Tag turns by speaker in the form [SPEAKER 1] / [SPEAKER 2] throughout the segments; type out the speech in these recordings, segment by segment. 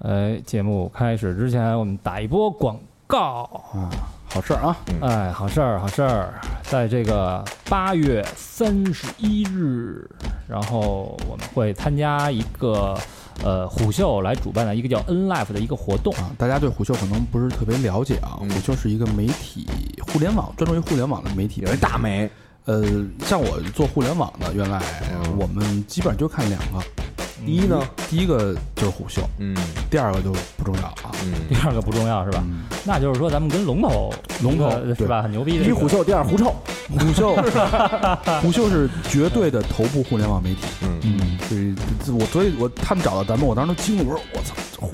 [SPEAKER 1] 哎，节目开始之前，我们打一波广告。
[SPEAKER 2] 好事儿啊，
[SPEAKER 3] 嗯
[SPEAKER 1] 哎，好事儿，好事儿，在这个八月三十一日，然后我们会参加一个呃虎嗅来主办的一个叫 N Life 的一个活动。
[SPEAKER 2] 啊，大家对虎嗅可能不是特别了解啊，
[SPEAKER 3] 嗯
[SPEAKER 2] 虎嗅是一个媒体，互联网专注于互联网的媒体。
[SPEAKER 3] 有一大美，
[SPEAKER 2] 呃，像我做互联网的，原来
[SPEAKER 3] 嗯
[SPEAKER 2] 我们基本上就看两个，
[SPEAKER 1] 嗯
[SPEAKER 3] 第一呢，
[SPEAKER 2] 第一个就是虎嗅，
[SPEAKER 3] 嗯
[SPEAKER 2] 第二个就不重要啊。
[SPEAKER 1] 第
[SPEAKER 3] 嗯，
[SPEAKER 1] 二个不重要是吧？
[SPEAKER 2] 嗯
[SPEAKER 1] 那就是说咱们跟龙头
[SPEAKER 2] 龙头
[SPEAKER 1] 一个是
[SPEAKER 2] 对
[SPEAKER 1] 吧？很牛逼的
[SPEAKER 3] 第一
[SPEAKER 1] 一个
[SPEAKER 3] 虎，嗅，第二狐臭，
[SPEAKER 2] 虎 嗅，虎嗅是绝对的头部互联网媒体。
[SPEAKER 3] 嗯，
[SPEAKER 2] 嗯，对，这我所以我他们找到咱们，我当时都惊了，我说我操，这虎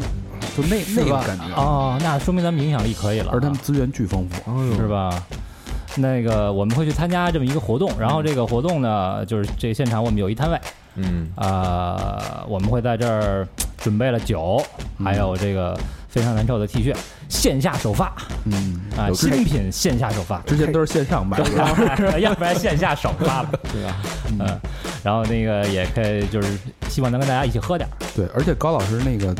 [SPEAKER 2] 就那那
[SPEAKER 1] 是
[SPEAKER 2] 个
[SPEAKER 1] 吧
[SPEAKER 2] 感觉，
[SPEAKER 3] 啊
[SPEAKER 1] 哦，那说明咱们影响力可以了啊，
[SPEAKER 2] 而他们嗯资源巨丰富。
[SPEAKER 1] 是
[SPEAKER 3] 吧？
[SPEAKER 1] 吧？那个我们会去参加这么一个活动，然后这个活动呢，就是这个现场我们有一摊位，
[SPEAKER 3] 嗯
[SPEAKER 1] 啊，我们会在这儿准备了酒，还有这个非常难受的 T 恤，线下首发
[SPEAKER 2] 嗯，，
[SPEAKER 1] 啊、
[SPEAKER 3] 有
[SPEAKER 1] 新
[SPEAKER 3] 这
[SPEAKER 1] 品线下首发
[SPEAKER 2] 之前都是线上买 的，
[SPEAKER 1] 要不然线下首发了，对吧？ 嗯、
[SPEAKER 2] 嗯
[SPEAKER 1] 然后那个也可以，就是希望能跟大家一起喝点儿
[SPEAKER 2] 对，而且高老师那个，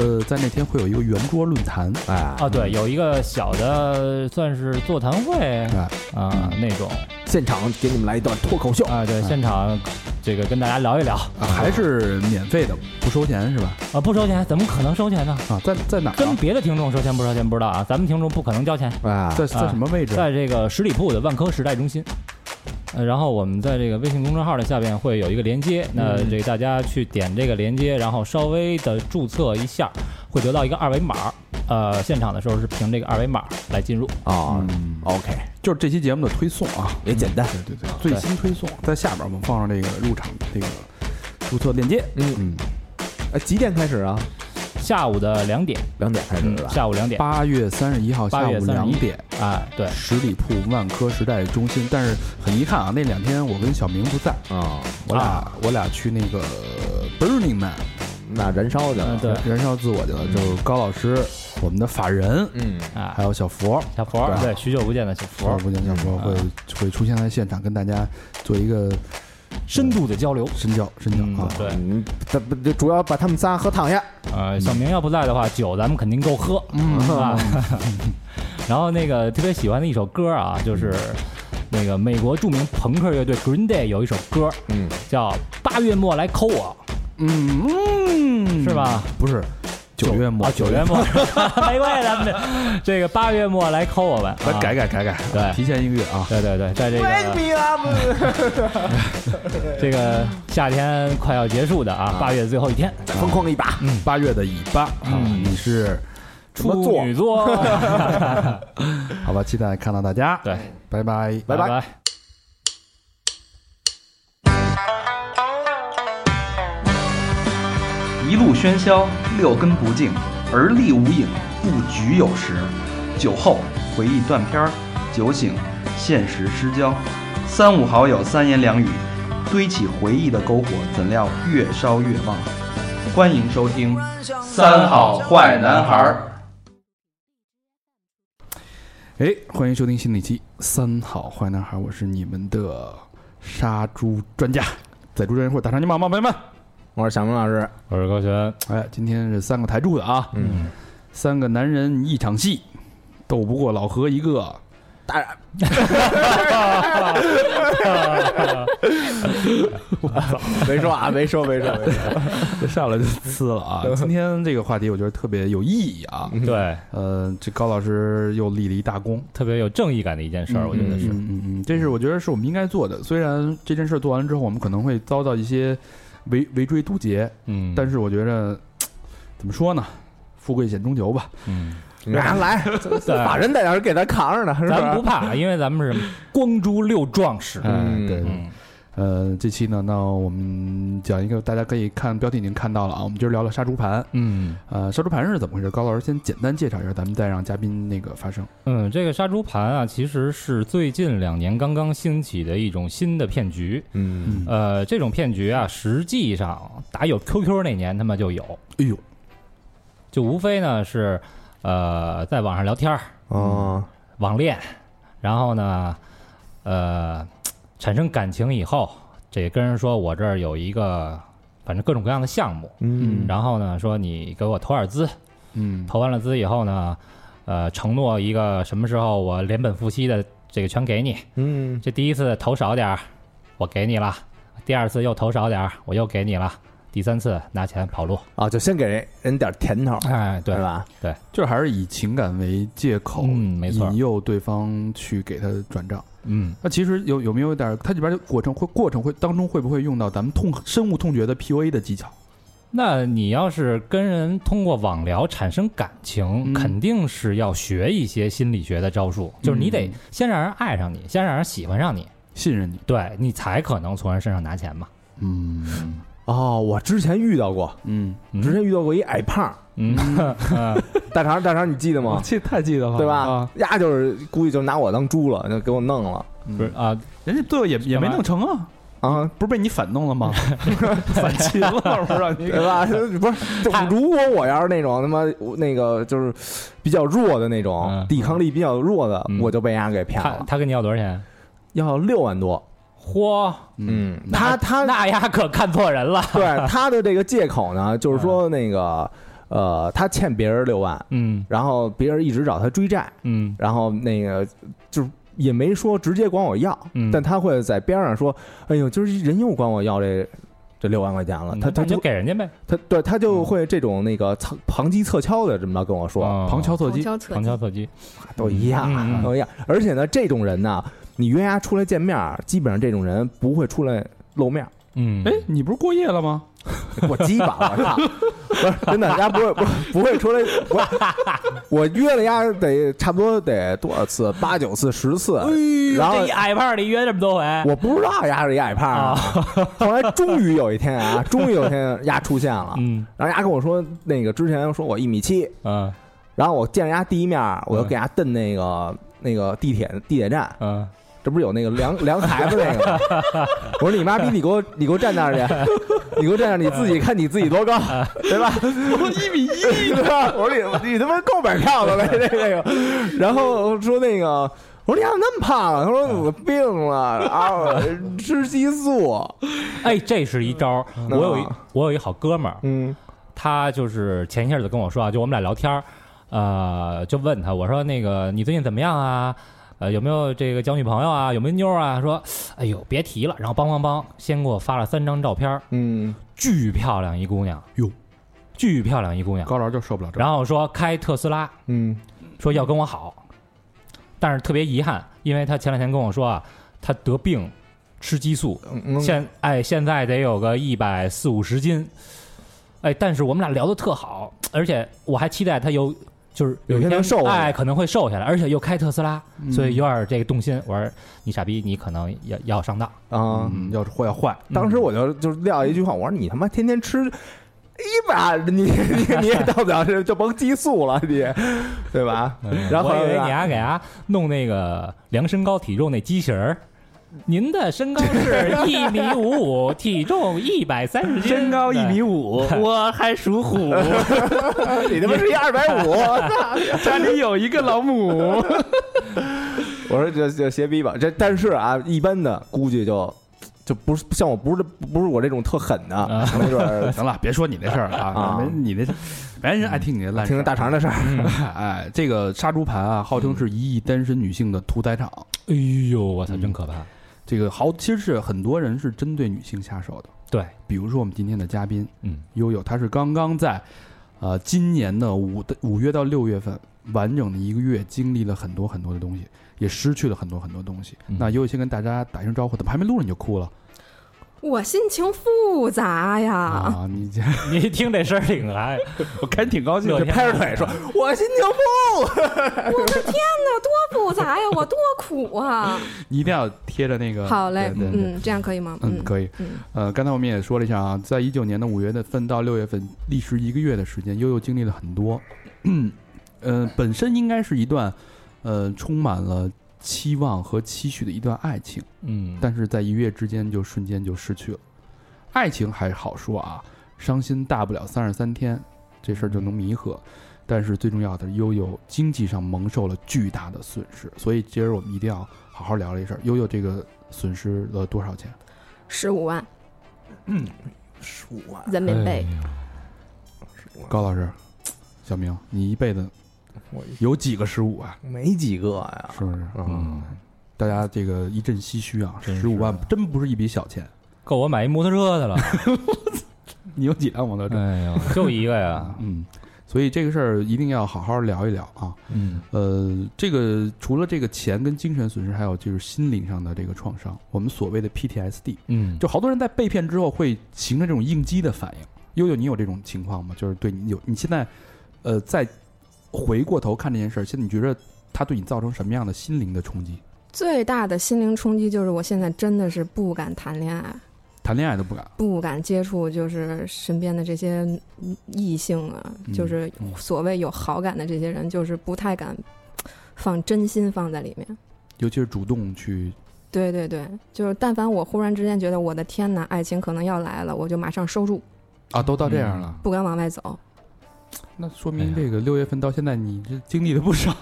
[SPEAKER 2] 呃，在那天会有一个圆桌论坛，
[SPEAKER 3] 哎，
[SPEAKER 1] 啊。对，有一个小的算是座谈会
[SPEAKER 2] 哎，
[SPEAKER 1] 啊那种
[SPEAKER 3] 现场给你们来一段脱口秀，
[SPEAKER 1] 啊，对，现场这个跟大家聊一聊
[SPEAKER 2] 啊还是免费的，不收钱是吧？
[SPEAKER 1] 啊，不收钱，怎么可能收钱呢？
[SPEAKER 2] 啊，在在哪儿
[SPEAKER 1] 跟
[SPEAKER 2] 啊？
[SPEAKER 1] 别的听众收钱不收钱不知道啊，咱们听众不可能交钱。
[SPEAKER 3] 哎，
[SPEAKER 2] 在在什么位置？
[SPEAKER 1] 在这个十里铺的万科时代中心。呃，然后我们在这个微信公众号的下边会有一个连接，那这个大家去点这个连接，然后稍微的注册一下，会得到一个二维码。呃，现场的时候是凭这个二维码来进入。
[SPEAKER 3] 啊
[SPEAKER 2] 嗯
[SPEAKER 3] ，OK，
[SPEAKER 2] 就是这期节目的推送啊，
[SPEAKER 3] 也简单，
[SPEAKER 2] 对对对，最新推送在下边，我们放上这个入场这个，
[SPEAKER 3] 注册链接，嗯，
[SPEAKER 2] 嗯，
[SPEAKER 3] 哎，几点开始啊？
[SPEAKER 1] 下午的两点，
[SPEAKER 3] 两点开始
[SPEAKER 1] 嗯
[SPEAKER 3] 是，吧？
[SPEAKER 1] 下午两点。
[SPEAKER 2] 八月三十一号下
[SPEAKER 1] 8
[SPEAKER 2] 午
[SPEAKER 1] 月31
[SPEAKER 2] 两点，
[SPEAKER 1] 哎，对，
[SPEAKER 2] 十里铺万科时代中心。但是很遗憾啊，那两天我跟小明不在，
[SPEAKER 3] 啊，
[SPEAKER 2] 我俩、
[SPEAKER 1] 啊
[SPEAKER 2] 我俩去那个 Burning Man
[SPEAKER 3] 那燃烧去
[SPEAKER 1] 嗯，
[SPEAKER 3] 了，
[SPEAKER 1] 对，
[SPEAKER 2] 燃烧自我去了，
[SPEAKER 3] 嗯
[SPEAKER 2] 就是高老师，我们的法人，
[SPEAKER 3] 嗯，
[SPEAKER 1] 啊
[SPEAKER 2] 还，有小佛。
[SPEAKER 1] 小佛儿，
[SPEAKER 2] 对
[SPEAKER 1] 对，许久不见的小佛
[SPEAKER 2] 我
[SPEAKER 1] 儿，
[SPEAKER 2] 不见小佛会会出现在现场，跟大家做一个
[SPEAKER 1] 深度的交流。
[SPEAKER 2] 深交深
[SPEAKER 1] 嗯
[SPEAKER 2] 交啊，。
[SPEAKER 1] 对，
[SPEAKER 3] 嗯，咱不就主要把他们仨喝躺下，
[SPEAKER 1] 呃，小明要不在的话，酒咱们肯定够喝，嗯，是吧？ 然后那个特别喜欢的一首歌啊，就是那个美国著名朋克乐队 Green Day 有一首歌
[SPEAKER 3] 嗯，
[SPEAKER 1] 叫《八月末来抠我
[SPEAKER 2] 嗯嗯，》，
[SPEAKER 1] 是？吧？
[SPEAKER 2] 不是，九月末
[SPEAKER 1] 啊，九月末， 没关系，咱们这这个八月末来抠我们，
[SPEAKER 2] 咱
[SPEAKER 1] 啊
[SPEAKER 2] 改。改改改，
[SPEAKER 1] 对
[SPEAKER 2] 提前一个月啊，
[SPEAKER 1] 对对对，在这个
[SPEAKER 3] me up，
[SPEAKER 1] 这个夏天快要结束的啊，八月最后一天，
[SPEAKER 3] 再疯狂一把，
[SPEAKER 2] 八月的尾巴啊，
[SPEAKER 1] 嗯
[SPEAKER 2] 你是
[SPEAKER 3] 怎么
[SPEAKER 1] 处
[SPEAKER 3] 做
[SPEAKER 1] 女 座，
[SPEAKER 2] 好吧？期待看到大家，
[SPEAKER 1] 对，
[SPEAKER 2] 拜拜。
[SPEAKER 3] 拜拜
[SPEAKER 1] 拜。
[SPEAKER 4] 一路喧嚣，六根不净，而立无影，不局有时。酒后回忆断片儿，酒醒现实失焦。三五好友三言两语，堆起回忆的篝火，怎料越烧越旺。欢迎收听《三好坏男孩儿》。
[SPEAKER 2] 哎，欢迎收听新的一期《三好坏男孩》，我是你们的杀猪专家，宰猪专家会打赏你们好吗，朋友们？
[SPEAKER 3] 我是小明老师，
[SPEAKER 1] 我是高璇，
[SPEAKER 2] 哎，今天是三个台柱子啊，
[SPEAKER 3] 嗯，
[SPEAKER 2] 三个男人一场戏，斗不过老何一个。
[SPEAKER 3] 当然，没说啊，没说，没说，没说，
[SPEAKER 2] 上来就呲了 啊！今天这个话题我觉得特别有意义啊。
[SPEAKER 1] 对，
[SPEAKER 2] 呃，这高老师又立了一大功，
[SPEAKER 1] 特别有正义感的一件事儿，我觉得是。
[SPEAKER 2] 嗯嗯嗯，这是我觉得是我们应该做的。虽然这件事做完之后，我们可能会遭到一些围围追堵截，
[SPEAKER 1] 嗯，
[SPEAKER 2] 但是我觉着怎么说呢，富贵险中求吧。
[SPEAKER 1] 嗯，
[SPEAKER 3] 让人来，把人在那儿给他扛着呢，是
[SPEAKER 1] 咱不
[SPEAKER 3] 吧？
[SPEAKER 1] 怕，因为咱们是光珠六壮士。
[SPEAKER 3] 嗯
[SPEAKER 2] 哎对，
[SPEAKER 1] 嗯，
[SPEAKER 2] 呃，这期呢，那我们讲一个大家可以看标题已经看到了啊，我们今儿聊聊杀猪盘。
[SPEAKER 1] 嗯
[SPEAKER 2] 呃，杀猪盘是怎么回事？高老师先简单介绍一下，咱们再让嘉宾那个发声。
[SPEAKER 1] 嗯，这个杀猪盘啊，其实是最近两年刚刚兴起的一种新的骗局。
[SPEAKER 2] 嗯，
[SPEAKER 3] 嗯
[SPEAKER 1] 呃，这种骗局啊，实际上打有 QQ 那年他妈就有，
[SPEAKER 2] 哎呦，
[SPEAKER 1] 就无非呢是呃在网上聊天儿、
[SPEAKER 3] 哦，
[SPEAKER 1] 网恋，然后呢，呃，产生感情以后，这跟人说我这儿有一个。反正各种各样的项目。
[SPEAKER 3] 嗯
[SPEAKER 1] 然后呢，说你给我投点资，
[SPEAKER 2] 嗯
[SPEAKER 1] 投完了资以后呢，呃，承诺一个什么时候我连本付息的这个全给你。
[SPEAKER 3] 嗯
[SPEAKER 1] 这第一次投少点儿，我给你了；第二次又投少点儿，我又给你了；第三次拿钱跑路。
[SPEAKER 3] 啊，就先给人人点甜头，
[SPEAKER 1] 哎，对
[SPEAKER 3] 是，吧？
[SPEAKER 2] 就是还是以情感为借口，
[SPEAKER 1] 嗯没错
[SPEAKER 2] 引诱对方去给他转账。
[SPEAKER 1] 嗯，
[SPEAKER 2] 那其实有有没有一点儿，它里边儿的过程会过程会当中会不会用到咱们痛深恶痛绝的 PUA 的技巧？
[SPEAKER 1] 那你要是跟人通过网聊产生感情，
[SPEAKER 2] 嗯
[SPEAKER 1] 肯定是要学一些心理学的招数，就是你得
[SPEAKER 2] 嗯
[SPEAKER 1] 先让人爱上你，先让人喜欢上你，
[SPEAKER 2] 信任你，
[SPEAKER 1] 对你才可能从人身上拿钱嘛。
[SPEAKER 2] 嗯
[SPEAKER 3] 哦，我之前遇到过，
[SPEAKER 2] 嗯，
[SPEAKER 1] 嗯
[SPEAKER 3] 之前遇到过一矮胖儿
[SPEAKER 1] 嗯，嗯
[SPEAKER 3] 大肠，大肠，你记得吗？
[SPEAKER 2] 这太记得了，
[SPEAKER 3] 对吧
[SPEAKER 2] 啊？？
[SPEAKER 3] 丫就是估计就拿我当猪了，就给我弄了
[SPEAKER 1] 不是啊，
[SPEAKER 2] 人家最后也也没弄成啊，
[SPEAKER 3] 啊，
[SPEAKER 2] 不是被你反弄了 吗？反擒 了，不是让你
[SPEAKER 3] 对吧？不是，就如果我要是那种他妈那个就是比较弱的那种
[SPEAKER 1] 嗯，
[SPEAKER 3] 抵抗力比较弱的
[SPEAKER 1] 嗯，
[SPEAKER 3] 我就被丫给骗
[SPEAKER 1] 他
[SPEAKER 3] 了，
[SPEAKER 1] 他跟你要多少钱？
[SPEAKER 3] 要六万多。
[SPEAKER 1] 嚯，
[SPEAKER 3] 嗯，他他
[SPEAKER 1] 那丫可看错人了。
[SPEAKER 3] 对他的这个借口呢，就是说那个呃，他欠别人六万，
[SPEAKER 1] 嗯
[SPEAKER 3] 然后别人一直找他追债，
[SPEAKER 1] 嗯
[SPEAKER 3] 然后那个就是也没说直接管我要，
[SPEAKER 1] 嗯，
[SPEAKER 3] 但他会在边上说：“哎呦，就是人又管我要这这六万块钱了。
[SPEAKER 1] 嗯
[SPEAKER 3] 啊他
[SPEAKER 1] 那
[SPEAKER 3] 他
[SPEAKER 1] 你就嗯
[SPEAKER 3] 就
[SPEAKER 1] 给人家呗，
[SPEAKER 3] 他对他就会这种那个侧旁击侧敲的这么着跟我说，啊
[SPEAKER 1] 哦
[SPEAKER 2] 旁敲侧击，
[SPEAKER 5] 敲侧
[SPEAKER 1] 旁敲侧击，
[SPEAKER 3] 都一
[SPEAKER 1] 嗯嗯
[SPEAKER 3] 样，
[SPEAKER 1] 嗯
[SPEAKER 3] 都一样。而且呢，这种人呢，你约他出来见面儿，基本上这种人不会出来露面儿。
[SPEAKER 1] 嗯，
[SPEAKER 2] 哎，你不是过夜了吗？
[SPEAKER 3] 我鸡巴，我 操！不是真的，人家不会不不会出来。我我约了丫得差不多得多少次，八九次、十次。然后
[SPEAKER 1] 哎这一矮胖儿你约这么多回，
[SPEAKER 3] 我不知道丫是一矮胖啊。 后来终于有一天啊，终于有一天丫出现了，
[SPEAKER 1] 嗯
[SPEAKER 3] 然后丫跟我说那个之前说我一米七，
[SPEAKER 1] 嗯
[SPEAKER 3] 然后我见着丫第一面，我就给丫蹬那个。那个地铁地铁站，
[SPEAKER 1] 嗯，
[SPEAKER 3] 这不是有那个量量孩子那个吗？我说你妈逼，你给我你给我站那儿去，你给我站那儿，你自己看你自己多 高，对吧？
[SPEAKER 2] 我一米一，
[SPEAKER 3] 对吧？我说你你他妈够买票的了，那那个，然后说那个。我说你咋那么胖啊？他说我病了啊，吃激素。
[SPEAKER 1] 哎，这是一招儿。我有一我有一好哥们儿，
[SPEAKER 3] 嗯
[SPEAKER 1] 他就是前一阵子跟我说啊，就我们俩聊天儿，呃，就问他，我说那个你最近怎么样啊？呃，有没有这个交女朋友啊？有没有妞儿啊？说，哎呦，别提了。然后梆梆梆，先给我发了三张照片儿，
[SPEAKER 3] 嗯，
[SPEAKER 1] 巨漂亮一姑娘，
[SPEAKER 2] 哟，
[SPEAKER 1] 巨漂亮一姑娘。
[SPEAKER 2] 高老就受不了这，
[SPEAKER 1] 然后说开特斯拉，
[SPEAKER 3] 嗯，
[SPEAKER 1] 说要跟我好，但是特别遗憾，因为他前两天跟我说啊，他得病，吃激素，
[SPEAKER 3] 嗯
[SPEAKER 1] 现哎现在得有个一百四五十斤，哎，但是我们俩聊得特好，而且我还期待他有就是
[SPEAKER 3] 有一
[SPEAKER 1] 一
[SPEAKER 3] 天能瘦下来
[SPEAKER 1] 哎可能会瘦下来，而且又开特斯拉，
[SPEAKER 2] 嗯
[SPEAKER 1] 所以有点这个动心。我说你傻逼，你可能要要上当，
[SPEAKER 3] 啊，
[SPEAKER 2] 嗯，要是坏要坏，
[SPEAKER 3] 当时我就就撂一句话，我说你他妈天天吃，一把你你你也到不了这，就甭激素了你，对吧？ 然
[SPEAKER 1] 嗯
[SPEAKER 3] 后
[SPEAKER 1] 我
[SPEAKER 3] 后
[SPEAKER 1] 以为
[SPEAKER 3] 来
[SPEAKER 1] 你丫给丫弄那个量身高体重那机器人儿。您的身高是一米五五，体重一百三十斤，
[SPEAKER 2] 身高一米五，我还属虎，
[SPEAKER 3] 你他妈是一二百五，
[SPEAKER 2] 家里有一个老母，
[SPEAKER 3] 我说就就斜逼吧，这但是啊，一般的估计就就不是像我不是不是我这种特狠的，
[SPEAKER 2] 啊
[SPEAKER 3] 没 准儿
[SPEAKER 2] 哎行了，别说你那事儿了啊，
[SPEAKER 3] 啊嗯
[SPEAKER 2] 没你那事儿，没人爱听你那烂事
[SPEAKER 3] 听
[SPEAKER 2] 儿
[SPEAKER 3] 着大 肠的事儿，
[SPEAKER 2] 哎，这个杀猪盘啊，号称是一亿单身女性的屠宰场。
[SPEAKER 1] 哎呦，我操，真可怕！
[SPEAKER 2] 这个好，其实是很多人是针对女性下手的，
[SPEAKER 1] 对，
[SPEAKER 2] 比如说我们今天的嘉宾
[SPEAKER 1] 嗯
[SPEAKER 2] 悠悠，她是刚刚在，呃，今年的五的五月到六月份，完整的一个月经历了很多很多的东西，也失去了很多很多东西。
[SPEAKER 1] 嗯
[SPEAKER 2] 那悠悠先跟大家打一声招呼，怎么还没录呢你就哭了
[SPEAKER 5] 我心情复杂呀，
[SPEAKER 2] 啊？你这
[SPEAKER 1] 你一听这声儿挺嗨，
[SPEAKER 2] 我看你挺高兴
[SPEAKER 1] 乐
[SPEAKER 2] 的，
[SPEAKER 1] 天
[SPEAKER 3] 拍着 腿说：“我心情不
[SPEAKER 5] 那多复杂呀，我多苦啊！
[SPEAKER 2] 你一定要贴着那个。
[SPEAKER 5] 好嘞，
[SPEAKER 2] 对对对
[SPEAKER 5] 嗯，这样可以吗？
[SPEAKER 2] 嗯，可以。
[SPEAKER 5] 嗯
[SPEAKER 2] 呃，刚才我们也说了一下啊，在一九年的五月的份到六月份，历时一个月的时间，悠悠经历了很多。呃，本身应该是一段，呃，充满了期望和期许的一段爱情，
[SPEAKER 1] 嗯，
[SPEAKER 2] 但是在一月之间就瞬间就失去了。爱情还好说啊，伤心大不了三十三天，这事儿就能弥合。但是最重要的是，悠悠经济上蒙受了巨大的损失，所以今儿我们一定要好好聊这事儿。悠悠这个损失了多少钱？
[SPEAKER 5] 十五万，
[SPEAKER 3] 十五万，
[SPEAKER 5] 人民
[SPEAKER 2] 哎
[SPEAKER 1] 哎
[SPEAKER 5] 币，
[SPEAKER 2] 高老师，小明，你一辈子
[SPEAKER 6] 我
[SPEAKER 2] 有几个十五啊？
[SPEAKER 6] 没几个呀，
[SPEAKER 2] 是不是？
[SPEAKER 6] 嗯，
[SPEAKER 2] 大家这个一阵唏嘘啊，
[SPEAKER 1] 真是
[SPEAKER 2] 十五万真不是一笔小钱。
[SPEAKER 1] 够我买一摩托车的了。
[SPEAKER 2] 你有几辆摩托车？
[SPEAKER 1] 哎呦，就一个呀。
[SPEAKER 2] 嗯，所以这个事儿一定要好好聊一聊啊。
[SPEAKER 1] 嗯，
[SPEAKER 2] 呃，这个除了这个钱跟精神损失，还有就是心灵上的这个创伤，我们所谓的 PTSD，
[SPEAKER 1] 嗯，
[SPEAKER 2] 就好多人在被骗之后会形成这种应激的反应。悠悠，你有这种情况吗？就是对你有，你现在，呃，再回过头看这件事儿，现在你觉得它对你造成什么样的心灵的冲击？
[SPEAKER 5] 最大的心灵冲击就是我现在真的是不敢谈恋爱，
[SPEAKER 2] 谈恋爱都不敢，
[SPEAKER 5] 不敢接触就是身边的这些嗯异性啊，
[SPEAKER 2] 嗯
[SPEAKER 5] 就是
[SPEAKER 2] 嗯
[SPEAKER 5] 所谓有好感的这些人，就是不太敢放真心放在里面。
[SPEAKER 2] 尤其是主动去，
[SPEAKER 5] 对对对，就是但凡我忽然之间觉得我的天呐，爱情可能要来了，我就马上收住，
[SPEAKER 2] 啊，都到这样
[SPEAKER 1] 嗯
[SPEAKER 2] 了，
[SPEAKER 5] 不敢往外走。
[SPEAKER 2] 那说
[SPEAKER 1] 哎
[SPEAKER 2] 明
[SPEAKER 1] 呀
[SPEAKER 2] 这个六月份到现在你这经历了不少，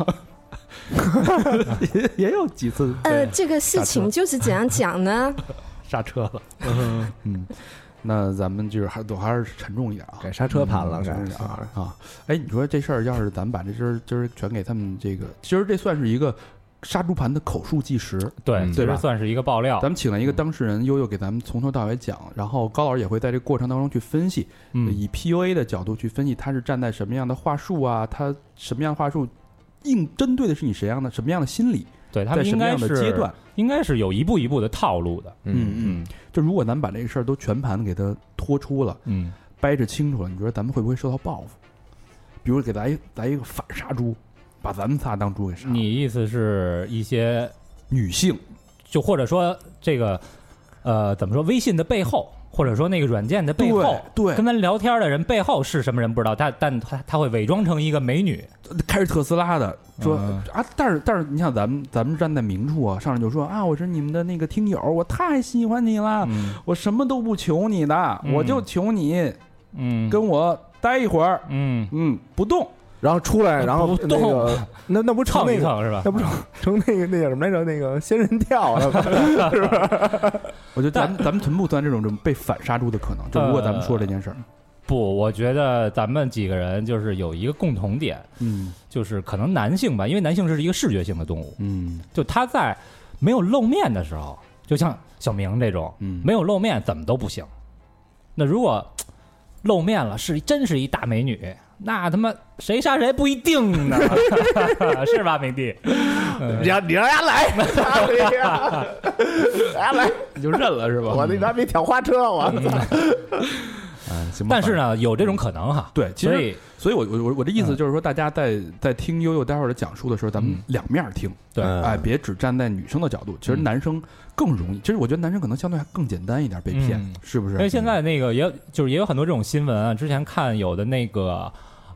[SPEAKER 2] 也也有几次
[SPEAKER 5] 呃，这个事情就是怎样讲呢？
[SPEAKER 1] 刹车了。
[SPEAKER 2] 嗯，那咱们就是还都还是沉重一点啊，
[SPEAKER 3] 改刹车盘了，
[SPEAKER 2] 沉重
[SPEAKER 3] 改
[SPEAKER 2] 一点啊啊！哎，你说这事儿要是咱们把这今儿今儿全给他们这个，其实这算是一个杀猪盘的口述纪实，
[SPEAKER 1] 对，
[SPEAKER 6] 嗯
[SPEAKER 1] 其
[SPEAKER 2] 对
[SPEAKER 1] 实
[SPEAKER 2] 吧
[SPEAKER 1] 算是一个爆料
[SPEAKER 2] 咱。们请来一
[SPEAKER 1] 嗯
[SPEAKER 2] 个当事人悠悠给咱们从头到尾讲，然后高老师也会在这过程当中去分析，
[SPEAKER 1] 嗯，
[SPEAKER 2] 以 PUA 的角度去分析，他是站在什么样的话术啊，他什么样的话术应针对的是你什么样的什么样的心理，
[SPEAKER 1] 对他
[SPEAKER 2] 在
[SPEAKER 1] 们
[SPEAKER 2] 什
[SPEAKER 1] 应
[SPEAKER 2] 么
[SPEAKER 1] 该
[SPEAKER 2] 样的
[SPEAKER 1] 是
[SPEAKER 2] 阶段，
[SPEAKER 1] 应该是有一步一步的套路的。
[SPEAKER 2] 嗯嗯，就如果咱们把这个事儿都全盘给它拖出了。
[SPEAKER 1] 嗯，
[SPEAKER 2] 掰扯清楚了，你觉得咱们会不会受到报复？比如给咱一来一个反杀猪，把咱们仨当猪给杀了。
[SPEAKER 1] 你意思是一些，
[SPEAKER 2] 女性
[SPEAKER 1] 就或者说这个，呃，怎么说？微信的背后，或者说那个软件的背后，
[SPEAKER 2] 对
[SPEAKER 1] 跟咱聊天的人背后是什么人不知道，但但他他会伪装成一个美女。
[SPEAKER 2] 开着特斯拉的说、
[SPEAKER 1] 嗯
[SPEAKER 2] 啊，但是但是你想咱们咱们站在明处啊，上来就说啊，我是你们的那个听友，我太喜欢你了，
[SPEAKER 1] 嗯
[SPEAKER 2] 我什么都不求你的，
[SPEAKER 1] 嗯
[SPEAKER 2] 我就求你
[SPEAKER 1] 嗯，
[SPEAKER 2] 跟我待一会儿，
[SPEAKER 1] 嗯
[SPEAKER 2] 嗯，不动。
[SPEAKER 3] 然后出来，然后
[SPEAKER 1] 不
[SPEAKER 3] 那
[SPEAKER 1] 动
[SPEAKER 3] 个那那不
[SPEAKER 1] 蹭
[SPEAKER 3] 成那
[SPEAKER 1] 一
[SPEAKER 3] 个，
[SPEAKER 1] 蹭是吧？
[SPEAKER 3] 那不成成那个那叫什么来着？那个仙人跳啊 了，
[SPEAKER 2] 我觉得咱们咱们存不存这种这种被反杀猪的可能？就如果咱们说这件
[SPEAKER 1] 呃
[SPEAKER 2] 事儿，
[SPEAKER 1] 不，我觉得咱们几个人就是有一个共同点，
[SPEAKER 2] 嗯
[SPEAKER 1] 就是可能男性吧，因为男性是一个视觉性的动物，
[SPEAKER 2] 嗯
[SPEAKER 1] 就他在没有露面的时候，就像小明这种，
[SPEAKER 2] 嗯，
[SPEAKER 1] 没有露面怎么都不行。那如果露面了，是真是一大美女，那他妈谁杀谁不一定呢， 是吧，明帝？
[SPEAKER 3] 你让你让人家 来，人家来，
[SPEAKER 2] 你就认了 是吧？
[SPEAKER 3] 我那还没挑花车，我
[SPEAKER 2] 嗯哎行
[SPEAKER 1] 嗯
[SPEAKER 2] 吧
[SPEAKER 1] 但是呢，有这种可能哈。
[SPEAKER 2] 嗯对，其
[SPEAKER 1] 所
[SPEAKER 2] 实
[SPEAKER 1] 以
[SPEAKER 2] 所以我，我我我的意思就是说，大家在在听悠悠待会儿的讲述的时候，咱们
[SPEAKER 1] 嗯
[SPEAKER 2] 两面儿听，
[SPEAKER 1] 对
[SPEAKER 3] 嗯
[SPEAKER 2] 哎，别只站在女生的角度。其实
[SPEAKER 1] 嗯
[SPEAKER 2] 男生更容易，其实我觉得男生可能相对还更简单一点被骗，
[SPEAKER 1] 嗯
[SPEAKER 2] 是不是？
[SPEAKER 1] 因为现在那个也有就是也有很多这种新闻啊，之前看有的那个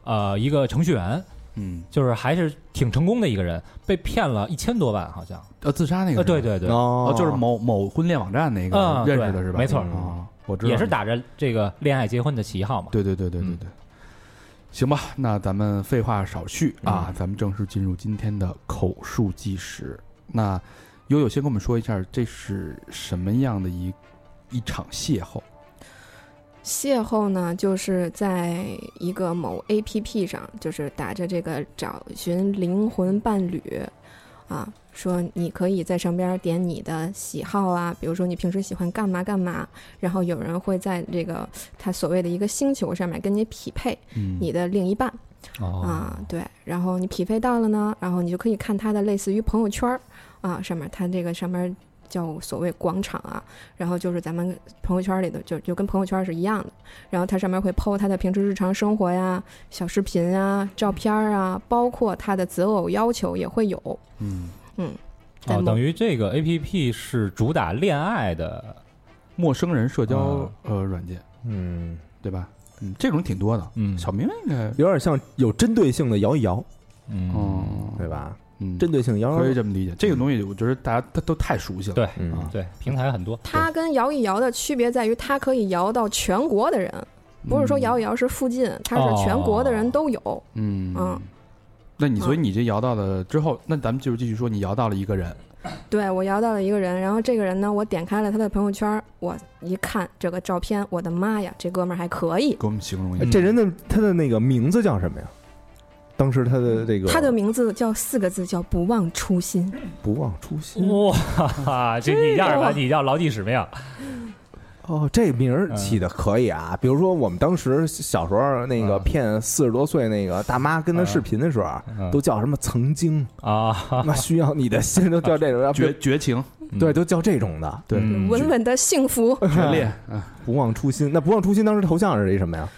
[SPEAKER 1] 呃一个程序员，
[SPEAKER 2] 嗯，
[SPEAKER 1] 就是还是挺成功的一个人，被骗了一千多万好像。
[SPEAKER 2] 呃，自杀那个
[SPEAKER 1] 呃，
[SPEAKER 2] 是吧
[SPEAKER 1] 对，对对，
[SPEAKER 3] 哦
[SPEAKER 2] 哦，就是某某婚恋网站那个
[SPEAKER 1] 嗯
[SPEAKER 2] 认识的是吧？
[SPEAKER 1] 对没错
[SPEAKER 2] 啊，我知道，
[SPEAKER 1] 也是，打着嗯这个恋爱结婚的旗号嘛。
[SPEAKER 2] 对对对对对对。行吧，那咱们废话少叙
[SPEAKER 1] 嗯
[SPEAKER 2] 啊，咱们正式进入今天的口述纪实。那悠悠先跟我们说一下，这是什么样的一一场邂逅？
[SPEAKER 5] 邂逅呢，就是在一个某 APP 上，就是打着这个找寻灵魂伴侣，啊，说你可以在上边点你的喜好啊，比如说你平时喜欢干嘛干嘛，然后有人会在这个他所谓的一个星球上面跟你匹配
[SPEAKER 2] 嗯
[SPEAKER 5] 你的另一半
[SPEAKER 1] 哦，
[SPEAKER 5] 啊，对，然后你匹配到了呢，然后你就可以看他的类似于朋友圈儿啊，上面他这个上面叫所谓广场啊，然后就是咱们朋友圈里的就就跟朋友圈是一样的，然后它上面会 PO 他的平时日常生活呀、小视频啊、照片儿啊，包括他的择偶要求也会有，
[SPEAKER 2] 嗯，
[SPEAKER 5] 在
[SPEAKER 1] 哦，
[SPEAKER 5] 某
[SPEAKER 1] 等于这个 A P P 是主打恋爱的，
[SPEAKER 2] 陌生人社交、呃软件，
[SPEAKER 6] 嗯，
[SPEAKER 2] 对吧？嗯，这种挺多的。
[SPEAKER 1] 嗯
[SPEAKER 2] 小明应该，
[SPEAKER 3] 有点像有针对性的摇一摇，
[SPEAKER 1] 嗯，
[SPEAKER 2] 嗯，
[SPEAKER 6] 对吧？
[SPEAKER 2] 嗯，
[SPEAKER 3] 针对性摇
[SPEAKER 2] 可以
[SPEAKER 3] 一摇，
[SPEAKER 2] 这么理解。这个东西，我觉得大家他都太熟悉了。
[SPEAKER 1] 对
[SPEAKER 6] 嗯
[SPEAKER 2] 啊，
[SPEAKER 1] 对，平台很多，
[SPEAKER 5] 它跟摇一摇的区别在于，它可以摇到全国的人，
[SPEAKER 2] 嗯
[SPEAKER 5] 不是说摇一摇是附近，它是全国的人都有。
[SPEAKER 2] 嗯，嗯
[SPEAKER 5] 嗯
[SPEAKER 2] 那你所以你这摇到了之后，那咱们就是继续说，你摇到了一个人，
[SPEAKER 5] 对我摇到了一个人，然后这个人呢，我点开了他的朋友圈，我一看这个照片，我的妈呀，这哥们儿还可以。
[SPEAKER 2] 给我们形容一
[SPEAKER 3] 哎
[SPEAKER 2] 下。
[SPEAKER 1] 嗯
[SPEAKER 3] 这人的他的那个名字叫什么呀？当时他的这个
[SPEAKER 5] 他的名字叫四个字，叫不忘初心。
[SPEAKER 3] 不忘初心
[SPEAKER 5] 嗯
[SPEAKER 1] 哇哈哈，这你要什么？你要牢记使命。
[SPEAKER 3] 哦，这名儿起的可以啊。比如说我们当时小时候那个
[SPEAKER 1] 嗯
[SPEAKER 3] 骗四十多岁那个大妈跟他视频的时候，啊
[SPEAKER 1] 嗯
[SPEAKER 3] 都叫什么曾经，
[SPEAKER 1] 啊，
[SPEAKER 3] 那需要你的心都叫这种， 要 不
[SPEAKER 2] 绝绝情，
[SPEAKER 3] 对，都叫这种的，
[SPEAKER 2] 对
[SPEAKER 1] 嗯哎
[SPEAKER 5] 稳稳的幸福。
[SPEAKER 2] 绝啊恋，
[SPEAKER 3] 不忘初心。那不忘初心当时头像是一什么呀？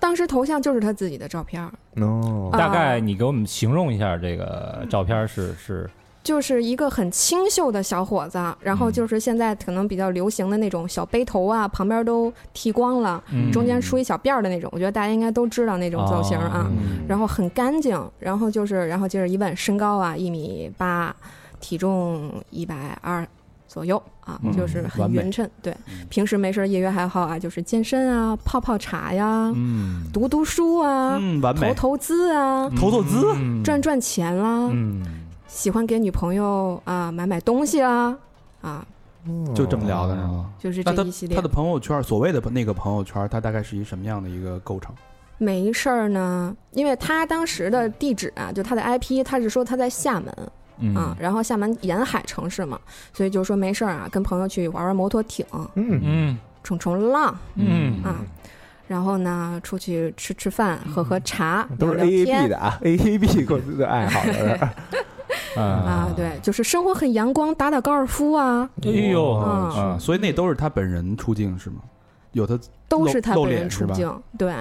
[SPEAKER 5] 当时头像就是他自己的照片儿，
[SPEAKER 3] 哦，
[SPEAKER 5] 啊
[SPEAKER 1] 大概你给我们形容一下这个照片是是嗯
[SPEAKER 5] 就是一个很清秀的小伙子，然后就是现在可能比较流行的那种小背头啊，旁边都剃光了，
[SPEAKER 1] 嗯
[SPEAKER 5] 中间梳一小辫儿的那种，我觉得大家应该都知道那种造型啊。
[SPEAKER 1] 哦
[SPEAKER 2] 嗯
[SPEAKER 5] 然后很干净，然后就是，然后接着一问，身高啊一米八，体重一百二左右啊，
[SPEAKER 2] 嗯
[SPEAKER 5] 就是很
[SPEAKER 2] 完美
[SPEAKER 5] 匀称。对
[SPEAKER 2] 嗯，
[SPEAKER 5] 平时没事儿业余爱好啊，就是健身啊，泡泡茶呀，
[SPEAKER 1] 嗯
[SPEAKER 5] 读读书啊，
[SPEAKER 2] 嗯，完
[SPEAKER 5] 投
[SPEAKER 2] 美，
[SPEAKER 5] 投资啊，
[SPEAKER 2] 投投资
[SPEAKER 1] 嗯
[SPEAKER 5] 赚赚钱啦、
[SPEAKER 1] 嗯
[SPEAKER 5] 喜欢给女朋友啊买买东西啦，啊，
[SPEAKER 1] 嗯
[SPEAKER 2] 就这么聊的是吗？
[SPEAKER 5] 就是
[SPEAKER 2] 那
[SPEAKER 5] 这
[SPEAKER 2] 他
[SPEAKER 5] 一系列
[SPEAKER 2] 他的。朋友圈，所谓的那个朋友圈，他大概是一什么样的一个构成？
[SPEAKER 5] 每一事儿呢，因为他当时的地址啊，就他的 IP，他是说他在厦门，
[SPEAKER 1] 嗯
[SPEAKER 5] 啊，然后厦门沿海城市嘛，所以就说没事儿啊，跟朋友去玩玩摩托艇、
[SPEAKER 3] 嗯，
[SPEAKER 1] 嗯
[SPEAKER 5] 冲冲浪
[SPEAKER 1] 嗯
[SPEAKER 5] 啊，然后呢出去吃吃饭、喝喝茶、
[SPEAKER 3] 都是
[SPEAKER 5] 嗯
[SPEAKER 3] A
[SPEAKER 5] 聊
[SPEAKER 3] A
[SPEAKER 5] 聊
[SPEAKER 3] B
[SPEAKER 5] 天
[SPEAKER 3] 的啊，A A B 的爱好的。
[SPEAKER 1] 嗯
[SPEAKER 5] 啊，，对，就是生活很阳光，打打高尔夫啊，
[SPEAKER 1] 哎呦
[SPEAKER 5] 嗯
[SPEAKER 1] 啊，
[SPEAKER 2] 所以那都是他本人出镜是吗？有他，
[SPEAKER 5] 都是他
[SPEAKER 2] 露
[SPEAKER 5] 本
[SPEAKER 2] 露
[SPEAKER 5] 人
[SPEAKER 2] 脸是
[SPEAKER 5] 出
[SPEAKER 2] 吧
[SPEAKER 5] 镜，对，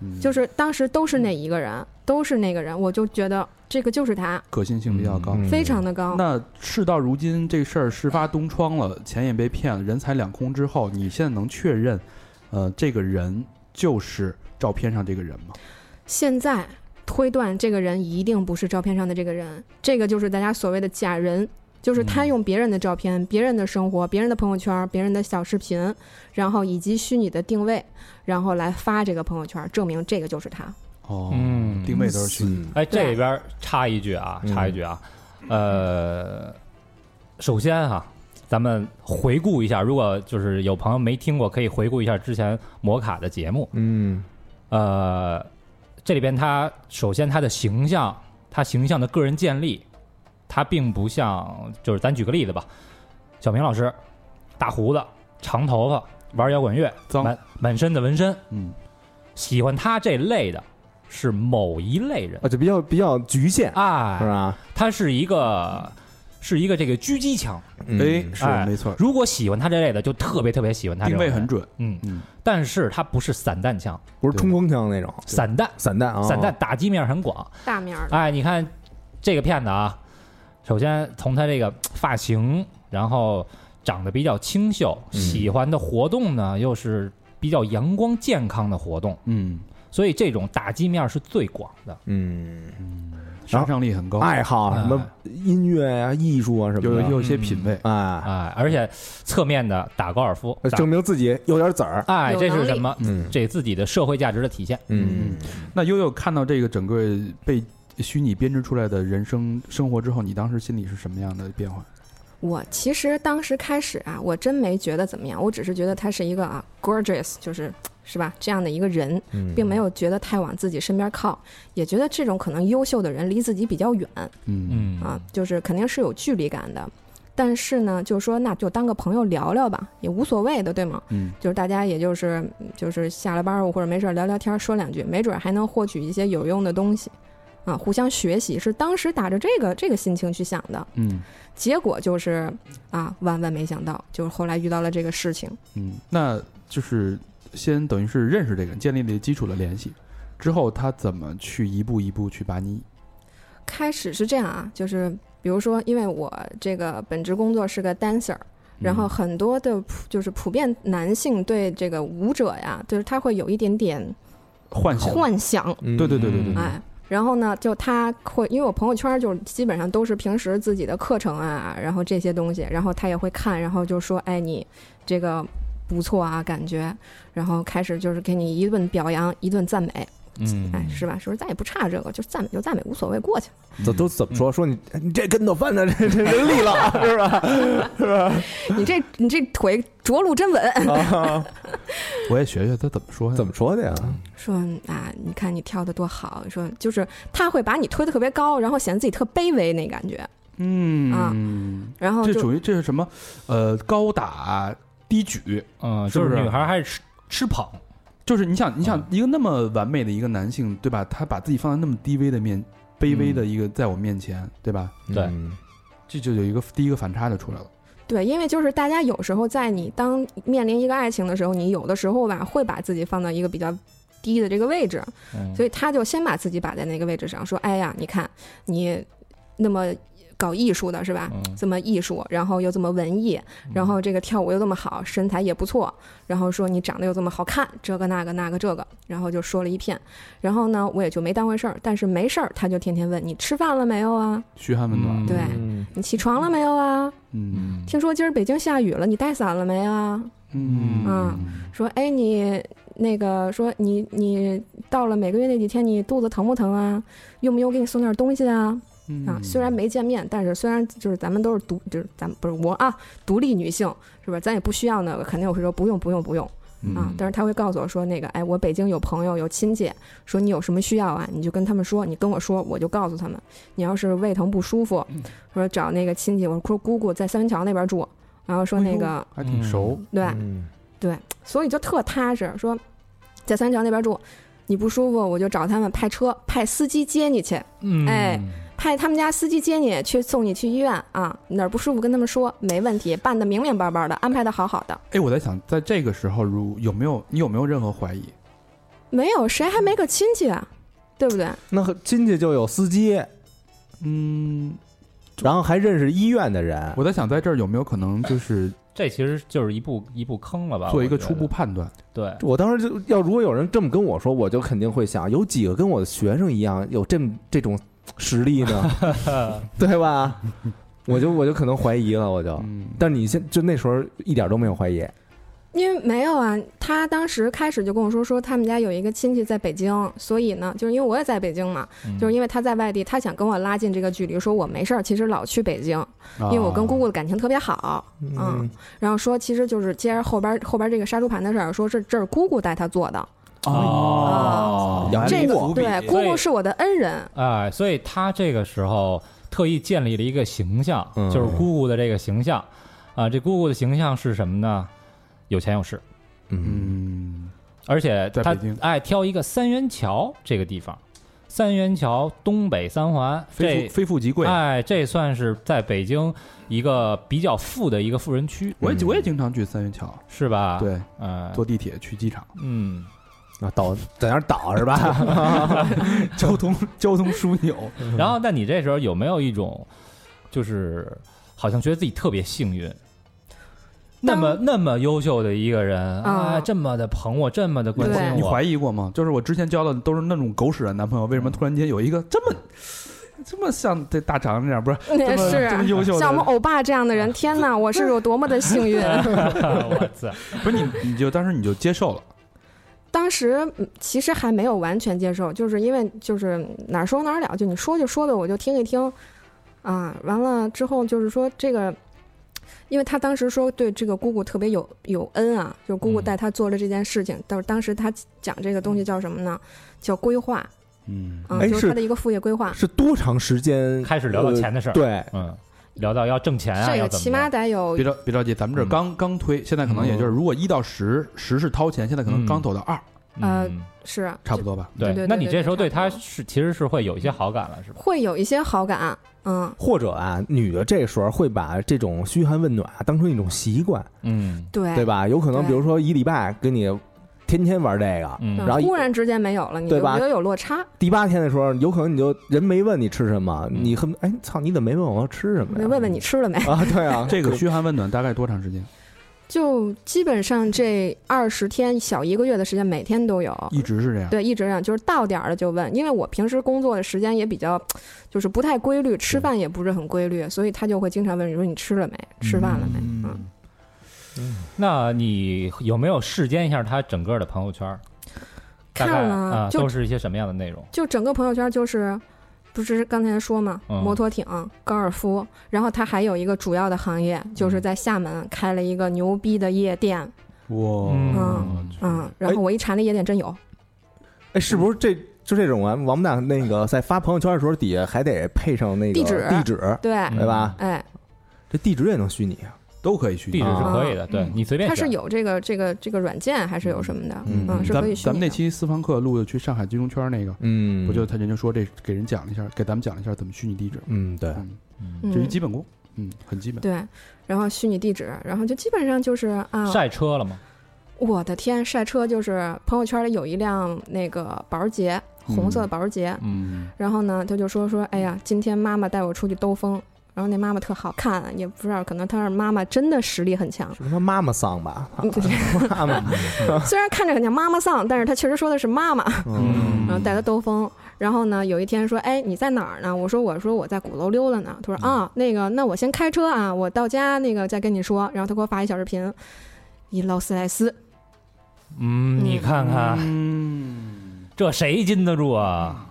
[SPEAKER 2] 嗯
[SPEAKER 5] 就是当时都是那一个人，都是那个人，我就觉得这个就是他，
[SPEAKER 2] 可信性比较高。
[SPEAKER 3] 嗯
[SPEAKER 5] 非常的高。
[SPEAKER 2] 那事到如今，这事儿事发东窗了，钱也被骗了，人财两空之后，你现在能确认，呃，这个人就是照片上这个人吗？
[SPEAKER 5] 现在推断这个人一定不是照片上的这个人，这个就是大家所谓的假人，就是他
[SPEAKER 1] 嗯
[SPEAKER 5] 用别人的照片、别人的生活、别人的朋友圈、别人的小视频，然后以及虚拟的定位，然后来发这个朋友圈，证明这个就是他。
[SPEAKER 2] 哦，
[SPEAKER 1] 嗯
[SPEAKER 2] 定位都是虚拟。
[SPEAKER 1] 哎，这里边儿插一句啊，
[SPEAKER 3] 嗯
[SPEAKER 1] 插一句啊，呃，首先哈、咱们回顾一下，如果就是有朋友没听过，可以回顾一下之前摩卡的节目。
[SPEAKER 3] 嗯，
[SPEAKER 1] 呃，这里边他首先他的形象，他形象的个人建立，他并不像就是咱举个例子吧，小明老师，大胡子，长头发，玩摇滚乐，
[SPEAKER 2] 脏
[SPEAKER 1] 满满身的纹身，
[SPEAKER 2] 嗯，
[SPEAKER 1] 喜欢他这类的是某一类人
[SPEAKER 3] 啊，。就比较比较局限，
[SPEAKER 2] 呃
[SPEAKER 1] 哎
[SPEAKER 3] 是，吧？
[SPEAKER 1] 他是一个是一个这个狙击枪。
[SPEAKER 2] 哎，
[SPEAKER 3] 嗯
[SPEAKER 2] 是
[SPEAKER 1] 哎
[SPEAKER 2] 没错，
[SPEAKER 1] 如果喜欢他这类的，就特别特别喜欢他这
[SPEAKER 2] 定
[SPEAKER 1] 种人。
[SPEAKER 2] 位很准。
[SPEAKER 1] 嗯，
[SPEAKER 2] 嗯，
[SPEAKER 1] 但是他不是散弹枪，
[SPEAKER 3] 不是冲锋枪那种
[SPEAKER 1] 散弹
[SPEAKER 3] 散弹啊，
[SPEAKER 1] 散弹打击面很
[SPEAKER 2] 哦
[SPEAKER 1] 广。
[SPEAKER 5] 大面儿的，
[SPEAKER 1] 哎，你看这个骗子啊，首先从他这个发型，然后长得比较清秀，
[SPEAKER 3] 嗯
[SPEAKER 1] 喜欢的活动呢又是比较阳光健康的活动，
[SPEAKER 2] 嗯，
[SPEAKER 1] 所以这种打击面是最广的。
[SPEAKER 3] 嗯，然
[SPEAKER 2] 杀
[SPEAKER 3] 后
[SPEAKER 2] 伤力很高，
[SPEAKER 3] 爱好啊什么音乐呀、艺术啊什
[SPEAKER 2] 有
[SPEAKER 3] 么
[SPEAKER 2] 哦有
[SPEAKER 3] 的，
[SPEAKER 2] 有些品味。
[SPEAKER 3] 哎，
[SPEAKER 1] 哎，而且侧面的打高尔夫，
[SPEAKER 2] 呃
[SPEAKER 1] 打
[SPEAKER 3] 证明自己有点籽儿。
[SPEAKER 1] 哎，
[SPEAKER 5] 有
[SPEAKER 1] 这是
[SPEAKER 5] 能力
[SPEAKER 1] 什么？
[SPEAKER 3] 嗯
[SPEAKER 1] 这自己的社会价值的体现。
[SPEAKER 3] 嗯，
[SPEAKER 2] 那悠悠看到这个整个被虚拟编织出来的人生生活之后，你当时心里是什么样的变化？
[SPEAKER 5] 我其实当时开始啊，我真没觉得怎么样，我只是觉得他是一个啊 gorgeous，就是是吧这样的一个人，
[SPEAKER 3] 嗯
[SPEAKER 5] 并没有觉得太往自己身边靠，也觉得这种可能优秀的人离自己比较远
[SPEAKER 2] 嗯
[SPEAKER 1] 嗯
[SPEAKER 5] 啊，就是肯定是有距离感的。但是呢，就是说那就当个朋友聊聊吧，也无所谓的，对吗？
[SPEAKER 2] 嗯
[SPEAKER 5] 就是大家也就是就是下了班儿或者没事儿聊聊天儿，说两句，没准儿还能获取一些有用的东西，啊，互相学习是当时打着这个这个心情去想的。
[SPEAKER 2] 嗯
[SPEAKER 5] 结果就是啊，万万没想到，就是后来遇到了这个事情。
[SPEAKER 2] 嗯，那就是先等于是认识这个人，建立了基础的联系，之后他怎么去一步一步去把你
[SPEAKER 5] 开始是这样啊，就是比如说，因为我这个本职工作是个 dancer，
[SPEAKER 2] 嗯
[SPEAKER 5] 然后很多的普就是普遍男性对这个舞者呀，就是他会有一点点
[SPEAKER 2] 幻想？
[SPEAKER 5] 幻想，
[SPEAKER 3] 嗯
[SPEAKER 2] 对对对对对，对
[SPEAKER 5] 哎。然后呢，就他会，因为我朋友圈就是基本上都是平时自己的课程啊，然后这些东西，然后他也会看，然后就说：“哎，你这个不错啊，感觉。”然后开始就是给你一顿表扬，一顿赞美，
[SPEAKER 1] 嗯，
[SPEAKER 5] 哎，是吧？是不是咱也不差这个，就赞美就赞美，无所谓，过去。
[SPEAKER 3] 这都怎么说？说你你这跟头翻的这这这利了是吧？
[SPEAKER 5] 你这你这腿着陆真稳。
[SPEAKER 3] 啊，
[SPEAKER 2] 我也学学他怎么说呀？
[SPEAKER 3] 怎么说的呀？
[SPEAKER 5] 说啊，你看你跳的多好。说就是他会把你推得特别高，然后显得自己特卑微那感觉，
[SPEAKER 2] 嗯，
[SPEAKER 5] 然后
[SPEAKER 2] 这
[SPEAKER 5] 啊哦就
[SPEAKER 2] 属于这是什么？呃，高打低举，
[SPEAKER 1] 嗯，
[SPEAKER 2] 是
[SPEAKER 1] 就
[SPEAKER 2] 不是
[SPEAKER 1] 女孩还是吃吃捧，
[SPEAKER 2] 就是你想，你想一个那么完美的一个男性，对吧？他把自己放在那么低微的面，卑微的一个在我面前，对吧？
[SPEAKER 1] 对
[SPEAKER 3] 嗯
[SPEAKER 2] 这就有一个第一个反差就出来了。
[SPEAKER 5] 对，因为就是大家有时候在你当面临一个爱情的时候，你有的时候吧会把自己放到一个比较低的这个位置，
[SPEAKER 1] 嗯
[SPEAKER 5] 所以他就先把自己摆在那个位置上，说：“哎呀，你看你那么搞艺术的是吧？
[SPEAKER 1] 嗯
[SPEAKER 5] 这么艺术，然后又这么文艺，然后这个跳舞又这么好，身材也不错，然后说你长得又这么好看，这个那个那个这个，然后就说了一片。然后呢，我也就没当回事儿，但是没事儿他就天天问你吃饭了没有啊？
[SPEAKER 2] 嘘寒问暖，
[SPEAKER 1] 嗯
[SPEAKER 5] 对
[SPEAKER 3] 嗯
[SPEAKER 5] 你起床了没有啊？
[SPEAKER 2] 嗯
[SPEAKER 1] 嗯，
[SPEAKER 5] 听说今儿北京下雨了，你带伞了没啊？
[SPEAKER 2] 嗯
[SPEAKER 5] 说，哎，你那个说你你到了每个月那几天，你肚子疼不疼啊？用不用给你送点东西啊？
[SPEAKER 2] 嗯
[SPEAKER 5] 啊，虽然没见面，但是虽然就是咱们都是独，就是咱们不是我啊，独立女性是吧？咱也不需要那个，肯定我会说不用不用不用
[SPEAKER 4] 嗯
[SPEAKER 5] 啊。但是他会告诉我说，那个哎，我北京有朋友有亲戚，说你有什么需要啊，你就跟他们说，你跟我说，我就告诉他们。你要是胃疼不舒服，说找那个亲戚，我说姑姑在三元桥那边住，然后说那个
[SPEAKER 2] 还挺熟，
[SPEAKER 5] 对，
[SPEAKER 3] 嗯
[SPEAKER 5] 所以就特踏实，说在三元桥那边住，你不舒服我就找他们派车派司机接你去。
[SPEAKER 1] 嗯
[SPEAKER 5] 哎，派他们家司机接你去送你去医院啊，哪儿不舒服跟他们说，没问题，办的明明白白的，安排的好好的，
[SPEAKER 2] 哎，我在想，在这个时候，如有没有你有没有任何怀疑？
[SPEAKER 5] 没有谁还没个亲戚啊，对不对？
[SPEAKER 3] 那和亲戚就有司机，
[SPEAKER 2] 嗯，
[SPEAKER 3] 然后还认识医院的人。
[SPEAKER 2] 我在想，在这儿有没有可能就是
[SPEAKER 1] 这其实就是一步一步坑了吧？
[SPEAKER 2] 做一个
[SPEAKER 1] 我觉
[SPEAKER 2] 初
[SPEAKER 1] 得
[SPEAKER 2] 步判断？
[SPEAKER 1] 对，
[SPEAKER 3] 我当时就要，如果有人这么跟我说，我就肯定会想，有几个跟我的学生一样有这么这种实力呢，对吧？我就我就可能怀疑了，我
[SPEAKER 1] 啊
[SPEAKER 3] 就。
[SPEAKER 2] 嗯，
[SPEAKER 3] 但你现就那时候一点都没有怀疑，
[SPEAKER 5] 因为没有啊，他当时开始就跟我说说他们家有一个亲戚在北京，所以呢，就是因为我也在北京嘛，
[SPEAKER 1] 嗯
[SPEAKER 5] 就是因为他在外地，他想跟我拉近这个距离，说我没事儿，其实老去北京，
[SPEAKER 1] 啊
[SPEAKER 5] 因为我跟姑姑的感情特别好，嗯，然后说其实就是接着后边后边这个杀猪盘的事儿，说是这是姑姑带他做的，
[SPEAKER 2] 啊
[SPEAKER 5] 啊
[SPEAKER 1] 哦
[SPEAKER 3] 杨
[SPEAKER 5] 这个
[SPEAKER 3] 过
[SPEAKER 5] 对，姑姑是我的恩人，
[SPEAKER 1] 哎，所以他这个时候特意建立了一个形象，
[SPEAKER 3] 嗯
[SPEAKER 1] 就是姑姑的这个形象啊。这姑姑的形象是什么呢？有钱有势，
[SPEAKER 3] 嗯，
[SPEAKER 2] 嗯，
[SPEAKER 1] 而且
[SPEAKER 2] 在
[SPEAKER 1] 他
[SPEAKER 2] 北京
[SPEAKER 1] 爱挑一个三元桥这个地方，三元桥东北三环，
[SPEAKER 2] 非
[SPEAKER 1] 这
[SPEAKER 2] 富非富即贵。
[SPEAKER 1] 哎，这算是在北京一个比较富的一个富人区，
[SPEAKER 2] 我也我也经常去三元桥，
[SPEAKER 1] 是吧？，
[SPEAKER 2] 对，
[SPEAKER 1] 呃，
[SPEAKER 2] 坐地铁去机场，
[SPEAKER 1] 嗯，
[SPEAKER 3] 啊，倒在那儿倒是吧？
[SPEAKER 2] 交通交通枢纽。
[SPEAKER 1] 然后，那你这时候有没有一种，就是好像觉得自己特别幸运，那么那么优秀的一个人
[SPEAKER 5] 啊
[SPEAKER 1] 啊，这么的捧我，这么的关
[SPEAKER 5] 对
[SPEAKER 1] 心
[SPEAKER 2] 你
[SPEAKER 1] 我，
[SPEAKER 2] 怀疑过吗？就是我之前交的都是那种狗屎的男朋友，为什么突然间有一个这么这么像这大肠这样，不是这
[SPEAKER 5] 那
[SPEAKER 2] 么
[SPEAKER 5] 是啊
[SPEAKER 2] 这么优秀
[SPEAKER 5] 像我们
[SPEAKER 2] 的？
[SPEAKER 5] 欧巴这样的人，天哪，我是有多么的幸运！
[SPEAKER 1] 我操，
[SPEAKER 2] 不是你，你就当时你就接受了。
[SPEAKER 5] 当时嗯其实还没有完全接受，就是因为就是哪儿说哪儿了，就你说就说呗，我就听一听，啊，完了之后就是说这个。因为他当时说对这个姑姑特别有有恩啊，就是姑姑
[SPEAKER 1] 嗯
[SPEAKER 5] 带他做了这件事情。但是当时他讲这个东西叫什么呢？叫规划
[SPEAKER 2] 嗯
[SPEAKER 5] 啊，
[SPEAKER 3] 哎
[SPEAKER 5] 就是他
[SPEAKER 3] 是
[SPEAKER 5] 的一个副业规划。
[SPEAKER 3] 是多长时间
[SPEAKER 1] 开始聊到钱的事儿，
[SPEAKER 3] 呃对，
[SPEAKER 1] 嗯，聊到要挣钱啊，
[SPEAKER 5] 这
[SPEAKER 1] 要
[SPEAKER 5] 个
[SPEAKER 1] 怎么
[SPEAKER 5] 起码
[SPEAKER 1] 样
[SPEAKER 5] 得有
[SPEAKER 2] 别着别着急，咱们
[SPEAKER 3] 嗯
[SPEAKER 2] 这儿刚刚推，现在可能也就是如果一到十，十是掏钱，现在可能
[SPEAKER 3] 嗯
[SPEAKER 2] 刚走到
[SPEAKER 3] 哎
[SPEAKER 2] 二，
[SPEAKER 5] 呃
[SPEAKER 1] 嗯
[SPEAKER 5] 是
[SPEAKER 2] 差不多吧。
[SPEAKER 5] 对对
[SPEAKER 1] 那你
[SPEAKER 5] 对对
[SPEAKER 1] 这时候对
[SPEAKER 5] 对差
[SPEAKER 1] 他
[SPEAKER 5] 不多
[SPEAKER 1] 是其实是会有一些好感了，是吧？
[SPEAKER 5] 会有一些好感，嗯，
[SPEAKER 3] 或者啊，女的这时候会把这种嘘寒问暖啊当成一种习惯，
[SPEAKER 1] 嗯
[SPEAKER 5] 对
[SPEAKER 3] 对吧？有可能
[SPEAKER 5] 哎对
[SPEAKER 3] 比如说一礼拜跟你天天玩这个，
[SPEAKER 1] 嗯，
[SPEAKER 5] 嗯
[SPEAKER 3] 然后一
[SPEAKER 5] 突然之间没有了，你就
[SPEAKER 3] 对吧
[SPEAKER 5] 觉得有落差，
[SPEAKER 3] 第八天的时候，有可能你就人没问你吃什么，你恨不哎操，你怎么没问我要吃什
[SPEAKER 5] 我
[SPEAKER 3] 么
[SPEAKER 5] 就
[SPEAKER 3] 呀？
[SPEAKER 5] 问问你吃了没？
[SPEAKER 3] 啊，对啊，
[SPEAKER 2] 这个嘘寒问暖大概多长时间？
[SPEAKER 5] 就基本上这二十天小一个月的时间，每天都有。
[SPEAKER 2] 一直是这样。
[SPEAKER 5] 对，一直这样，就是到点儿了就问，因为我平时工作的时间也比较，就是不太规律，吃饭也不是很规律，所以他就会经常问你说你吃了没，吃饭了没？嗯，
[SPEAKER 1] 那你有没有试奸一下他整个的朋友圈？大概
[SPEAKER 5] 看了啊
[SPEAKER 1] 啊，
[SPEAKER 5] 就
[SPEAKER 1] 都是一些什么样的内容？
[SPEAKER 5] 就整个朋友圈就是，不是刚才说嘛，
[SPEAKER 1] 嗯
[SPEAKER 5] 摩托艇、高尔夫，然后他还有一个主要的行业，
[SPEAKER 3] 嗯
[SPEAKER 5] 就是在厦门开了一个牛逼的夜店，
[SPEAKER 2] 哇
[SPEAKER 1] 嗯
[SPEAKER 5] 嗯，然后我一查那夜店真有，
[SPEAKER 3] 哎，是不是这就这种啊？王八蛋那个在发朋友圈的时候，底下还得配上那个
[SPEAKER 5] 地址
[SPEAKER 3] 地址
[SPEAKER 5] 对，
[SPEAKER 1] 嗯
[SPEAKER 3] 对吧？
[SPEAKER 5] 哎，
[SPEAKER 3] 这地址也能虚拟啊？
[SPEAKER 2] 都可以去
[SPEAKER 1] 地址是可以的，
[SPEAKER 5] 啊
[SPEAKER 1] 对
[SPEAKER 2] 嗯
[SPEAKER 1] 你随便
[SPEAKER 5] 它
[SPEAKER 1] 选。
[SPEAKER 5] 是有这个这个这个软件还是有什么的，
[SPEAKER 3] 嗯
[SPEAKER 5] 嗯，是
[SPEAKER 2] 咱
[SPEAKER 5] 可以
[SPEAKER 2] 们
[SPEAKER 5] 虚
[SPEAKER 2] 咱们
[SPEAKER 5] 拟
[SPEAKER 2] 那
[SPEAKER 5] 的。
[SPEAKER 2] 期私房课录的去上海金融圈那个，
[SPEAKER 3] 嗯
[SPEAKER 2] 不就他人家说这给人讲了一下，给咱们讲了一下怎么虚拟地址，
[SPEAKER 3] 嗯对，
[SPEAKER 2] 嗯，
[SPEAKER 1] 嗯
[SPEAKER 5] 嗯
[SPEAKER 2] 这是一基本功，嗯，很基本。
[SPEAKER 5] 对，然后虚拟地址，然后就基本上就是
[SPEAKER 2] 嗯
[SPEAKER 5] 啊，
[SPEAKER 1] 晒车了吗？
[SPEAKER 5] 我的天，晒车就是朋友圈里有一辆那个保时捷，红色的保时捷，
[SPEAKER 2] 嗯，
[SPEAKER 5] 然后呢，他就说说，哎呀，今天妈妈带我出去兜风，然后那妈妈特好看，也不知道，可能她是妈妈真的实力很 强
[SPEAKER 3] 是他妈妈妈桑吧？
[SPEAKER 5] 嗯对
[SPEAKER 3] 妈妈，
[SPEAKER 5] 虽然看着很像妈妈桑，但是她确实说的是妈妈，
[SPEAKER 1] 嗯
[SPEAKER 5] 然后带她兜风。然后呢，有一天说，哎，你在哪儿呢？我说我说我在鼓楼溜达呢。他说啊，那个，那我先开车啊，我到家那个再跟你说。然后他给我发一小视频，一劳斯莱斯，
[SPEAKER 1] 嗯，你
[SPEAKER 5] 嗯
[SPEAKER 1] 看
[SPEAKER 3] 哎
[SPEAKER 1] 看
[SPEAKER 2] 嗯，
[SPEAKER 1] 这谁禁得住啊？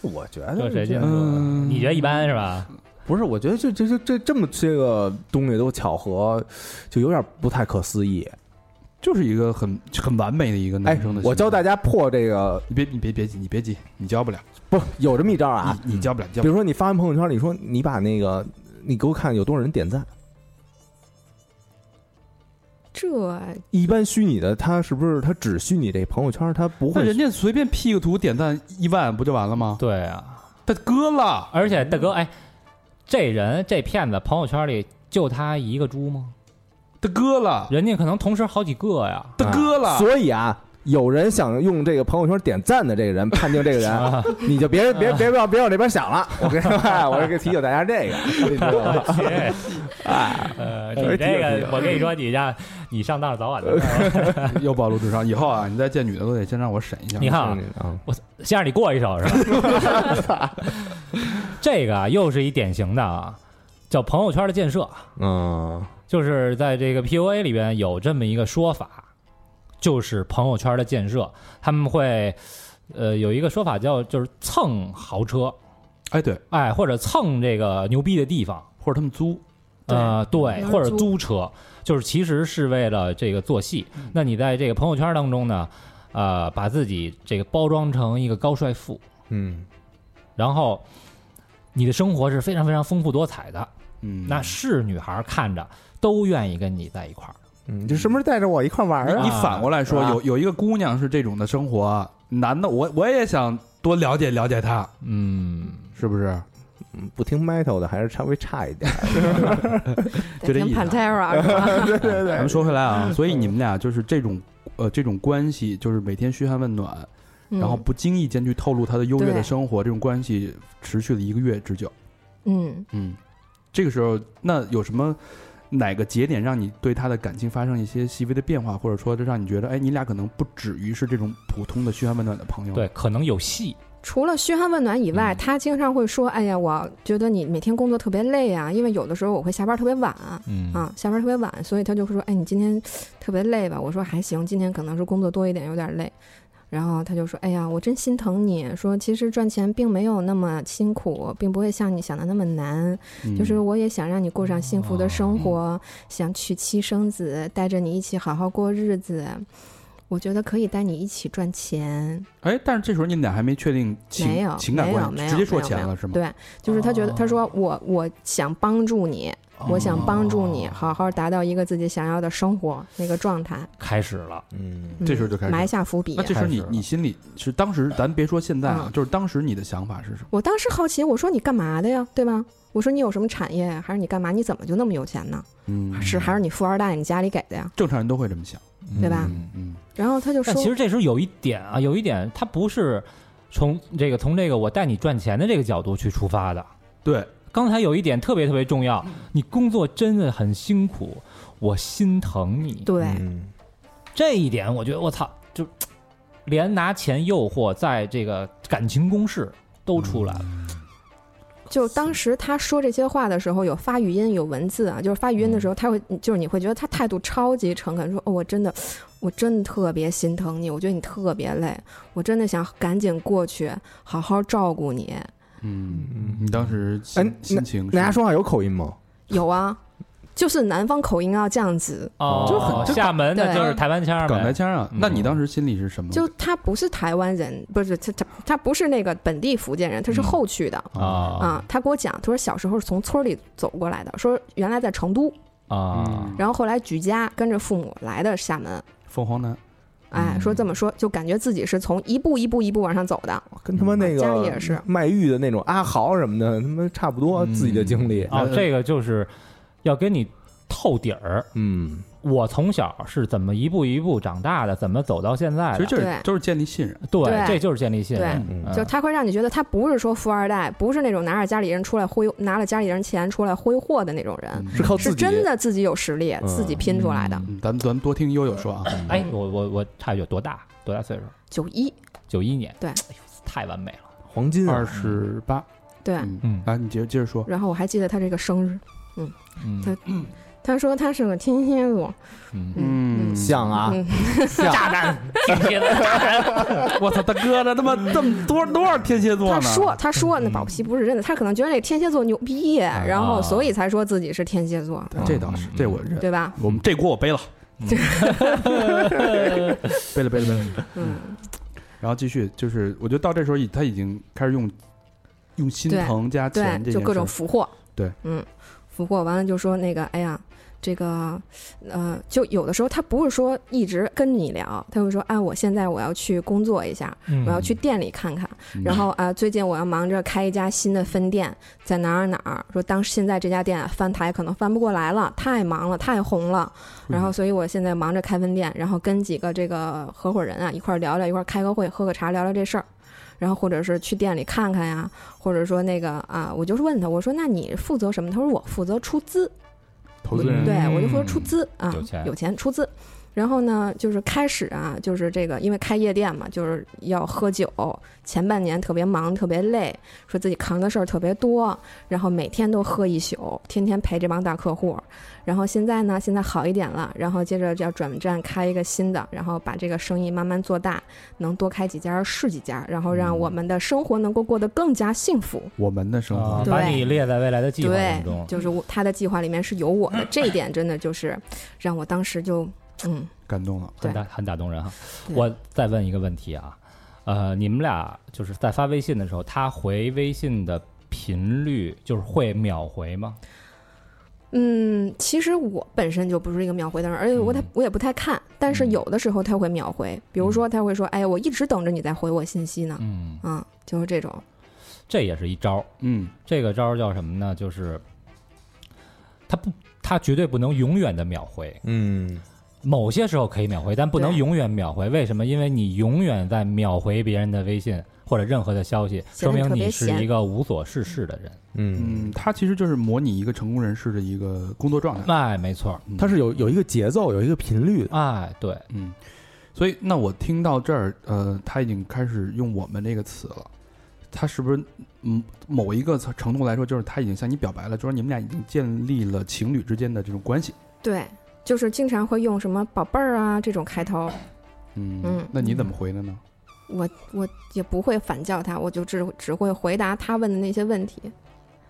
[SPEAKER 3] 我觉
[SPEAKER 1] 这
[SPEAKER 3] 得
[SPEAKER 1] 谁禁得
[SPEAKER 3] 这
[SPEAKER 1] 住啊？
[SPEAKER 2] 嗯
[SPEAKER 1] 你觉得一般是吧？
[SPEAKER 3] 不是，我觉得这这这这这么些个东西都巧合，就有点不太可思议。
[SPEAKER 2] 就是一个很很完美的一个
[SPEAKER 3] 哎
[SPEAKER 2] 男生的。，
[SPEAKER 3] 我教大
[SPEAKER 2] 家，
[SPEAKER 3] 家破这个，
[SPEAKER 2] 你别你别别急，你别急，你教不了
[SPEAKER 3] 不有这么一招啊？
[SPEAKER 2] 你你教不了，你教不
[SPEAKER 3] 比
[SPEAKER 2] 了。
[SPEAKER 3] 如说你发完朋友圈，你说你把那个，你给我看有多少人点赞。
[SPEAKER 5] 这
[SPEAKER 3] 一般虚拟的，它是不是它只虚拟这朋友圈，它不
[SPEAKER 2] 那
[SPEAKER 3] 会
[SPEAKER 2] 人家随便 P 个图点赞一万不就完了吗？
[SPEAKER 1] 对啊，
[SPEAKER 2] 他割了，
[SPEAKER 1] 而且大哥，哎，这人这骗子朋友圈里就他一个猪吗？
[SPEAKER 2] 他割了，
[SPEAKER 1] 人家可能同时好几个呀。
[SPEAKER 2] 他割了。
[SPEAKER 3] 所以啊，有人想用这个朋友圈点赞的这个人判定这个人，你就别别别往别往这边想了。我跟你说，哎我是给提醒大家这个，你知道 吗？
[SPEAKER 1] 切，啊哎
[SPEAKER 2] 哎
[SPEAKER 1] 呃，你这个，我跟你说，你让你上当是早晚
[SPEAKER 2] 呃
[SPEAKER 1] 的事儿。
[SPEAKER 2] 又暴露智商。以后啊，你再见女的都得先让我审一下。
[SPEAKER 1] 你看啊，
[SPEAKER 3] 啊，
[SPEAKER 1] 先让你过一手是吧？ 这个啊，又是一典型的啊，叫朋友圈的建设，
[SPEAKER 3] 嗯，
[SPEAKER 1] 就是在这个 PUA 里边有这么一个说法，就是朋友圈的建设，他们会呃有一个说法叫就是蹭豪车，
[SPEAKER 2] 哎，对，
[SPEAKER 1] 哎，或者蹭这个牛逼的地方，
[SPEAKER 2] 或者他们租，
[SPEAKER 1] 呃，对，
[SPEAKER 5] 嗯
[SPEAKER 1] 或者
[SPEAKER 5] 租
[SPEAKER 1] 租车，就是其实是为了这个做戏。那你在这个朋友圈当中呢，呃，把自己这个包装成一个高帅富，
[SPEAKER 3] 嗯，
[SPEAKER 1] 然后你的生活是非常非常丰富多彩的，
[SPEAKER 2] 嗯，
[SPEAKER 1] 那是女孩看着都愿意跟你在一块儿。
[SPEAKER 3] 嗯，你是不是带着我一块玩
[SPEAKER 2] 你
[SPEAKER 3] 儿啊？
[SPEAKER 2] 你反过来说，
[SPEAKER 3] 啊
[SPEAKER 2] 有有一个姑娘是这种的生活，男的我我也想多了解了解她，
[SPEAKER 1] 嗯，
[SPEAKER 2] 是不是？
[SPEAKER 3] 嗯不听 metal 的还是稍微差一点。
[SPEAKER 5] 得
[SPEAKER 2] 就这
[SPEAKER 5] 听
[SPEAKER 2] 意思啊
[SPEAKER 5] Pantera 是 吧？
[SPEAKER 3] 对对
[SPEAKER 2] 咱们说回来啊，所以你们俩就是这种呃这种关系，就是每天嘘寒问暖，
[SPEAKER 5] 嗯
[SPEAKER 2] 然后不经意间去透露她的优越的
[SPEAKER 5] 对
[SPEAKER 2] 生活，这种关系持续了一个月之久。
[SPEAKER 5] 嗯，
[SPEAKER 2] 嗯，这个时候那有什么？哪个节点让你对她的感情发生一些细微的变化，或者说这让你觉得，哎，你俩可能不止于是这种普通的嘘寒问暖的朋友？
[SPEAKER 1] 对，可能有戏。
[SPEAKER 5] 除了嘘寒问暖以外，
[SPEAKER 1] 嗯
[SPEAKER 5] 他经常会说：“哎呀，我觉得你每天工作特别累啊，因为有的时候我会下班特别晚啊，
[SPEAKER 1] 嗯
[SPEAKER 5] 下班特别晚，所以他就会说：‘哎，你今天特别累吧？’我说：‘还行，今天可能是工作多一点，有点累。’然后他就说：‘哎呀，我真心疼你，说其实赚钱并没有那么辛苦，并不会像你想的那么难，
[SPEAKER 2] 嗯，
[SPEAKER 5] 就是我也想让你过上幸福的生活，想娶妻生子，带着你一起好好过日子。’我觉得可以带你一起赚钱。”
[SPEAKER 2] 哎，但是这时候你们俩还没确定
[SPEAKER 5] 没
[SPEAKER 2] 情
[SPEAKER 5] 有
[SPEAKER 2] 情感
[SPEAKER 5] 没有
[SPEAKER 2] 关
[SPEAKER 5] 没
[SPEAKER 2] 系，
[SPEAKER 5] 有
[SPEAKER 2] 直接说
[SPEAKER 5] 没有
[SPEAKER 2] 钱
[SPEAKER 5] 没
[SPEAKER 2] 了
[SPEAKER 5] 有
[SPEAKER 2] 是吗？
[SPEAKER 5] 对，就是他觉得
[SPEAKER 1] 哦
[SPEAKER 5] 他说我我想帮助你，我想帮助
[SPEAKER 2] 哦
[SPEAKER 5] 你好好达到一个自己想要的生活那个状态。
[SPEAKER 1] 开始了，
[SPEAKER 3] 嗯，
[SPEAKER 5] 嗯
[SPEAKER 2] 这时候就开始
[SPEAKER 5] 埋下伏笔
[SPEAKER 2] 那。这时候你
[SPEAKER 1] 开始了
[SPEAKER 2] 你心里是当时，咱别说现在啊，
[SPEAKER 5] 嗯
[SPEAKER 2] 就是当时你的想法是什么？
[SPEAKER 5] 我当时好奇，我说你干嘛的呀？对吧？我说你有什么产业呀？还是你干嘛？你怎么就那么有钱呢？
[SPEAKER 2] 嗯
[SPEAKER 5] 是还是你富二代？你家里给的呀？
[SPEAKER 2] 正常人都会这么想，
[SPEAKER 5] 对吧
[SPEAKER 2] 嗯嗯，
[SPEAKER 5] 然后他就
[SPEAKER 1] 但
[SPEAKER 5] 说，
[SPEAKER 1] 其实这时候有一点啊，有一点，他不是从这个从这个我带你赚钱的这个角度去出发的。
[SPEAKER 2] 对，
[SPEAKER 1] 刚才有一点特别特别重要，你工作真的很辛苦，我心疼你。
[SPEAKER 5] 对，
[SPEAKER 3] 嗯
[SPEAKER 1] 这一点，我觉得我操，就连拿钱诱惑，在这个感情攻势都出来了。
[SPEAKER 5] 就当时他说这些话的时候，有发语音，有文字啊，就是发语音的时候，他会就是你会觉得他态度超级诚恳，说哦，我真的我真的特别心疼你，我觉得你特别累，我真的想赶紧过去好好照顾你。
[SPEAKER 2] 嗯
[SPEAKER 3] 嗯，
[SPEAKER 2] 你当时
[SPEAKER 3] 哎
[SPEAKER 2] 心心情是
[SPEAKER 3] 大家说话有口音吗？
[SPEAKER 5] 有啊，就是南方口音啊，这样子，
[SPEAKER 1] 哦，
[SPEAKER 2] 就很就
[SPEAKER 1] 厦门的
[SPEAKER 5] 对
[SPEAKER 1] 就是台湾腔儿呗
[SPEAKER 2] 港台腔啊？
[SPEAKER 1] 嗯
[SPEAKER 2] 那你当时心里是什么？
[SPEAKER 5] 就他不是台湾人，不是他他他不是那个本地福建人，他是
[SPEAKER 2] 嗯
[SPEAKER 5] 后去的。
[SPEAKER 1] 啊
[SPEAKER 5] 啊，他给我讲，他说小时候是从村里走过来的，说原来在成都，
[SPEAKER 1] 啊
[SPEAKER 5] 然后后来举家跟着父母来的厦门，
[SPEAKER 2] 嗯凤凰男，
[SPEAKER 5] 哎，
[SPEAKER 2] 嗯
[SPEAKER 5] 说这么说就感觉自己是从一步一步一步往上走的，
[SPEAKER 3] 跟他妈那
[SPEAKER 5] 嗯家
[SPEAKER 3] 个
[SPEAKER 5] 里也是
[SPEAKER 3] 卖玉的那种阿豪什么的，他妈差不多
[SPEAKER 2] 嗯
[SPEAKER 3] 自己的经历。
[SPEAKER 1] 啊！这个就是要跟你透底儿。
[SPEAKER 3] 嗯，
[SPEAKER 1] 我从小是怎么一步一步长大的，怎么走到现在
[SPEAKER 2] 其
[SPEAKER 1] 的
[SPEAKER 2] 实？就是
[SPEAKER 5] 对
[SPEAKER 2] 就是建立信任。
[SPEAKER 1] 对，
[SPEAKER 5] 对
[SPEAKER 1] 这就是建立信任。
[SPEAKER 3] 对
[SPEAKER 1] 嗯
[SPEAKER 5] 就他会让你觉得他不是说富二代，不是那种拿着家里人出来挥拿了家里人钱出来挥霍的那种人，
[SPEAKER 2] 嗯
[SPEAKER 3] 是靠自
[SPEAKER 5] 是
[SPEAKER 3] 己
[SPEAKER 5] 真的自己有实力，
[SPEAKER 3] 嗯
[SPEAKER 5] 自己拼出来的。
[SPEAKER 2] 嗯咱咱多听悠悠说啊，
[SPEAKER 1] 哎，我我我差一句，多大？多大岁数？
[SPEAKER 5] 九一，
[SPEAKER 1] 九一年。
[SPEAKER 5] 对
[SPEAKER 1] 哎呦，太完美了。
[SPEAKER 3] 黄金啊
[SPEAKER 2] 二十八，
[SPEAKER 5] 对。
[SPEAKER 1] 嗯
[SPEAKER 2] 来你接接着说，
[SPEAKER 5] 然后我还记得他这个生日，
[SPEAKER 1] 嗯
[SPEAKER 5] 他他说他是个天蝎座，
[SPEAKER 1] 嗯，
[SPEAKER 5] 嗯
[SPEAKER 3] 像啊， 像
[SPEAKER 2] 我操，大哥，这他妈这么多多少天蝎座
[SPEAKER 5] 他
[SPEAKER 2] 呢？
[SPEAKER 5] 说他说那保不齐不是真的，他可能觉得那天蝎座牛逼，然后所以才说自己是天蝎座，
[SPEAKER 2] 嗯这倒是，这我认。
[SPEAKER 5] 对吧？
[SPEAKER 2] 我们这锅我背了，背了背了背了。
[SPEAKER 5] 嗯，
[SPEAKER 2] 然后继续，就是我觉得到这时候已他已经开始用用心疼加钱这
[SPEAKER 5] 对，就
[SPEAKER 2] 件
[SPEAKER 5] 各种
[SPEAKER 2] 事
[SPEAKER 5] 俘获。
[SPEAKER 2] 对，
[SPEAKER 5] 嗯，俘获完了就说那个，哎呀，这个，呃，就有的时候他不是说一直跟你聊，他会说，哎，我现在我要去工作一下， 我要去店里看看，
[SPEAKER 2] 嗯
[SPEAKER 5] 然后啊、最近我要忙着开一家新的分店，在哪儿哪儿，说当现在这家店翻台可能翻不过来了，太忙了，太红了，然后所以我现在忙着开分店，然后跟几个这个合伙人啊一块儿聊聊，一块儿开个会，喝个茶，聊聊这事儿。然后或者是去店里看看呀，或者说那个啊，我就是问他，我说那你负责什么？他说我负责出资，
[SPEAKER 2] 投资人
[SPEAKER 5] 对我就负责出资啊，
[SPEAKER 1] 嗯有钱
[SPEAKER 5] 出资。然后呢，就是开始啊，就是这个，因为开夜店嘛，就是要喝酒。前半年特别忙，特别累，说自己扛的事儿特别多，然后每天都喝一宿，天天陪这帮大客户。然后现在呢，现在好一点了，然后接着就要转战开一个新的，然后把这个生意慢慢做大，能多开几家是几家，然后让
[SPEAKER 1] 嗯
[SPEAKER 5] 我们的生活能够过得更加幸福。
[SPEAKER 2] 我们的生
[SPEAKER 1] 啊
[SPEAKER 2] 活
[SPEAKER 5] 对
[SPEAKER 1] 把你列在未来的计划
[SPEAKER 5] 对
[SPEAKER 1] 当中，。
[SPEAKER 5] 就是我他的计划里面是有我的，这一点真的就是让我当时就嗯，
[SPEAKER 2] 感动了。
[SPEAKER 1] 很
[SPEAKER 5] 对
[SPEAKER 1] 打很打动人哈。
[SPEAKER 5] 对
[SPEAKER 1] 我再问一个问题啊，呃，你们俩就是在发微信的时候，他回微信的频率就是会秒回吗？
[SPEAKER 5] 嗯，其实我本身就不是一个秒回的人，而且我他
[SPEAKER 1] 嗯
[SPEAKER 5] 我也不太看，但是
[SPEAKER 1] 嗯
[SPEAKER 5] 有的时候他会秒回，比如说他会说：“哎，我一直等着你在回我信息呢。
[SPEAKER 1] 嗯”，
[SPEAKER 5] 嗯，就是这种。
[SPEAKER 1] 这也是一招儿。
[SPEAKER 2] 嗯，
[SPEAKER 1] 这个招儿叫什么呢？就是他不，他绝对不能永远的秒回。
[SPEAKER 3] 嗯，
[SPEAKER 1] 某些时候可以秒回，但不能
[SPEAKER 5] 对
[SPEAKER 1] 永远秒回。为什么？因为你永远在秒回别人的微信或者任何的消息，
[SPEAKER 5] 显
[SPEAKER 1] 说
[SPEAKER 5] 得
[SPEAKER 1] 明
[SPEAKER 5] 特别
[SPEAKER 1] 你是
[SPEAKER 5] 闲
[SPEAKER 1] 一个无所事事的人。
[SPEAKER 3] 嗯
[SPEAKER 2] 嗯，他其实就是模拟一个成功人士的一个工作
[SPEAKER 5] 嗯
[SPEAKER 2] 状态。
[SPEAKER 1] 哎，没错儿，
[SPEAKER 3] 它是有有一个节奏，有一个频率的。
[SPEAKER 1] 哎，对，
[SPEAKER 2] 嗯，所以那我听到这儿，呃，他已经开始用“我们”这个词了。他是不是嗯某一个程度来说，就是他已经向你表白了，就是你们俩已经建立了情侣之间的这种关系。
[SPEAKER 5] 对，就是经常会用什么“宝贝儿啊”这种开头，
[SPEAKER 2] 嗯
[SPEAKER 5] 嗯
[SPEAKER 2] 那你怎么回的呢？
[SPEAKER 5] 我我也不会反叫他，我就只只会回答他问的那些问题，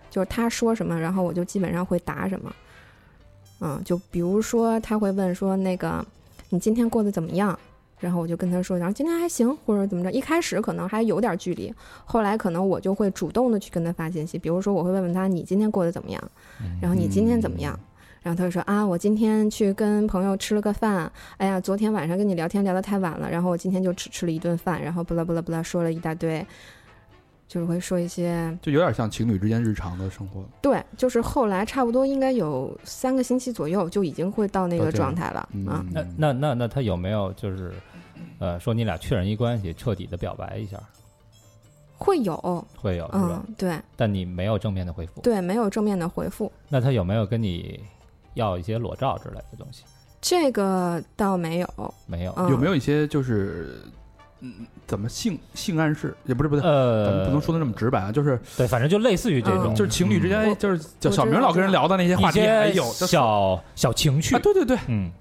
[SPEAKER 5] 就是他说什么，然后我就基本上会答什么。嗯，就比如说他会问说那个你今天过得怎么样，然后我就跟他说，然后今天还行或者怎么着。一开始可能还有点距离，后来可能我就会主动的去跟他发信息，比如说我会问问他你今天过得怎么样，然后你今天怎么样。
[SPEAKER 2] 嗯
[SPEAKER 5] 然后他就说啊，我今天去跟朋友吃了个饭，哎呀，昨天晚上跟你聊天聊得太晚了，然后我今天就只吃了一顿饭，然后不啦不啦不啦说了一大堆，就是会说一些
[SPEAKER 2] 就有点像情侣之间日常的生活。
[SPEAKER 5] 对，就是后来差不多应该有三个星期左右就已经会到那
[SPEAKER 2] 到
[SPEAKER 5] 个
[SPEAKER 2] 这样
[SPEAKER 5] 状态了、
[SPEAKER 2] 嗯，
[SPEAKER 5] 啊。
[SPEAKER 1] 那那那那他有没有就是，呃，说你俩确认一关系，彻底的表白一下？
[SPEAKER 5] 会有，
[SPEAKER 1] 会有是吧
[SPEAKER 5] 嗯？，对
[SPEAKER 1] 但你没有正面的回复。
[SPEAKER 5] 对，没有正面的回复，
[SPEAKER 1] 那他有没有跟你要一些裸照之类的东西？
[SPEAKER 5] 这个倒没有，
[SPEAKER 1] 没有。
[SPEAKER 5] 嗯、
[SPEAKER 2] 有没有一些就是嗯怎么性性暗示？也不是不是，咱
[SPEAKER 1] 呃，
[SPEAKER 2] 们不能说的那么直白啊，就是
[SPEAKER 1] 对，反正就类似于这种，
[SPEAKER 5] 嗯
[SPEAKER 2] 就是情侣之
[SPEAKER 5] 我
[SPEAKER 2] 间，就是小
[SPEAKER 5] 我
[SPEAKER 2] 小
[SPEAKER 5] 知
[SPEAKER 2] 明
[SPEAKER 5] 道
[SPEAKER 2] 老跟
[SPEAKER 5] 知
[SPEAKER 2] 人
[SPEAKER 5] 道
[SPEAKER 2] 聊的那些话
[SPEAKER 1] 一
[SPEAKER 2] 题，哎
[SPEAKER 1] 些
[SPEAKER 2] 呦，这
[SPEAKER 1] 小小情趣
[SPEAKER 2] 啊，。对对对，
[SPEAKER 1] 嗯，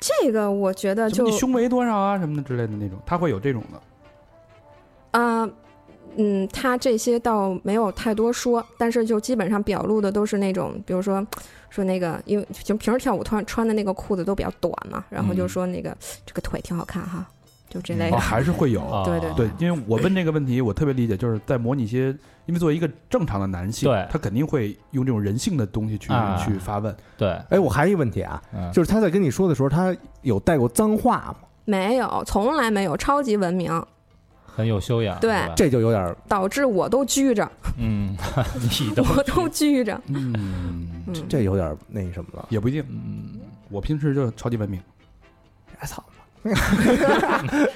[SPEAKER 5] 这个我觉得
[SPEAKER 2] 什
[SPEAKER 5] 就
[SPEAKER 2] 么你胸围多少啊什么的之类的那种，他会有这种的。
[SPEAKER 5] 啊、嗯，他这些倒没有太多说，但是就基本上表露的都是那种，比如说说那个，因为就平时跳舞穿穿的那个裤子都比较短嘛，然后就
[SPEAKER 2] 嗯
[SPEAKER 5] 说那个、这个腿挺好看哈，就这类
[SPEAKER 2] 哦，
[SPEAKER 5] 的。
[SPEAKER 2] 还是会有。
[SPEAKER 1] 啊
[SPEAKER 5] 对对
[SPEAKER 2] 对，因为我问这个问题，我特别理解，就是在模拟一些，因为作为一个正常的男性，
[SPEAKER 1] 对
[SPEAKER 2] 他肯定会用这种人性的东西去、
[SPEAKER 1] 啊
[SPEAKER 2] 去发问。
[SPEAKER 1] 对，
[SPEAKER 3] 哎，我还有一个问题啊，
[SPEAKER 1] 嗯，
[SPEAKER 3] 就是他在跟你说的时候，他有带过脏话吗？
[SPEAKER 5] 没有，从来没有，超级文明，
[SPEAKER 1] 很有修养，
[SPEAKER 5] 对
[SPEAKER 2] 嗯
[SPEAKER 1] 吧
[SPEAKER 3] 这就有点儿
[SPEAKER 5] 导致我都拘着，
[SPEAKER 1] 嗯，你都
[SPEAKER 5] 我都拘着。
[SPEAKER 2] 嗯，
[SPEAKER 5] 嗯，
[SPEAKER 3] 这有点儿那什么了。
[SPEAKER 2] 也不一定。
[SPEAKER 1] 嗯
[SPEAKER 2] 我平时就超级文明，
[SPEAKER 3] 哎操，
[SPEAKER 5] 嗯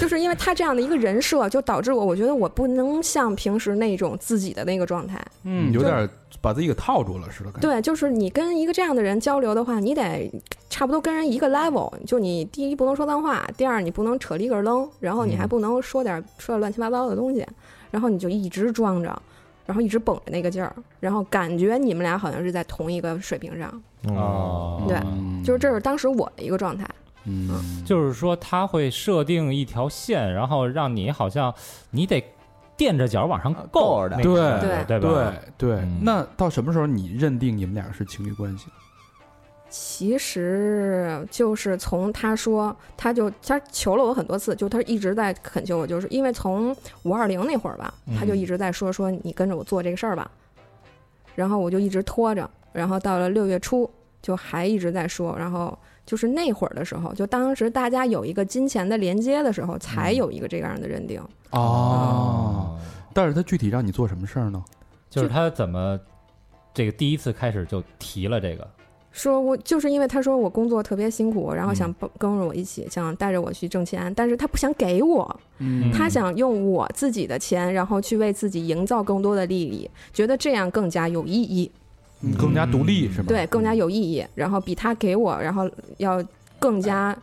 [SPEAKER 5] 就是因为他这样的一个人设，就导致我，我觉得我不能像平时那种自己的那个状态。
[SPEAKER 2] 嗯，有点把自己给套住了似的感觉。
[SPEAKER 5] 对，就是你跟一个这样的人交流的话，你得差不多跟人一个 level。就你第一不能说脏话，第二你不能扯里个楞，然后你还
[SPEAKER 2] 嗯
[SPEAKER 5] 不能说点儿说点乱七八糟的东西，然后你就一直装着，然后一直绷着那个劲儿，然后感觉你们俩好像是在同一个水平上，
[SPEAKER 1] 哦，
[SPEAKER 5] 对
[SPEAKER 2] 嗯
[SPEAKER 5] 就是这是当时我的一个状态。
[SPEAKER 2] 嗯，
[SPEAKER 1] 就是说他会设定一条线，然后让你好像你得垫着脚往上够
[SPEAKER 3] 够着
[SPEAKER 1] 那
[SPEAKER 2] 对
[SPEAKER 1] 个程度对吧？
[SPEAKER 2] 对对、
[SPEAKER 1] 嗯
[SPEAKER 2] 那到什么时候你认定你们俩是情侣关系？
[SPEAKER 5] 其实就是从他说，他就他求了我很多次，就他一直在恳求我，就是因为从五二零那会儿吧，他就
[SPEAKER 1] 嗯
[SPEAKER 5] 一直在说说你跟着我做这个事儿吧，然后我就一直拖着，然后到了六月初就还一直在说，然后就是那会儿的时候，就当时大家有一个金钱的连接的时候，才
[SPEAKER 1] 嗯
[SPEAKER 5] 有一个这样的认定。
[SPEAKER 2] 哦，，但是他具体让你做什么事儿呢？
[SPEAKER 1] 就是他怎么这个第一次开始就提了这个，
[SPEAKER 5] 说我就是因为他说我工作特别辛苦，然后想
[SPEAKER 1] 嗯
[SPEAKER 5] 帮跟着我一起，想带着我去挣钱，但是他不想给我，
[SPEAKER 2] 嗯
[SPEAKER 5] 他想用我自己的钱，然后去为自己营造更多的利益，觉得这样更加有意义，
[SPEAKER 2] 你更加独立是吗？
[SPEAKER 5] 对，更加有意义。然后比他给我，然后要更加，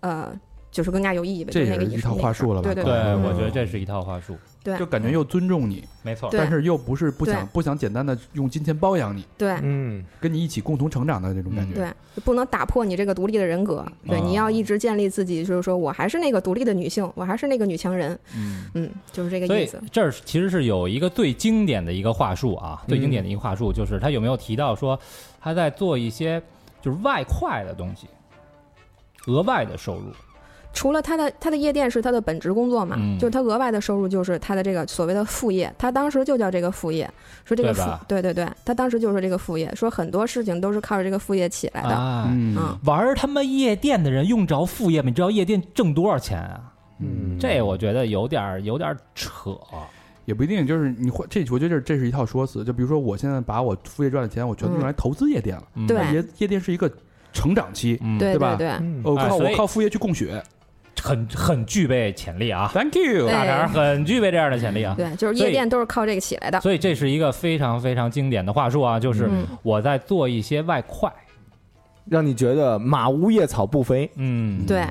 [SPEAKER 5] 呃，就是更加有意义呗。
[SPEAKER 2] 这
[SPEAKER 5] 就
[SPEAKER 2] 也
[SPEAKER 5] 那个
[SPEAKER 2] 是
[SPEAKER 5] 意
[SPEAKER 2] 一
[SPEAKER 5] 思
[SPEAKER 2] 套话术了吧？
[SPEAKER 5] 对对
[SPEAKER 1] 对
[SPEAKER 5] 对
[SPEAKER 2] 嗯
[SPEAKER 1] 我觉得这是一套话术，
[SPEAKER 5] 对
[SPEAKER 2] 就感觉又尊重你，
[SPEAKER 1] 没错，
[SPEAKER 5] 对
[SPEAKER 2] 但是又不是不想
[SPEAKER 5] 对
[SPEAKER 2] 不想简单的用金钱包养你，
[SPEAKER 5] 对
[SPEAKER 3] 嗯，
[SPEAKER 2] 跟你一起共同成长的那种感觉。
[SPEAKER 5] 嗯对，就不能打破你这个独立的人格。对，
[SPEAKER 2] 嗯
[SPEAKER 5] 你要一直建立自己，就是说我还是那个独立的女性，我还是那个女强人。
[SPEAKER 2] 嗯，
[SPEAKER 5] 嗯，就是这个
[SPEAKER 1] 所
[SPEAKER 5] 意
[SPEAKER 1] 以
[SPEAKER 5] 思。
[SPEAKER 1] 这儿其实是有一个最经典的一个话术啊，最经典的一个话术就是他有没有提到说他在做一些就是外快的东西，额外的收入，
[SPEAKER 5] 除了他的他的夜店是他的本职工作嘛，
[SPEAKER 1] 嗯
[SPEAKER 5] 就是他额外的收入就是他的这个所谓的副业，他当时就叫这个副业，说这个
[SPEAKER 1] 对
[SPEAKER 5] 副
[SPEAKER 1] 吧
[SPEAKER 5] 对对对，他当时就说这个副业，说很多事情都是靠着这个副业起来的，
[SPEAKER 1] 啊，
[SPEAKER 2] 嗯
[SPEAKER 5] 嗯，
[SPEAKER 1] 玩他妈夜店的人用着副业吗？你知道夜店挣多少钱啊？
[SPEAKER 3] 嗯
[SPEAKER 1] 这我觉得有点儿有点儿扯。
[SPEAKER 2] 也不一定，就是你会这，我觉得这这是一套说辞。就比如说，我现在把我副业赚的钱，我全部用来投资夜店了。
[SPEAKER 1] 嗯
[SPEAKER 5] 对
[SPEAKER 2] 夜夜店是一个成长期，
[SPEAKER 1] 嗯，
[SPEAKER 5] 对
[SPEAKER 2] 对吧
[SPEAKER 5] 对，
[SPEAKER 2] 我
[SPEAKER 1] 哎
[SPEAKER 2] 靠
[SPEAKER 1] 所以
[SPEAKER 2] 我靠副业去供血。
[SPEAKER 1] 很很具备潜力啊，
[SPEAKER 2] Thank you，
[SPEAKER 5] 对
[SPEAKER 1] 大肠很具备这样的潜力啊。
[SPEAKER 5] 对，就是
[SPEAKER 1] 所
[SPEAKER 5] 夜
[SPEAKER 1] 以
[SPEAKER 5] 店都是靠这个起来的，
[SPEAKER 1] 所以这是一个非常非常经典的话术啊，就是
[SPEAKER 5] 嗯
[SPEAKER 1] 我在做一些外快。
[SPEAKER 3] 让你觉得马无夜草不肥。
[SPEAKER 1] 嗯，
[SPEAKER 5] 对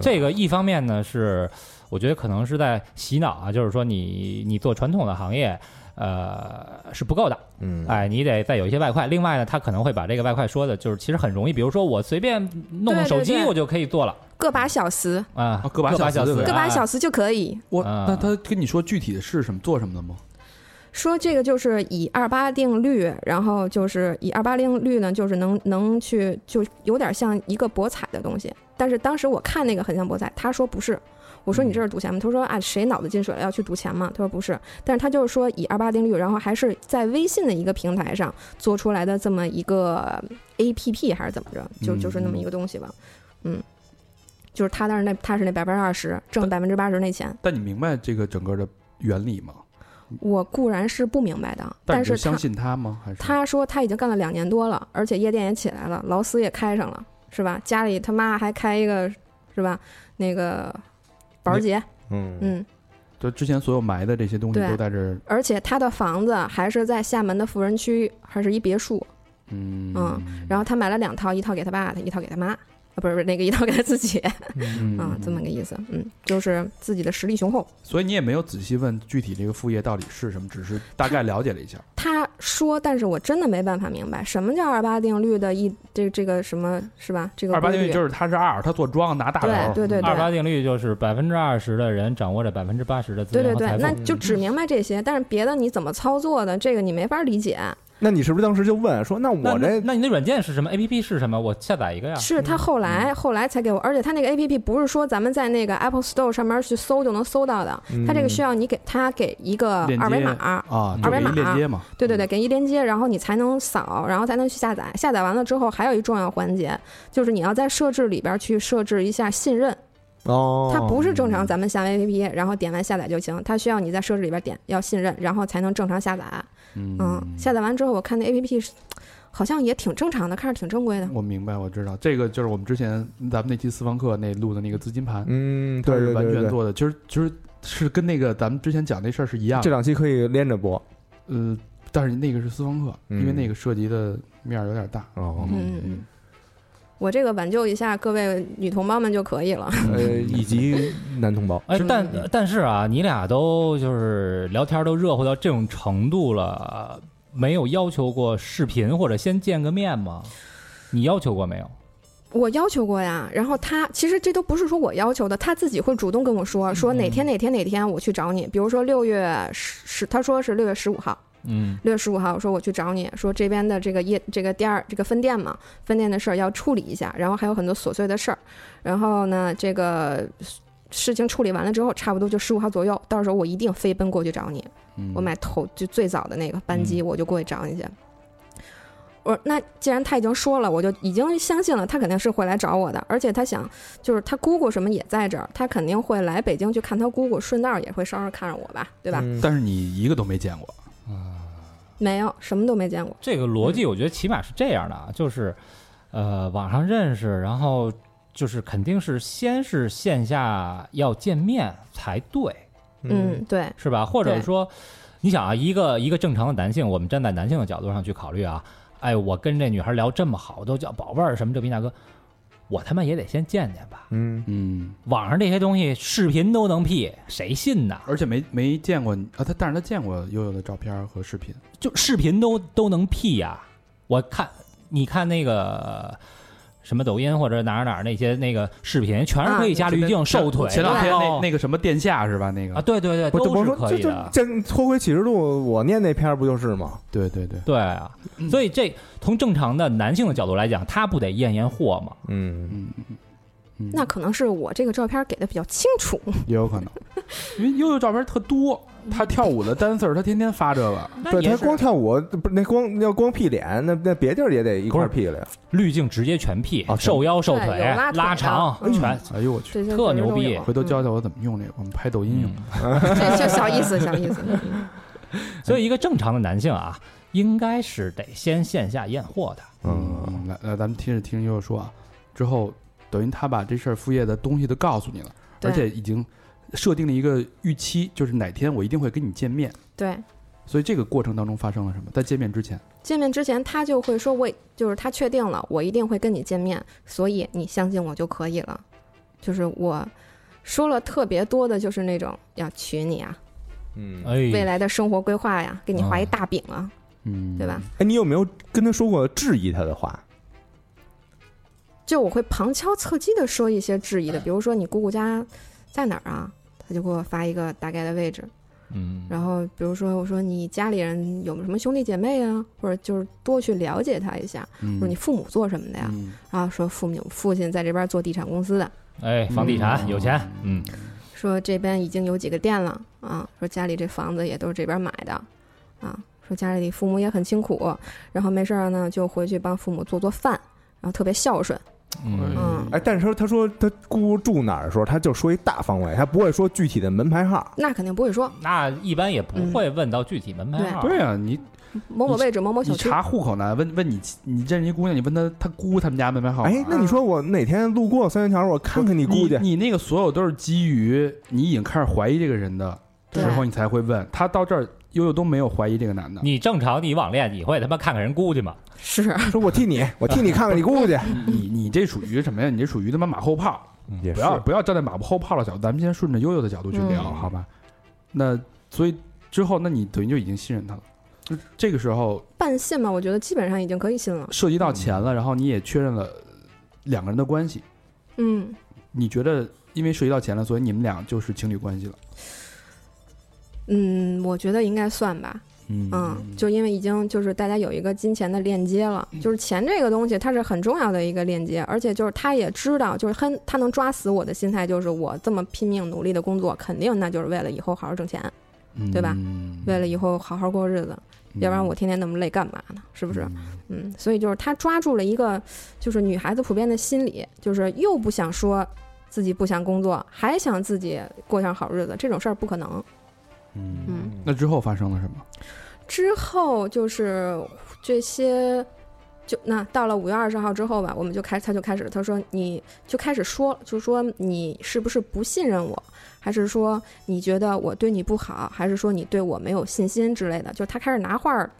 [SPEAKER 1] 这个一方面呢是，我觉得可能是在洗脑啊，就是说你你做传统的行业，呃是不够的，
[SPEAKER 3] 嗯
[SPEAKER 2] 啊
[SPEAKER 1] 哎，你得再有一些外快。另外呢，他可能会把这个外快说的，就是其实很容易，比如说我随便弄弄
[SPEAKER 5] 对对
[SPEAKER 1] 手机
[SPEAKER 5] 对
[SPEAKER 1] 我就可以做了
[SPEAKER 5] 个把小时，
[SPEAKER 1] 啊
[SPEAKER 2] 啊，
[SPEAKER 1] 个
[SPEAKER 2] 个把小时
[SPEAKER 1] 小
[SPEAKER 2] 对不对
[SPEAKER 5] 个把小
[SPEAKER 1] 时
[SPEAKER 5] 时就可以。
[SPEAKER 2] 我
[SPEAKER 1] 啊
[SPEAKER 2] 那他跟你说具体的是什么做什么的吗？
[SPEAKER 5] 说这个就是以二八定律，然后就是以二八定律呢，就是能能去，就有点像一个博彩的东西。但是当时我看那个很像博彩，他说不是，我说你这
[SPEAKER 2] 嗯
[SPEAKER 5] 是赌钱吗？他说啊，谁脑子进水了要去赌钱嘛？他说不是，但是他就是说以二八定律，然后还是在微信的一个平台上做出来的这么一个呃 A P P 还是怎么着，就
[SPEAKER 2] 嗯
[SPEAKER 5] 就是那么一个东西吧，嗯。就是他那儿那他是那百分之二十挣百分之八十那钱，
[SPEAKER 2] 但你明白这个整个的原理吗？
[SPEAKER 5] 我固然是不明白的，
[SPEAKER 2] 但
[SPEAKER 5] 但
[SPEAKER 2] 你就是
[SPEAKER 5] 他
[SPEAKER 2] 相信他吗？还是
[SPEAKER 5] 他说他已经干了两年多了，而且夜店也起来了，劳斯也开上了，是吧？家里他妈还开一个，是吧？那个保时捷，
[SPEAKER 3] 嗯
[SPEAKER 5] 嗯，
[SPEAKER 2] 就之前所有埋的这些东西
[SPEAKER 5] 对
[SPEAKER 2] 都在这儿？
[SPEAKER 5] 而且他的房子还是在厦门的富人区，还是一别墅。
[SPEAKER 2] 嗯
[SPEAKER 5] 嗯然后他买了两套，一套给他爸，一套给他妈。啊，不是不是那个一刀给他自己
[SPEAKER 2] 嗯
[SPEAKER 5] 啊，这么个意思。嗯，就是自己的实力雄厚。
[SPEAKER 2] 所以你也没有仔细问具体这个副业到底是什么，只是大概了解了一下。
[SPEAKER 5] 他说，但是我真的没办法明白什么叫二八定律的一这这个什么是吧？这个
[SPEAKER 2] 二八
[SPEAKER 5] 规
[SPEAKER 2] 定律
[SPEAKER 5] 律啊
[SPEAKER 2] 就是他是二，他做庄拿大
[SPEAKER 5] 对
[SPEAKER 2] 头，
[SPEAKER 5] 对对
[SPEAKER 1] 二八
[SPEAKER 5] 对。
[SPEAKER 1] 定律就是百分之二十的人掌握着百分之八十的资
[SPEAKER 5] 对
[SPEAKER 1] 源
[SPEAKER 5] 对
[SPEAKER 1] 和
[SPEAKER 5] 对
[SPEAKER 1] 财，富
[SPEAKER 5] 那。
[SPEAKER 2] 嗯
[SPEAKER 5] 就只明白这些，但是别的你怎么操作的，这个你没法理解。
[SPEAKER 2] 啊
[SPEAKER 3] 那你是不是当时就问说，那
[SPEAKER 1] 那
[SPEAKER 3] 我这
[SPEAKER 1] 那你那软件是什么？A P P 是什么？我下载一个呀。
[SPEAKER 5] 是
[SPEAKER 2] 嗯
[SPEAKER 5] 他后来后来才给我，而且他那个 A P P 不是说咱们在那个 Apple Store 上面去搜就能搜到的，他这个需要你给他给一个
[SPEAKER 2] 嗯链接嗯
[SPEAKER 5] 二维码，
[SPEAKER 3] 嗯
[SPEAKER 1] 嗯
[SPEAKER 2] 啊，就
[SPEAKER 5] 二维
[SPEAKER 2] 是一
[SPEAKER 5] 码
[SPEAKER 2] 链接嘛。
[SPEAKER 5] 对对对，给一链接，然后你才能扫，然后才能去下载。下载完了之后，还有一重要环节就是你要在设置里边去设置一下信任，
[SPEAKER 3] 哦，
[SPEAKER 5] 它不是正常咱们下 A P P，然后点完下载就行，它需要你在设置里边点要信任，然后才能正常下载。
[SPEAKER 2] 嗯
[SPEAKER 5] 嗯，下载完之后，我看那 A P P 好像也挺正常的，看着挺正规的。
[SPEAKER 2] 我明白，我知道这个就是我们之前咱们那期私房课那录的那个资金盘，
[SPEAKER 3] 嗯，
[SPEAKER 2] 它
[SPEAKER 3] 对
[SPEAKER 2] 是
[SPEAKER 3] 对
[SPEAKER 2] 完
[SPEAKER 3] 对
[SPEAKER 2] 全
[SPEAKER 3] 对对，
[SPEAKER 2] 做的，其实其实是跟那个咱们之前讲那事儿是一样
[SPEAKER 3] 这
[SPEAKER 2] 的。
[SPEAKER 3] 两期可以连着播
[SPEAKER 2] 呃，但是那个是私房课，
[SPEAKER 3] 嗯
[SPEAKER 2] 因为那个涉及的面儿有点大。
[SPEAKER 3] 哦
[SPEAKER 5] 嗯嗯嗯，我这个挽救一下各位女同胞们就可以了。
[SPEAKER 3] 呃，以及男同胞，
[SPEAKER 1] 哎，
[SPEAKER 5] 是
[SPEAKER 1] 但
[SPEAKER 5] 嗯
[SPEAKER 1] 但是啊，你俩都就是聊天都热乎到这种程度了，没有要求过视频或者先见个面吗？你要求过没有？
[SPEAKER 5] 我要求过呀，然后他其实这都不是说我要求的，他自己会主动跟我说，说哪天哪天哪天我去找你，比如说六月十十，他说是六月十五号，
[SPEAKER 1] 嗯，
[SPEAKER 5] 六月十五号，我说我去找你，说这边的这个业这个店儿这个分店嘛，分店的事儿要处理一下，然后还有很多琐碎的事儿，然后呢，这个事情处理完了之后，差不多就十五号左右，到时候我一定飞奔过去找你，
[SPEAKER 2] 嗯
[SPEAKER 5] 我买头就最早的那个班机，我就过去找你去。我说那既然他已经说了，我就已经相信了，他肯定是会来找我的。而且他想，就是他姑姑什么也在这儿，他肯定会来北京去看他姑姑，顺道也会稍稍看上我吧，对吧？
[SPEAKER 3] 嗯
[SPEAKER 2] 但是你一个都没见过，
[SPEAKER 5] 没有，什么都没见过。
[SPEAKER 1] 这个逻辑我觉得起码是这样的啊，就是呃，网上认识，然后就是肯定是先是线下要见面才对，
[SPEAKER 5] 嗯，对，
[SPEAKER 1] 是吧？或者
[SPEAKER 5] 对
[SPEAKER 1] 说，你想啊，一个一个正常的男性，我们站在男性的角度上去考虑啊，哎，我跟这女孩聊这么好，都叫宝贝儿什么这逼那个，我他妈也得先见见吧。
[SPEAKER 3] 嗯，
[SPEAKER 2] 嗯，
[SPEAKER 1] 网上这些东西视频都能 P，谁信呐？
[SPEAKER 2] 而且没没见过你啊，他但是他见过悠悠的照片和视频，
[SPEAKER 1] 就视频都都能 P 呀、我看你看那个。什么抖音或者哪儿哪儿那些那个视频，全是可
[SPEAKER 2] 啊
[SPEAKER 1] 以加滤镜、瘦腿、
[SPEAKER 2] 前两天那
[SPEAKER 1] 高
[SPEAKER 2] 那个什么殿下是吧？那个
[SPEAKER 1] 啊，对对对，
[SPEAKER 3] 不，
[SPEAKER 1] 都
[SPEAKER 3] 甭
[SPEAKER 1] 是
[SPEAKER 3] 说
[SPEAKER 1] 可
[SPEAKER 3] 这
[SPEAKER 1] 以
[SPEAKER 3] 这
[SPEAKER 1] 的。
[SPEAKER 3] 这脱轨启示录，我念那篇儿不就是吗？
[SPEAKER 2] 对对对，
[SPEAKER 1] 对啊，所以这从正常的男性的角度来讲，他不得验验货吗？
[SPEAKER 3] 嗯，
[SPEAKER 2] 嗯，嗯
[SPEAKER 5] 那可能是我这个照片给的比较清楚，
[SPEAKER 2] 也有可能， 因为悠悠照片特多，
[SPEAKER 5] 嗯
[SPEAKER 2] 他跳舞的 dancer 他天天发这个，
[SPEAKER 1] 那
[SPEAKER 3] 对
[SPEAKER 1] 也
[SPEAKER 3] 他
[SPEAKER 1] 是
[SPEAKER 3] 光跳舞，不是那光要光 P 脸，那那别地儿也得一块儿 P 了呀。
[SPEAKER 1] 滤镜直接全 P，
[SPEAKER 3] 啊全
[SPEAKER 1] 瘦腰、瘦
[SPEAKER 5] 对
[SPEAKER 1] 腿、
[SPEAKER 5] 有拉腿的
[SPEAKER 1] 长，
[SPEAKER 5] 嗯
[SPEAKER 1] 全
[SPEAKER 2] 哎呦我去，
[SPEAKER 5] 这些
[SPEAKER 1] 特
[SPEAKER 5] 其实
[SPEAKER 1] 牛
[SPEAKER 5] 都
[SPEAKER 1] 逼
[SPEAKER 5] 有
[SPEAKER 2] 回 头教教我怎么用这个，我们拍抖音用。
[SPEAKER 5] 嗯 这哦就小意思，小意思。嗯
[SPEAKER 1] 所以一个正常的男性啊，应该是得先线下验货的。
[SPEAKER 3] 嗯，
[SPEAKER 2] 嗯，来来，咱们听着听着悠悠说啊，之后等于他把这事儿副业的东西都告诉你了，
[SPEAKER 5] 对
[SPEAKER 2] 而且已经设定了一个预期，就是哪天我一定会跟你见面。
[SPEAKER 5] 对，
[SPEAKER 2] 所以这个过程当中发生了什么？在见面之前，
[SPEAKER 5] 见面之前他就会说我，就是他确定了，我一定会跟你见面，所以你相信我就可以了。就是我说了特别多的，就是那种要娶你啊，
[SPEAKER 3] 嗯，
[SPEAKER 5] 未
[SPEAKER 1] 哎，
[SPEAKER 5] 来的生活规划呀，给你画一大饼啊，
[SPEAKER 2] 嗯，
[SPEAKER 5] 对吧？？
[SPEAKER 3] 哎，你有没有跟他说过质疑他的话？
[SPEAKER 5] 就我会旁敲侧击的说一些质疑的，比如说你姑姑家在哪儿啊，他就给我发一个大概的位置，
[SPEAKER 1] 嗯，
[SPEAKER 5] 然后比如说我说你家里人有没有什么兄弟姐妹啊，或者就是多去了解他一下，
[SPEAKER 2] 嗯，
[SPEAKER 5] 说你父母做什么的呀，
[SPEAKER 2] 嗯
[SPEAKER 5] 然后说父母父亲在这边做地产公司的，
[SPEAKER 1] 哎，房地产有钱，嗯，
[SPEAKER 5] 说这边已经有几个店了啊，说家里这房子也都是这边买的，啊，说家里父母也很辛苦，然后没事儿呢就回去帮父母做做饭，然后特别孝顺，
[SPEAKER 1] 嗯
[SPEAKER 5] 嗯，
[SPEAKER 3] 哎，但是他说他姑住哪儿的时候，他就说一大方位，他不会说具体的门牌号。
[SPEAKER 5] 那肯定不会说
[SPEAKER 1] 那一般也不会问到具体门牌
[SPEAKER 5] 嗯
[SPEAKER 1] 号。
[SPEAKER 2] 对啊，你
[SPEAKER 5] 某某位置某某
[SPEAKER 2] 你
[SPEAKER 5] 小区，
[SPEAKER 2] 查户口呢？问问你亲，你认识一姑娘，你问她她姑她们家门牌号码。
[SPEAKER 3] 哎，那你说我哪天路过三元桥，我看看你姑去？
[SPEAKER 2] 你你那个所有都是基于你已经开始怀疑这个人的
[SPEAKER 5] 对
[SPEAKER 2] 时候，你才会问他到这儿悠悠都没有怀疑这个男的。
[SPEAKER 1] 你正常你网恋你会他妈看看人估计吗？
[SPEAKER 5] 是
[SPEAKER 3] 说我替你，我替你看看你姑去，
[SPEAKER 2] 你你这属于什么呀？你这属于他妈马后炮，
[SPEAKER 3] 也
[SPEAKER 1] 嗯
[SPEAKER 2] 不要不要站在马后炮的角度，咱们先顺着悠悠的角度去聊，
[SPEAKER 5] 嗯
[SPEAKER 2] 好吧？那所以之后，那你等于就已经信任他了。就这个时候
[SPEAKER 5] 半信嘛，我觉得基本上已经可以信了。
[SPEAKER 2] 涉及到钱
[SPEAKER 3] 嗯
[SPEAKER 2] 了，然后你也确认了两个人的关系，
[SPEAKER 5] 嗯，
[SPEAKER 2] 你觉得因为涉及到钱了，所以你们俩就是情侣关系了？
[SPEAKER 5] 嗯，我觉得应该算吧。
[SPEAKER 2] 嗯
[SPEAKER 5] 嗯，就因为已经就是大家有一个金钱的链接了，就是钱这个东西它是很重要的一个链接，而且就是他也知道，就是很他能抓死我的心态，就是我这么拼命努力的工作，肯定那就是为了以后好好挣钱，
[SPEAKER 2] 嗯
[SPEAKER 5] 对吧？为了以后好好过日子，要不然我天天那么累干嘛呢？是不
[SPEAKER 2] 不
[SPEAKER 5] 是？嗯，所以就是他抓住了一个就是女孩子普遍的心理，就是又不想说自己不想工作，还想自己过上好日子，这种事儿不可能。
[SPEAKER 2] 嗯，
[SPEAKER 5] 嗯，
[SPEAKER 2] 那之后发生了什么？
[SPEAKER 5] 之后就是这些，就那到了五月二十号之后吧，我们就开他就开始他说你就开始说，就说你是不是不信任我，还是说你觉得我对你不好，还是说你对我没有信心之类的，就是他开始拿话儿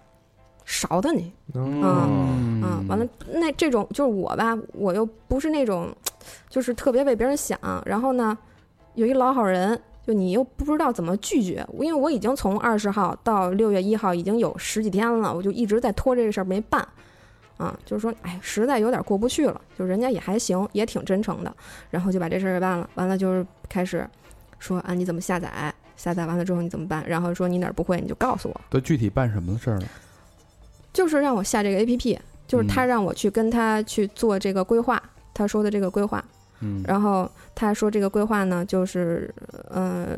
[SPEAKER 5] 勺的你。
[SPEAKER 3] 嗯，
[SPEAKER 5] 啊，完了，那这种就是我吧，我又不是那种，就是特别为别人想，然后呢，有一老好人，就你又不知道怎么拒绝，因为我已经从二十号到六月一号已经有十几天了，我就一直在拖这个事儿没办，啊，就是说，哎，实在有点过不去了，就人家也还行，也挺真诚的，然后就把哎这事儿给办了，完了啊就是开始说啊，你怎么下载？下载完了之后你怎么办？然后说你哪儿不会你就告诉我，
[SPEAKER 2] 都具体办什么事儿了？
[SPEAKER 5] 就是让我下这个 A P P，就是
[SPEAKER 2] 嗯
[SPEAKER 5] 他让我去跟他去做这个规划，他说的这个规划。
[SPEAKER 2] 嗯，
[SPEAKER 5] 然后他说这个规划呢，就是呃，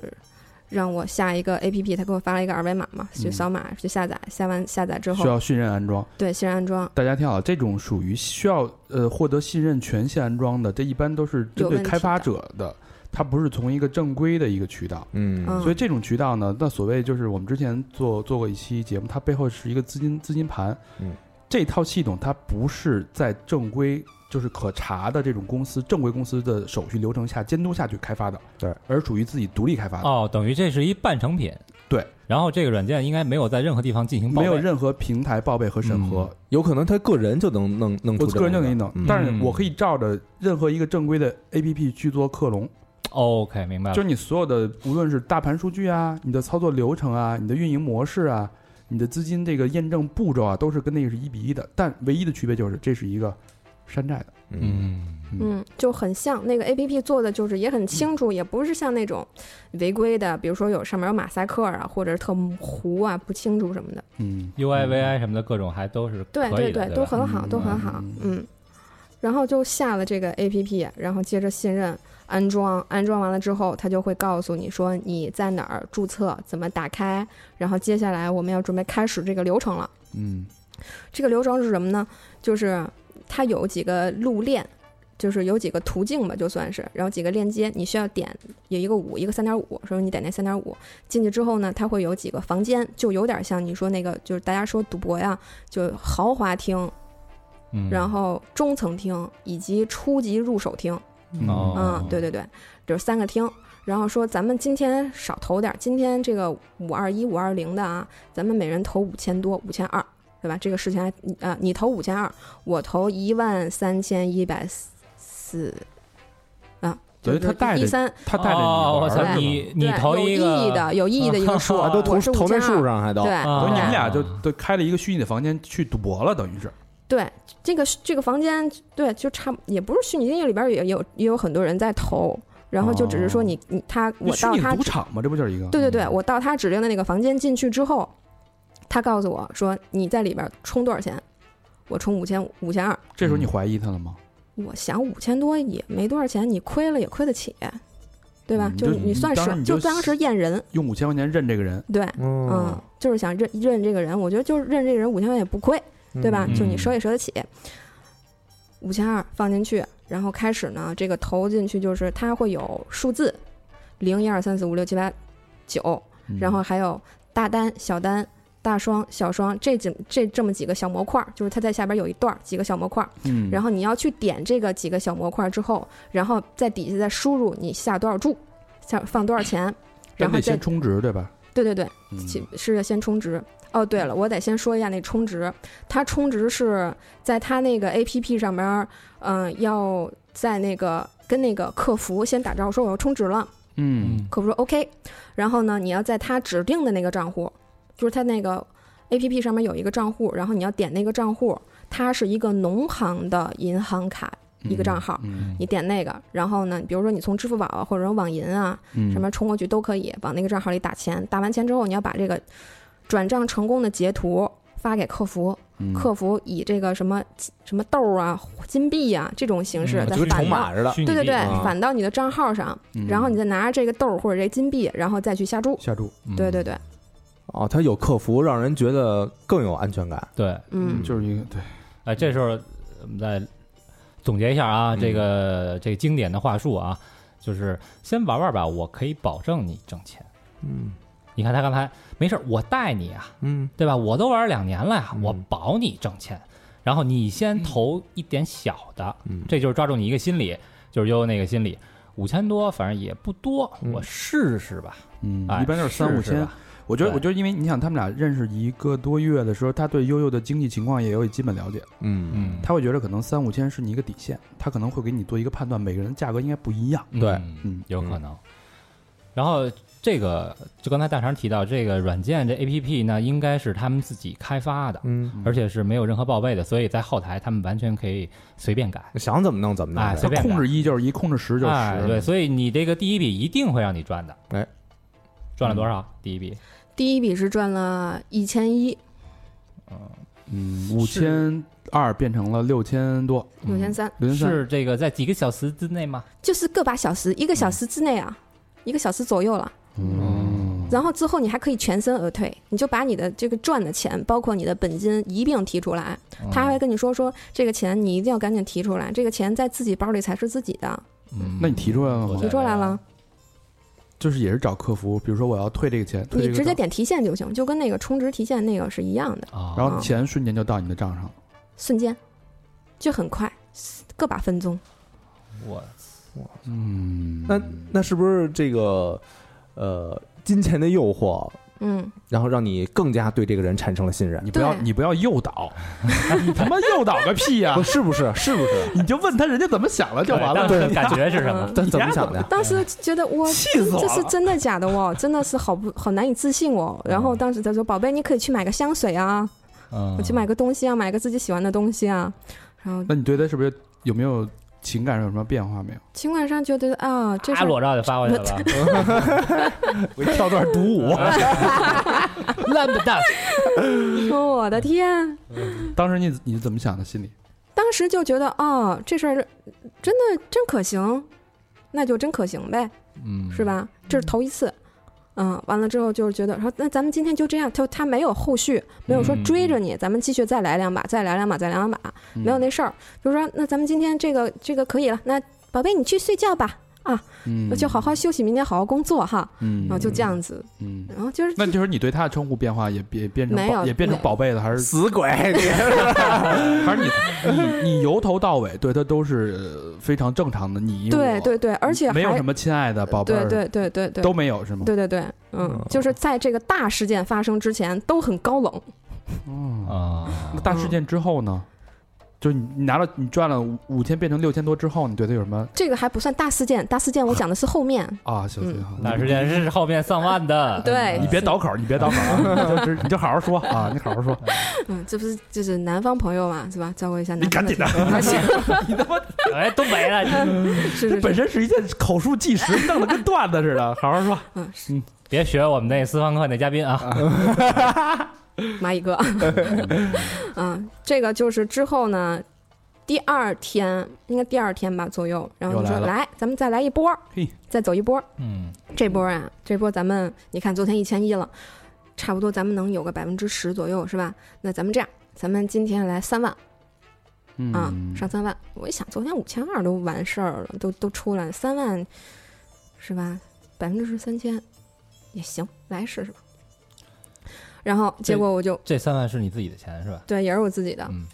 [SPEAKER 5] 让我下一个 A P P，他给我发了一个二维码嘛，去
[SPEAKER 2] 嗯
[SPEAKER 5] 扫码去下载，下完下载之
[SPEAKER 2] 需
[SPEAKER 5] 后，
[SPEAKER 2] 要信任安装。
[SPEAKER 5] 对，先安装。
[SPEAKER 2] 大家听好，这种属于需要呃获得信任权限安装的，这一般都是针
[SPEAKER 5] 有
[SPEAKER 2] 对
[SPEAKER 5] 问题
[SPEAKER 2] 开发
[SPEAKER 5] 的
[SPEAKER 2] 者的，它不是从一个正规的一个渠道。
[SPEAKER 3] 嗯
[SPEAKER 5] 嗯
[SPEAKER 2] 所以这种渠道呢，那所谓就是我们之前做做过一期节目，它背后是一个资金资金盘，
[SPEAKER 3] 嗯，
[SPEAKER 2] 这套系统它不是在正规就是可查的这种公司正规公司的手续流程下监督下去开发的，
[SPEAKER 3] 对，
[SPEAKER 2] 而属于自己独立开发的，
[SPEAKER 1] 哦，等于这是一半成品。
[SPEAKER 2] 啊对，
[SPEAKER 1] 然后这个软件应该没有在任何地方进行报
[SPEAKER 2] 没有
[SPEAKER 1] 备
[SPEAKER 2] 任何平台报备和审核，
[SPEAKER 3] 有可能他个人就能弄弄
[SPEAKER 2] 我
[SPEAKER 3] 出这
[SPEAKER 2] 个人就给你弄，
[SPEAKER 3] 嗯
[SPEAKER 2] 但是我可以照着任何一个正规的 A P P 去做克隆，
[SPEAKER 1] OK，明白
[SPEAKER 2] 就
[SPEAKER 1] 了
[SPEAKER 2] 是。你所有的，无论是大盘数据啊、你的操作流程啊、你的运营模式啊、你的资金这个验证步骤啊，都是跟那个是一比一的。但唯一的区别就是，这是一个山寨的。
[SPEAKER 3] 嗯，
[SPEAKER 5] 嗯，就很像那个 A P P 做的，就是也很清楚，也不是像那种违规的，比如说有上面有马赛克啊，或者是特糊啊、不清楚什么的。
[SPEAKER 2] 嗯
[SPEAKER 1] UI、VI 什么的各种还都是可
[SPEAKER 5] 对
[SPEAKER 1] 以的，
[SPEAKER 5] 对
[SPEAKER 1] 对吧
[SPEAKER 5] 都很好，都很
[SPEAKER 2] 嗯
[SPEAKER 5] 好
[SPEAKER 2] 嗯，
[SPEAKER 5] 嗯。然后就下了这个 APP，然后接着信任安装，安装完了之后，他就会告诉你说你在哪儿注册，怎么打开，然后接下来我们要准备开始这个流程了。
[SPEAKER 2] 嗯
[SPEAKER 5] 这个流程是什么呢？就是它有几个路链，就是有几个途径吧，就算是，然后几个链接，你需要点有一个五，一个三点五，说你点那三点五进去之后呢，它会有几个房间，就有点像你说那个，就是大家说赌博呀，就豪华厅，
[SPEAKER 1] 嗯
[SPEAKER 5] 然后中层厅以及初级入手厅，
[SPEAKER 1] 哦
[SPEAKER 5] 嗯，对对对，就是三个厅。然后说咱们今天少投点儿，今天这个五二一、五二零的啊，咱们每人投五千多、五千二，对吧？这个事情还啊、你投五千二，我投一万三千一百四啊，就
[SPEAKER 2] 所以
[SPEAKER 5] 是
[SPEAKER 2] 他带着
[SPEAKER 5] 一三，
[SPEAKER 2] 他带着你
[SPEAKER 1] 哦我
[SPEAKER 2] 玩
[SPEAKER 1] 操
[SPEAKER 2] 儿，
[SPEAKER 1] 你
[SPEAKER 5] 对
[SPEAKER 1] 你投一
[SPEAKER 5] 有意义
[SPEAKER 1] 个，，
[SPEAKER 5] 的、有意义的一个数
[SPEAKER 1] 啊
[SPEAKER 3] 啊，都投
[SPEAKER 5] 我是
[SPEAKER 3] 投那
[SPEAKER 5] 5200
[SPEAKER 3] 树上还都
[SPEAKER 5] 对，
[SPEAKER 2] 等于你
[SPEAKER 1] 啊
[SPEAKER 2] 们俩就都开了一个虚拟的房间去赌博了，等于是。
[SPEAKER 5] 对，这个这个房间，对，就差也不是虚拟店里边儿也有也有很多人在投，然后就只是说你、你他
[SPEAKER 2] 那
[SPEAKER 5] 我
[SPEAKER 2] 哦虚
[SPEAKER 5] 到
[SPEAKER 2] 拟
[SPEAKER 5] 他
[SPEAKER 2] 赌场嗯嘛，这不就是一个？
[SPEAKER 5] 对对对，我到他指定的那个房间进去之后，他告诉我说你在里边充多少钱，我充五千五千二，
[SPEAKER 2] 这
[SPEAKER 1] 嗯
[SPEAKER 2] 时候你怀疑他了吗？
[SPEAKER 5] 我想五千多也没多少钱，你亏了也亏得起，对吧？
[SPEAKER 2] 嗯
[SPEAKER 5] 就
[SPEAKER 2] 就是
[SPEAKER 5] 你算
[SPEAKER 2] 当时
[SPEAKER 5] 是
[SPEAKER 2] 你
[SPEAKER 5] 就
[SPEAKER 2] 就
[SPEAKER 5] 当时验人，
[SPEAKER 2] 用五千块钱认这个人，
[SPEAKER 5] 对，
[SPEAKER 3] 哦
[SPEAKER 5] 嗯，就是想认认这个人，我觉得就是认这个人五千块钱也不亏，嗯
[SPEAKER 2] 嗯
[SPEAKER 5] 对吧？
[SPEAKER 3] 嗯
[SPEAKER 5] 就你折也折得起，五千二放进去，然后开始呢，这个投进去就是它会有数字，零一二三四五六七八九，
[SPEAKER 2] 嗯
[SPEAKER 5] 然后还有大单、小单、大双、小双这几这这么几个小模块儿，就是它在下边有一段儿几个小模块儿，
[SPEAKER 2] 嗯，
[SPEAKER 5] 然后你要去点这个几个小模块儿之后，然后在底下再输入你下多少注，下放多少钱，
[SPEAKER 2] 但
[SPEAKER 5] 然后
[SPEAKER 2] 得
[SPEAKER 5] 再
[SPEAKER 2] 先充值对吧？
[SPEAKER 5] 对对对，
[SPEAKER 2] 嗯
[SPEAKER 5] 起是先充值。哦，对了，我得先说一下那充值，它充值是在它那个 APP 上边儿，嗯、要在那个跟那个客服先打招呼说我要充值了，
[SPEAKER 2] 嗯
[SPEAKER 5] 客服说 OK，然后呢，你要在他指定的那个账户，就是他那个 APP 上面有一个账户，然后你要点那个账户，它是一个农行的银行卡，一个账号
[SPEAKER 2] 嗯
[SPEAKER 5] 你点那个，然后呢，比如说你从支付宝啊或者网银啊
[SPEAKER 2] 嗯
[SPEAKER 5] 什么充过去都可以，往那个账号里打钱，打完钱之后你要把这个转账成功的截图发给客服，
[SPEAKER 2] 嗯
[SPEAKER 5] 客服以这个什么什么豆儿啊、金币啊这种形式
[SPEAKER 1] 嗯
[SPEAKER 5] 再
[SPEAKER 3] 就跟
[SPEAKER 5] 返
[SPEAKER 3] 筹
[SPEAKER 5] 到，
[SPEAKER 3] 码似的。
[SPEAKER 1] 虚拟
[SPEAKER 5] 对对
[SPEAKER 1] 币
[SPEAKER 5] 对
[SPEAKER 1] 啊，
[SPEAKER 5] 返到你的账号上。
[SPEAKER 2] 嗯
[SPEAKER 5] 然后你再拿着这个豆儿或者这金币，然后再去下注。
[SPEAKER 2] 下注，
[SPEAKER 1] 嗯
[SPEAKER 5] 对对对，
[SPEAKER 3] 哦，它有客服，让人觉得更有安全感。
[SPEAKER 1] 对，
[SPEAKER 5] 嗯，
[SPEAKER 2] 就是一个对，
[SPEAKER 1] 哎，这时候我们再总结一下啊，
[SPEAKER 3] 嗯
[SPEAKER 1] 这个这个经典的话术啊，就是先玩玩吧，我可以保证你挣钱。
[SPEAKER 3] 嗯
[SPEAKER 1] 你看他刚才没事儿，我带你啊，
[SPEAKER 3] 嗯
[SPEAKER 1] 对吧？我都玩两年了呀
[SPEAKER 3] 嗯，
[SPEAKER 1] 我保你挣钱。然后你先投一点小的，
[SPEAKER 3] 嗯，
[SPEAKER 1] 这就是抓住你一个心理，就是悠悠那个心理，五千多反正也不多，
[SPEAKER 3] 嗯
[SPEAKER 1] 我试试吧。
[SPEAKER 2] 嗯
[SPEAKER 1] 哎，
[SPEAKER 2] 一般都是三五
[SPEAKER 1] 试试
[SPEAKER 2] 千
[SPEAKER 1] 吧。
[SPEAKER 2] 我觉得，
[SPEAKER 1] 对
[SPEAKER 2] 我觉得，因为你想，他们俩认识一个多月的时候，他对悠悠的经济情况也有基本了解，
[SPEAKER 3] 嗯
[SPEAKER 1] 嗯
[SPEAKER 2] 他会觉得可能三五千是你一个底线，他可能会给你做一个判断，每个人价格应该不一样。
[SPEAKER 1] 嗯
[SPEAKER 3] 对
[SPEAKER 2] 嗯
[SPEAKER 1] 有可能。然后这个就刚才大肠提到，这个软件这 APP 呢，应该是他们自己开发的，
[SPEAKER 3] 嗯，
[SPEAKER 1] 而且是没有任何报备的，所以在后台他们完全可以随便改。
[SPEAKER 3] 想怎么弄怎么弄
[SPEAKER 1] 哎
[SPEAKER 3] 呗
[SPEAKER 1] 随便
[SPEAKER 2] 控制一就是一，控制十就是
[SPEAKER 1] 哎，
[SPEAKER 2] 十。
[SPEAKER 1] 对，所以你这个第一笔一定会让你赚的。
[SPEAKER 3] 哎，
[SPEAKER 1] 赚了多少？第一笔
[SPEAKER 5] 第一笔是赚了一千一、
[SPEAKER 2] 嗯，五千二变成了六千多，
[SPEAKER 5] 六千三，
[SPEAKER 2] 六千三。
[SPEAKER 1] 嗯是这个在几个小时之内吗？
[SPEAKER 5] 就是个把小时，一个小时之内啊，一个小时左右了。
[SPEAKER 2] 嗯，
[SPEAKER 5] 然后之后你还可以全身而退，你就把你的这个赚的钱，包括你的本金一并提出来。
[SPEAKER 2] 嗯
[SPEAKER 3] 嗯
[SPEAKER 5] 他还会跟你说说这个钱你一定要赶紧提出来，这个钱在自己包里才是自己的。
[SPEAKER 1] 嗯，
[SPEAKER 2] 那你提出来了吗
[SPEAKER 1] 我
[SPEAKER 5] 提出来了，
[SPEAKER 2] 就是也是找客服，比如说我要退这个钱，退这
[SPEAKER 5] 你
[SPEAKER 2] 个
[SPEAKER 5] 直接
[SPEAKER 2] 账，
[SPEAKER 5] 点提现就行，就跟那个充值提现那个是一样的，
[SPEAKER 1] 啊，
[SPEAKER 2] 然后钱瞬间就到你的账上了。
[SPEAKER 5] 瞬间就很快，个把分钟。
[SPEAKER 1] 我
[SPEAKER 2] 嗯，
[SPEAKER 3] 那那是不是这个呃金钱的诱惑，
[SPEAKER 5] 嗯，
[SPEAKER 3] 然后让你更加对这个人产生了信任？
[SPEAKER 2] 你不要
[SPEAKER 5] 对
[SPEAKER 2] 你不要诱导，你他妈诱导个屁呀
[SPEAKER 3] 不！是不是是不是？
[SPEAKER 2] 你就问他人家怎么想了就完了。
[SPEAKER 1] 当时感觉是什么？
[SPEAKER 3] 但怎么想的？
[SPEAKER 5] 嗯当时觉得我
[SPEAKER 2] 气 死我
[SPEAKER 5] 这是
[SPEAKER 2] 了
[SPEAKER 5] 真的假的哦，真的是好不好难以置信哦。
[SPEAKER 2] 嗯
[SPEAKER 5] 然后当时他说：“宝贝，你可以去买个香水啊，
[SPEAKER 1] 嗯，
[SPEAKER 5] 我去买个东西啊，买个自己喜欢的东西啊。”然后
[SPEAKER 2] 那你对他是不是有没有情感上有什么变化没有？
[SPEAKER 5] 情感上觉得啊，这
[SPEAKER 1] 啊，
[SPEAKER 5] 是
[SPEAKER 1] 裸照就发过去了。
[SPEAKER 3] 我一跳段独舞，啊
[SPEAKER 1] 烂不大，
[SPEAKER 5] 我的天！
[SPEAKER 2] 当时你你怎么想的？心里
[SPEAKER 5] 当时就觉得啊，这事儿真的真可行，那就真可行呗，
[SPEAKER 1] 嗯，
[SPEAKER 5] 是？吧？这是头一次。嗯，完了之后就是觉得说，那咱们今天就这样，就他没有后续，没有说
[SPEAKER 1] 嗯
[SPEAKER 5] 追着你，咱们继续再来两把，再来两把，再来两把，
[SPEAKER 2] 嗯
[SPEAKER 5] 嗯没有那事儿，就是说，那咱们今天这个这个可以了，那宝贝你去睡觉吧，
[SPEAKER 2] 那
[SPEAKER 5] 那就好好休息，明天好好工作哈，
[SPEAKER 2] 嗯
[SPEAKER 5] 然后就这样子，
[SPEAKER 2] 嗯。
[SPEAKER 5] 然后就是
[SPEAKER 2] 那就是你对他的称呼变化也变变成
[SPEAKER 5] 没有
[SPEAKER 2] 宝也变成
[SPEAKER 5] 没
[SPEAKER 2] 宝贝了， 还是
[SPEAKER 3] 死鬼！
[SPEAKER 2] 还是你你你由头到尾对他都是呃非常正常的，你
[SPEAKER 5] 对
[SPEAKER 2] 我
[SPEAKER 5] 对对，而且还
[SPEAKER 2] 没有什么亲爱的宝贝
[SPEAKER 5] 对
[SPEAKER 2] 儿
[SPEAKER 5] 对对对对
[SPEAKER 2] 都没有是吗？
[SPEAKER 5] 对对对，嗯，就是在这个大事件发生之前都很高冷，
[SPEAKER 2] 嗯，
[SPEAKER 1] 啊，
[SPEAKER 2] 那大事件之后呢？就是你你拿了你赚了五五千变成六千多之后，你对他有什么
[SPEAKER 5] 这个还不算大事件，大事件我讲的是后面，
[SPEAKER 2] 啊？行行
[SPEAKER 5] 嗯
[SPEAKER 2] 好，
[SPEAKER 1] 那时间是后面上万的。 嗯
[SPEAKER 5] 对
[SPEAKER 2] 你别倒口儿，你别倒口儿啊， 你就直你就好好说啊，你好好说，
[SPEAKER 5] 嗯，这不是就是南方朋友嘛，是吧？照顾一 下
[SPEAKER 2] 你
[SPEAKER 5] 南方
[SPEAKER 2] 赶
[SPEAKER 5] 的
[SPEAKER 2] 紧的，
[SPEAKER 1] 哎，东北的，
[SPEAKER 2] 这
[SPEAKER 5] 是是
[SPEAKER 2] 本
[SPEAKER 5] 是，
[SPEAKER 2] 身是一件口述纪实，弄得跟段子似的，好好 说。
[SPEAKER 5] 嗯，是
[SPEAKER 1] 别学我们那私房课那嘉宾啊。
[SPEAKER 5] 蚂 蚁哥，嗯，这个就是之后呢。第二天应该第二天吧左右，然后就
[SPEAKER 2] 又
[SPEAKER 5] 说
[SPEAKER 2] 来了
[SPEAKER 5] 来，咱们再来一波
[SPEAKER 2] 嘿，
[SPEAKER 5] 再走一波。
[SPEAKER 1] 嗯，
[SPEAKER 5] 这波啊，这波咱们你看，昨天一千一了，差不多咱们能有个百分之十左右，是吧？那咱们这样，咱们今天来三万
[SPEAKER 2] 嗯
[SPEAKER 5] 啊，上三万。我一想，昨天五千二都完事儿了，都都出来了，三万是吧？百分之十三千也行，来试试吧。然后结果我就
[SPEAKER 1] 这三万是你自己的钱是吧？
[SPEAKER 5] 对，也是我自己的，
[SPEAKER 1] 嗯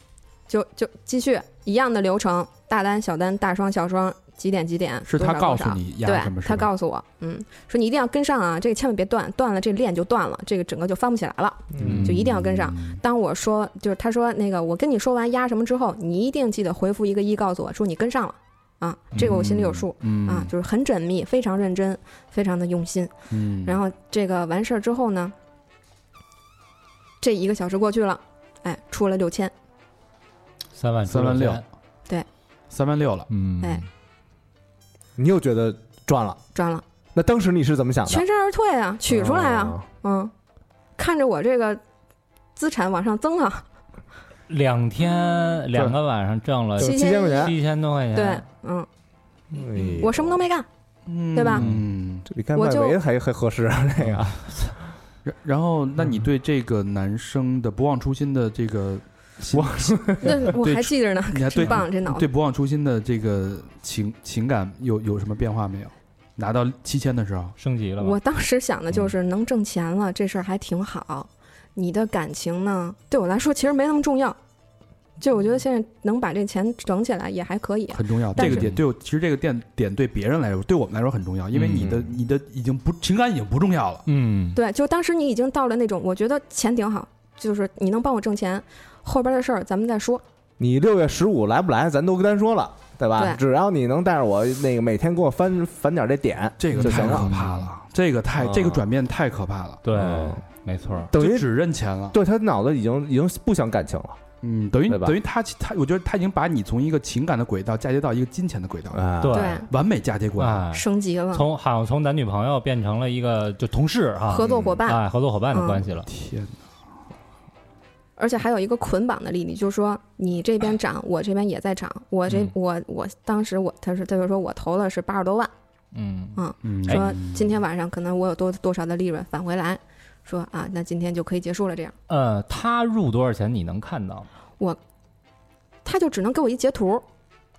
[SPEAKER 5] 就就继续一样的流程，大单、小单、大双、小双，几点几点，
[SPEAKER 2] 是
[SPEAKER 5] 多
[SPEAKER 2] 他
[SPEAKER 5] 少
[SPEAKER 2] 告
[SPEAKER 5] 多
[SPEAKER 2] 诉
[SPEAKER 5] 少
[SPEAKER 2] 你压
[SPEAKER 5] 对
[SPEAKER 2] 什么，时
[SPEAKER 5] 他
[SPEAKER 2] 候
[SPEAKER 5] 告诉我，嗯，说你一定要跟上啊，这个千万别断，断了这链就断了，这个整个就翻不起来了。
[SPEAKER 3] 嗯
[SPEAKER 5] 就一定要跟上。当我说，就是他说那个，我跟你说完压什么之后，你一定记得回复一个一，告诉我说你跟上了啊，这个我心里有数、
[SPEAKER 2] 嗯
[SPEAKER 5] 啊，就是很缜密，非常认真，非常的用心。
[SPEAKER 2] 嗯，
[SPEAKER 5] 然后这个完事儿之后呢，这一个小时过去了，哎，出了六千，
[SPEAKER 1] 三万
[SPEAKER 2] 三万六
[SPEAKER 1] 出头钱
[SPEAKER 2] 三万六了，
[SPEAKER 6] 嗯，
[SPEAKER 5] 哎
[SPEAKER 3] 你又觉得赚了？
[SPEAKER 5] 赚了，
[SPEAKER 3] 那当时你是怎么想的？
[SPEAKER 5] 全身而退啊，取出来啊，
[SPEAKER 3] 哦，
[SPEAKER 5] 嗯，看着我这个资产往上增啊，
[SPEAKER 1] 两天两个晚上挣了
[SPEAKER 3] 就是
[SPEAKER 5] 七
[SPEAKER 3] 七
[SPEAKER 5] 千
[SPEAKER 3] 千块钱。
[SPEAKER 1] 七千多块钱，
[SPEAKER 5] 对，嗯，
[SPEAKER 3] 哎呦
[SPEAKER 5] 我什么都没干，
[SPEAKER 1] 嗯
[SPEAKER 5] 对吧
[SPEAKER 2] 嗯，
[SPEAKER 3] 这比干
[SPEAKER 5] 我
[SPEAKER 3] 外
[SPEAKER 5] 就
[SPEAKER 3] 围还还合适啊，这 个
[SPEAKER 2] 然然后那你对这个男生的不忘初心的这个心，
[SPEAKER 5] 那我
[SPEAKER 2] 对
[SPEAKER 5] 还记着呢，
[SPEAKER 2] 你还对
[SPEAKER 5] 挺棒，这脑子
[SPEAKER 2] 对。不忘初心的这个情情感有有什么变化没有？拿到七千的时候，
[SPEAKER 1] 升级了吧？嗯
[SPEAKER 5] 我当时想的就是能挣钱了，这事儿还挺好。你的感情呢，对我来说其实没那么重要。就我觉得现在能把这钱整起来也还可以。
[SPEAKER 1] 嗯
[SPEAKER 2] 很重要。
[SPEAKER 5] 但
[SPEAKER 2] 这
[SPEAKER 5] 是
[SPEAKER 2] 个点对我，其实这个点点对别人来说，对我们来说很重要，因为你的、
[SPEAKER 3] 嗯
[SPEAKER 2] 你的已经不情感已经不重要了。
[SPEAKER 6] 嗯，
[SPEAKER 5] 对，就当时你已经到了那种，我觉得钱挺好，就是你能帮我挣钱，后边的事儿咱们再说。
[SPEAKER 3] 你六月十五来不来，咱都单说了，对吧？
[SPEAKER 5] 对
[SPEAKER 3] 只要你能带着我那个每天给我翻返点这点，
[SPEAKER 2] 这个
[SPEAKER 3] 就
[SPEAKER 2] 太
[SPEAKER 3] 行
[SPEAKER 2] 可
[SPEAKER 3] 了。
[SPEAKER 2] 怕了，这个太、
[SPEAKER 3] 啊
[SPEAKER 2] 这个转变太可怕了，
[SPEAKER 1] 对
[SPEAKER 3] 嗯，
[SPEAKER 1] 没错儿，
[SPEAKER 3] 等
[SPEAKER 2] 就
[SPEAKER 3] 于
[SPEAKER 2] 只认钱了。
[SPEAKER 3] 对他脑子已经已经不想感情了
[SPEAKER 2] 嗯，等于
[SPEAKER 3] 对吧
[SPEAKER 2] 等于他他，我觉得他已经把你从一个情感的轨道嫁接到一个金钱的轨道，
[SPEAKER 3] 啊
[SPEAKER 1] 对
[SPEAKER 5] 对，
[SPEAKER 2] 完美嫁接过来。
[SPEAKER 1] 哎，
[SPEAKER 5] 升级了，
[SPEAKER 1] 从好像从男女朋友变成了一个就同事啊，
[SPEAKER 5] 合嗯作伙伴，
[SPEAKER 1] 哎，合作伙伴的关系了。
[SPEAKER 2] 天哪，
[SPEAKER 5] 而且还有一个捆绑的利益，就是说你这边涨，我这边也在涨。我这
[SPEAKER 1] 嗯
[SPEAKER 5] 我我当时我他是他就说我投了是八十多万。
[SPEAKER 1] 嗯，
[SPEAKER 2] 嗯，
[SPEAKER 1] 哎
[SPEAKER 5] 说今天晚上可能我有多多少的利润返回来，说啊，那今天就可以结束了。这样，
[SPEAKER 1] 呃，他入多少钱你能看到吗？
[SPEAKER 5] 他就只能给我一截图，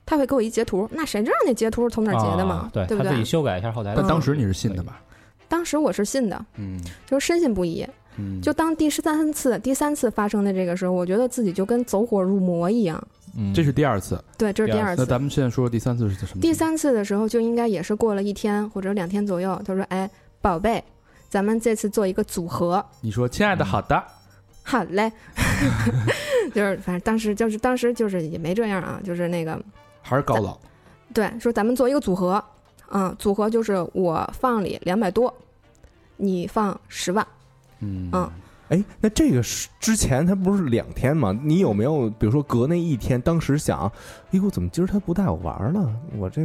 [SPEAKER 5] 他会给我一截图，那谁知道那截图是从哪儿截的嘛
[SPEAKER 1] 啊？对，
[SPEAKER 5] 不
[SPEAKER 1] 他自
[SPEAKER 5] 对
[SPEAKER 1] 己？修改一下后台。嗯
[SPEAKER 2] 但当时你是信的吧？
[SPEAKER 5] 当时我是信的，
[SPEAKER 2] 嗯
[SPEAKER 5] 就是深信不疑。
[SPEAKER 2] 嗯，
[SPEAKER 5] 就当第十三次、第三次发生的这个时候，我觉得自己就跟走火入魔一样。
[SPEAKER 1] 嗯，
[SPEAKER 2] 这是第二次。
[SPEAKER 5] 对，这是第
[SPEAKER 1] 第二
[SPEAKER 5] 二
[SPEAKER 2] 那
[SPEAKER 5] 次。
[SPEAKER 2] 咱们现在说第三次是什么？
[SPEAKER 5] 第，三次的时候就应该也是过了一天或者两天左右，他说：“哎，宝贝，咱们这次做一个组合。”
[SPEAKER 2] 你说亲爱的，好的，
[SPEAKER 5] 好嘞， 就是反正当时就是当时就是也没这样啊，就是那个
[SPEAKER 2] 还是高冷。
[SPEAKER 5] 对，说咱们做一个组合，嗯，组合就是我放里两百多，你放十万，
[SPEAKER 2] 嗯
[SPEAKER 5] 嗯
[SPEAKER 3] 哎，那这个是之前他不是两天吗？你有没有比如说隔那一天，当时想，哎呦，怎么今儿他不带我玩了？我这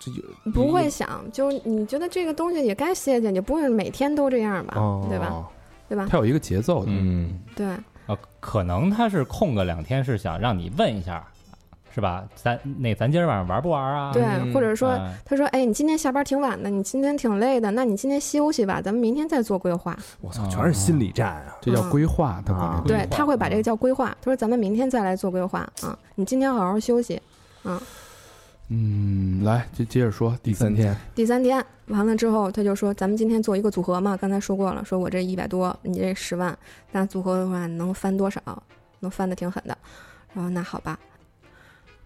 [SPEAKER 3] 这有
[SPEAKER 5] 不
[SPEAKER 3] 嗯
[SPEAKER 5] 会想，就是你觉得这个东西也该歇歇，你不会每天都这样吧，
[SPEAKER 3] 哦，
[SPEAKER 5] 对吧？？对吧？
[SPEAKER 2] 它有一个节奏的。
[SPEAKER 3] 嗯，
[SPEAKER 5] 对，
[SPEAKER 1] 啊，可能他是空个两天，是想让你问一下，是吧？咱那咱今儿晚上玩不玩啊？
[SPEAKER 5] 对，
[SPEAKER 3] 嗯
[SPEAKER 5] 或者说。
[SPEAKER 1] 哎
[SPEAKER 5] 他说：“哎，你今天下班挺晚的，你今天挺累的，那你今天休息吧，咱们明天再做规划。
[SPEAKER 3] 我操，全是心理战啊！
[SPEAKER 2] 这叫规划，它管
[SPEAKER 3] 啊
[SPEAKER 1] 规
[SPEAKER 2] 这规
[SPEAKER 1] 划
[SPEAKER 5] 嗯对他会把这个叫规划。他说：“咱们明天再来做规划啊，你今天好好休息。
[SPEAKER 2] 嗯，来，接接着说第三
[SPEAKER 3] 三
[SPEAKER 2] 天，
[SPEAKER 3] 天，”
[SPEAKER 5] 第三天完了之后，他就说：“咱们今天做一个组合嘛，刚才说过了，说我这一百多，你这十万，那组合的话能翻多少？能翻的挺狠的。”然后那好吧，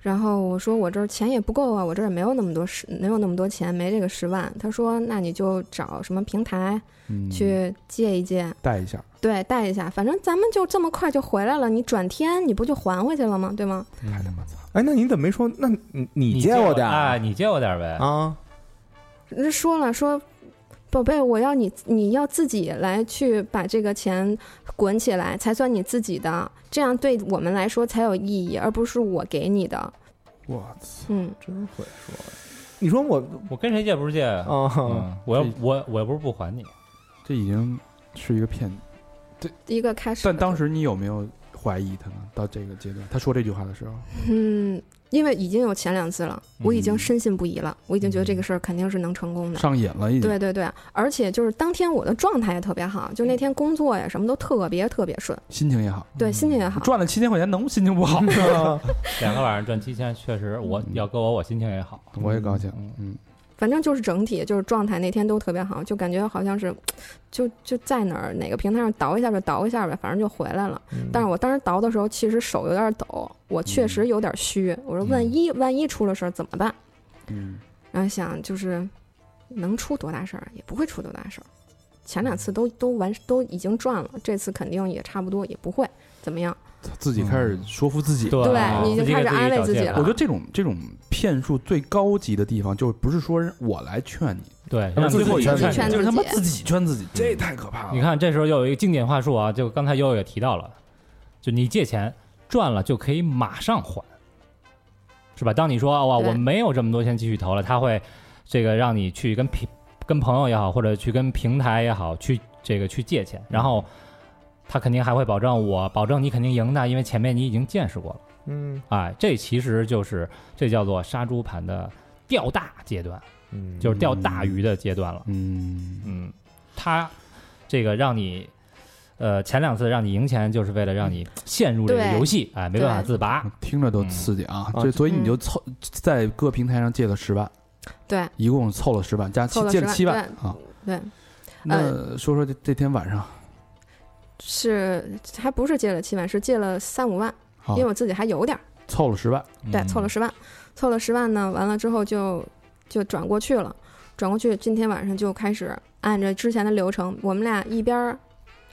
[SPEAKER 5] 然后我说我这儿钱也不够啊，我这儿也没有那么多十，没有那么多钱，没这个十万。他说：“那你就找什么平台
[SPEAKER 2] 嗯，
[SPEAKER 5] 去借一借，
[SPEAKER 2] 带一下，
[SPEAKER 5] 对，贷一下，反正咱们就这么快就回来了，你转天你不就还回去了吗？对吗？
[SPEAKER 2] 太他妈惨了。
[SPEAKER 3] 哎，那你怎么没说？那你你
[SPEAKER 1] 你
[SPEAKER 3] 借我
[SPEAKER 1] 我
[SPEAKER 3] 点儿
[SPEAKER 1] 啊，你借我点儿
[SPEAKER 2] 哎
[SPEAKER 1] 呗。
[SPEAKER 3] 啊？
[SPEAKER 5] 人说了说，宝贝，我要你，你要自己来去把这个钱滚起来，才算你自己的，这样对我们来说才有意义，而不是我给你的。
[SPEAKER 2] 我操！
[SPEAKER 5] 嗯，
[SPEAKER 3] 真会说，你说我
[SPEAKER 1] 我跟谁借不是借？
[SPEAKER 3] 啊，
[SPEAKER 1] 嗯，我要
[SPEAKER 2] 哦这
[SPEAKER 1] 我我又不是不还你，
[SPEAKER 2] 这已经是一个骗子。
[SPEAKER 5] 一个开始。
[SPEAKER 2] 但当，时你有没有怀疑他呢？到这个阶段，他说这句话的时候，
[SPEAKER 5] 嗯，因为已经有前两次了，我已经深信不疑了，我已经觉得这个事儿肯定是能成功的。
[SPEAKER 2] 嗯上瘾了已经。
[SPEAKER 5] 对对对，而且就是当天我的状态也特别好，
[SPEAKER 2] 嗯
[SPEAKER 5] 就那天工作呀什么都特别特别顺，
[SPEAKER 2] 心情也好，
[SPEAKER 5] 对，心情也好。
[SPEAKER 2] 赚了七千块钱能心情不
[SPEAKER 3] 嗯
[SPEAKER 2] 好？
[SPEAKER 1] 两个晚上赚七千，确实我要搁我我心情也好。
[SPEAKER 2] 嗯我也高兴，嗯，
[SPEAKER 5] 反正就是整体就是状态，那天都特别好，就感觉好像是，就就在哪儿哪个平台上倒一下就倒一下呗，反正就回来了。
[SPEAKER 2] 嗯
[SPEAKER 5] 但是我当时倒
[SPEAKER 2] 嗯
[SPEAKER 5] 的时候，其实手有点抖，我确实有点虚。我说万一万一出了事儿怎么办？
[SPEAKER 2] 嗯
[SPEAKER 5] 然后想就是能出多大事儿，也不会出多大事儿。前两次都
[SPEAKER 2] 嗯
[SPEAKER 5] 都完都已经赚了，这次肯定也差不多，也不会怎么样。
[SPEAKER 2] 自己开始说服自己。
[SPEAKER 1] 对
[SPEAKER 5] 对你已经
[SPEAKER 1] 自己给自己
[SPEAKER 5] 开始安慰
[SPEAKER 1] 找
[SPEAKER 5] 自己
[SPEAKER 1] 借
[SPEAKER 5] 了
[SPEAKER 1] 口
[SPEAKER 2] 我觉得这种这种骗术最高级的地方，就不是说我来劝你，
[SPEAKER 1] 对，
[SPEAKER 2] 让
[SPEAKER 1] 让
[SPEAKER 2] 自己
[SPEAKER 1] 最后一
[SPEAKER 2] 劝
[SPEAKER 1] 个
[SPEAKER 5] 自己
[SPEAKER 1] 看
[SPEAKER 5] 劝
[SPEAKER 2] 就
[SPEAKER 1] 见
[SPEAKER 2] 是他妈
[SPEAKER 5] 自己
[SPEAKER 2] 自己劝自己，嗯这太可怕了。
[SPEAKER 1] 你看，这时候又有一个经典话术啊，就刚才悠悠也提到了，就你借钱赚了就可以马上还，是吧？当你说哇，
[SPEAKER 5] 对
[SPEAKER 1] 我没有这么多钱继续投了，他会这个让你去跟平跟朋友也好，或者去跟平台也好，去这个去借钱，然后他肯定还会保证我，保证你肯定赢的，因为前面你已经见识过了。
[SPEAKER 3] 嗯
[SPEAKER 1] 哎，这其实就是这叫做杀猪盘的钓大阶段，
[SPEAKER 3] 嗯
[SPEAKER 1] 就是钓大鱼的阶段了。
[SPEAKER 2] 嗯，
[SPEAKER 1] 嗯，他这个让你，呃，前两次让你赢钱，就是为了让你陷入这个
[SPEAKER 5] 对
[SPEAKER 1] 游戏，哎，没办法
[SPEAKER 5] 对
[SPEAKER 1] 自拔。
[SPEAKER 2] 听着都刺激啊！
[SPEAKER 3] 嗯
[SPEAKER 5] 哦
[SPEAKER 2] 这
[SPEAKER 3] 啊
[SPEAKER 2] 所以你就凑在各平台上借了十万，
[SPEAKER 5] 对，
[SPEAKER 2] 一共凑了十万，加七
[SPEAKER 5] 凑了
[SPEAKER 2] 借
[SPEAKER 5] 十
[SPEAKER 2] 了七万
[SPEAKER 5] 万，
[SPEAKER 2] 啊。
[SPEAKER 5] 对，呃
[SPEAKER 2] 那说说这这天晚上，
[SPEAKER 5] 是还不是借了七万，是借了三五万，
[SPEAKER 2] 好
[SPEAKER 5] 因为我自己还有点儿，
[SPEAKER 2] 凑了十万，
[SPEAKER 1] 嗯
[SPEAKER 5] 对，凑了十万，凑了十万呢，完了之后就就转过去了，转过去，今天晚上就开始按着之前的流程，我们俩一边儿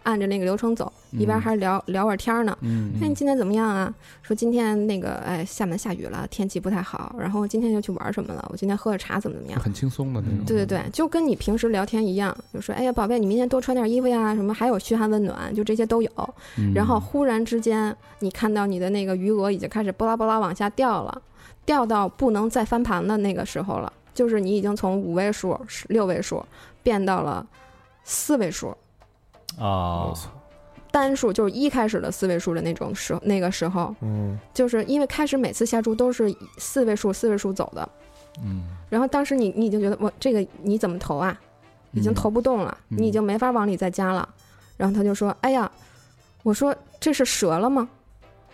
[SPEAKER 5] 按着那个流程走，一边儿
[SPEAKER 2] 嗯
[SPEAKER 5] 还聊聊会儿天儿呢。
[SPEAKER 2] 嗯
[SPEAKER 5] 那你今天怎么样啊？说今天那个，哎，厦门下雨了，天气不太好。然后今天又去玩什么了？我今天喝了茶，怎么怎么样？
[SPEAKER 2] 很轻松的那种。
[SPEAKER 1] 嗯
[SPEAKER 5] 对对对，就跟你平时聊天一样，就说，哎呀，宝贝，你明天多穿点衣服呀，什么还有嘘寒问暖，就这些都有。
[SPEAKER 2] 嗯
[SPEAKER 5] 然后忽然之间，你看到你的那个余额已经开始巴拉巴拉往下掉了，掉到不能再翻盘的那个时候了，就是你已经从五位数、十六位数变到了四位数，
[SPEAKER 1] 哦，
[SPEAKER 5] 单数就是一开始的四位数的那种时候那个时候，
[SPEAKER 3] 嗯
[SPEAKER 5] 就是因为开始每次下注都是以四位数、四位数走的，
[SPEAKER 2] 嗯，
[SPEAKER 5] 然后当时你你已经觉得我这个你怎么投啊，已经投不动了，
[SPEAKER 2] 嗯
[SPEAKER 5] 你已经没法往里再加了。然后他就说：“哎呀，我说这是折了吗？”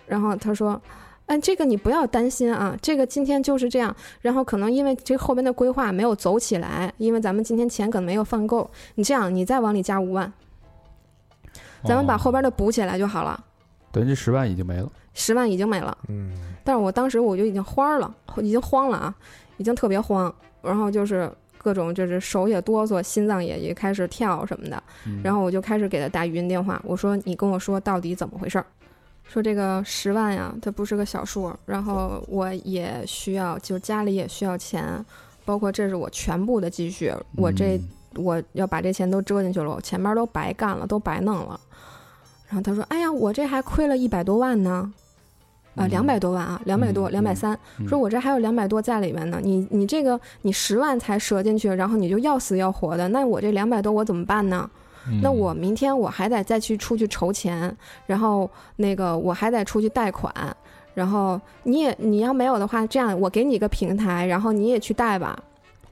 [SPEAKER 5] 然后他说：“哎，这个你不要担心啊，这个今天就是这样。然后可能因为这后边的规划没有走起来，因为咱们今天钱可能没有放够。你这样，你再往里加五万，
[SPEAKER 2] 哦
[SPEAKER 5] 咱们把后边的补起来就好了。
[SPEAKER 2] 等于这十万已经没了。
[SPEAKER 5] 十万已经没了。”
[SPEAKER 3] 嗯，
[SPEAKER 5] 但是我当时我就已经花儿了，已经慌了啊，已经特别慌，然后就是各种就是手也哆嗦，心脏也也开始跳什么的，然后我就开始给他打语音电话，我说你跟我说到底怎么回事儿。说这个十万呀，它不是个小数儿，然后我也需要，就家里也需要钱，包括这是我全部的积蓄，我这
[SPEAKER 2] 嗯
[SPEAKER 5] 我要把这钱都折进去了，我前面都白干了，都白弄了。然后他说：“哎呀，我这还亏了一百多万呢，啊、
[SPEAKER 2] 嗯
[SPEAKER 5] 两百多万啊，两百多，
[SPEAKER 2] 嗯
[SPEAKER 5] 两百三。
[SPEAKER 2] 嗯
[SPEAKER 5] 说我这还有两百多在里面呢，你你这个你十万才折进去，然后你就要死要活的，那我这两百多我怎么办呢？
[SPEAKER 2] 嗯
[SPEAKER 5] 那我明天我还得再去出去筹钱，然后那个我还得出去贷款。”然后你也你要没有的话，这样我给你一个平台，然后你也去贷吧，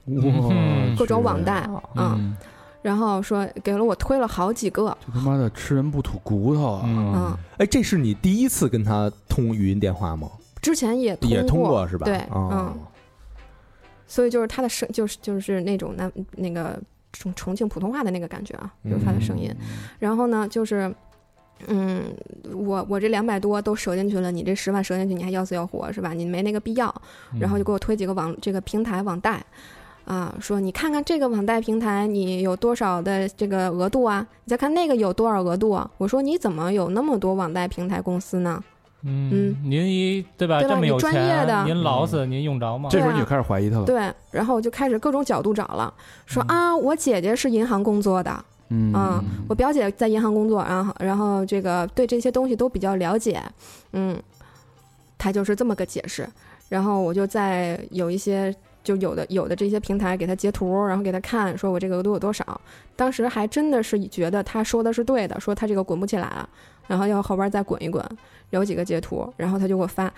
[SPEAKER 2] 哇
[SPEAKER 1] 嗯
[SPEAKER 5] 各种网贷，啊，
[SPEAKER 1] 嗯
[SPEAKER 5] 然后说给了我推了好几个，
[SPEAKER 2] 这他妈的吃人不吐骨头啊！
[SPEAKER 5] 嗯，
[SPEAKER 3] 哎，这是你第一次跟他通语音电话吗？
[SPEAKER 5] 之前也通
[SPEAKER 3] 也通
[SPEAKER 5] 过
[SPEAKER 3] 过是吧？
[SPEAKER 5] 对，
[SPEAKER 3] 哦
[SPEAKER 5] 嗯，所以就是他的声，就是就是那种那那个重重庆普通话的那个感觉啊，就是他的声音。然后呢，就是。嗯，我我这两百多都折进去了，你这十万折进去，你还要死要活是吧？你没那个必要，然后就给我推几个网这个平台网贷，啊，说你看看这个网贷平台你有多少的这个额度啊？你再看那个有多少额度啊？我说你怎么有那么多网贷平台公司呢？
[SPEAKER 1] 嗯，您一对吧？
[SPEAKER 5] 对吧
[SPEAKER 1] 这么有
[SPEAKER 5] 你专业
[SPEAKER 1] 钱，
[SPEAKER 5] 的
[SPEAKER 1] 您劳死，您用着吗？
[SPEAKER 2] 这时候你就开始怀疑他了。
[SPEAKER 5] 对，啊然后我就开始各种角度找了，说啊，我姐姐是银行工作的，
[SPEAKER 2] 嗯
[SPEAKER 5] 啊我表姐在银行工作，然后然后这个对这些东西都比较了解，嗯，她就是这么个解释。然后我就在有一些就有的有的这些平台给她截图，然后给她看，说我这个额度有多少。当时还真的是觉得她说的是对的，说她这个滚不起来了，然后要后边再滚一滚，有几个截图，然后她就给我发。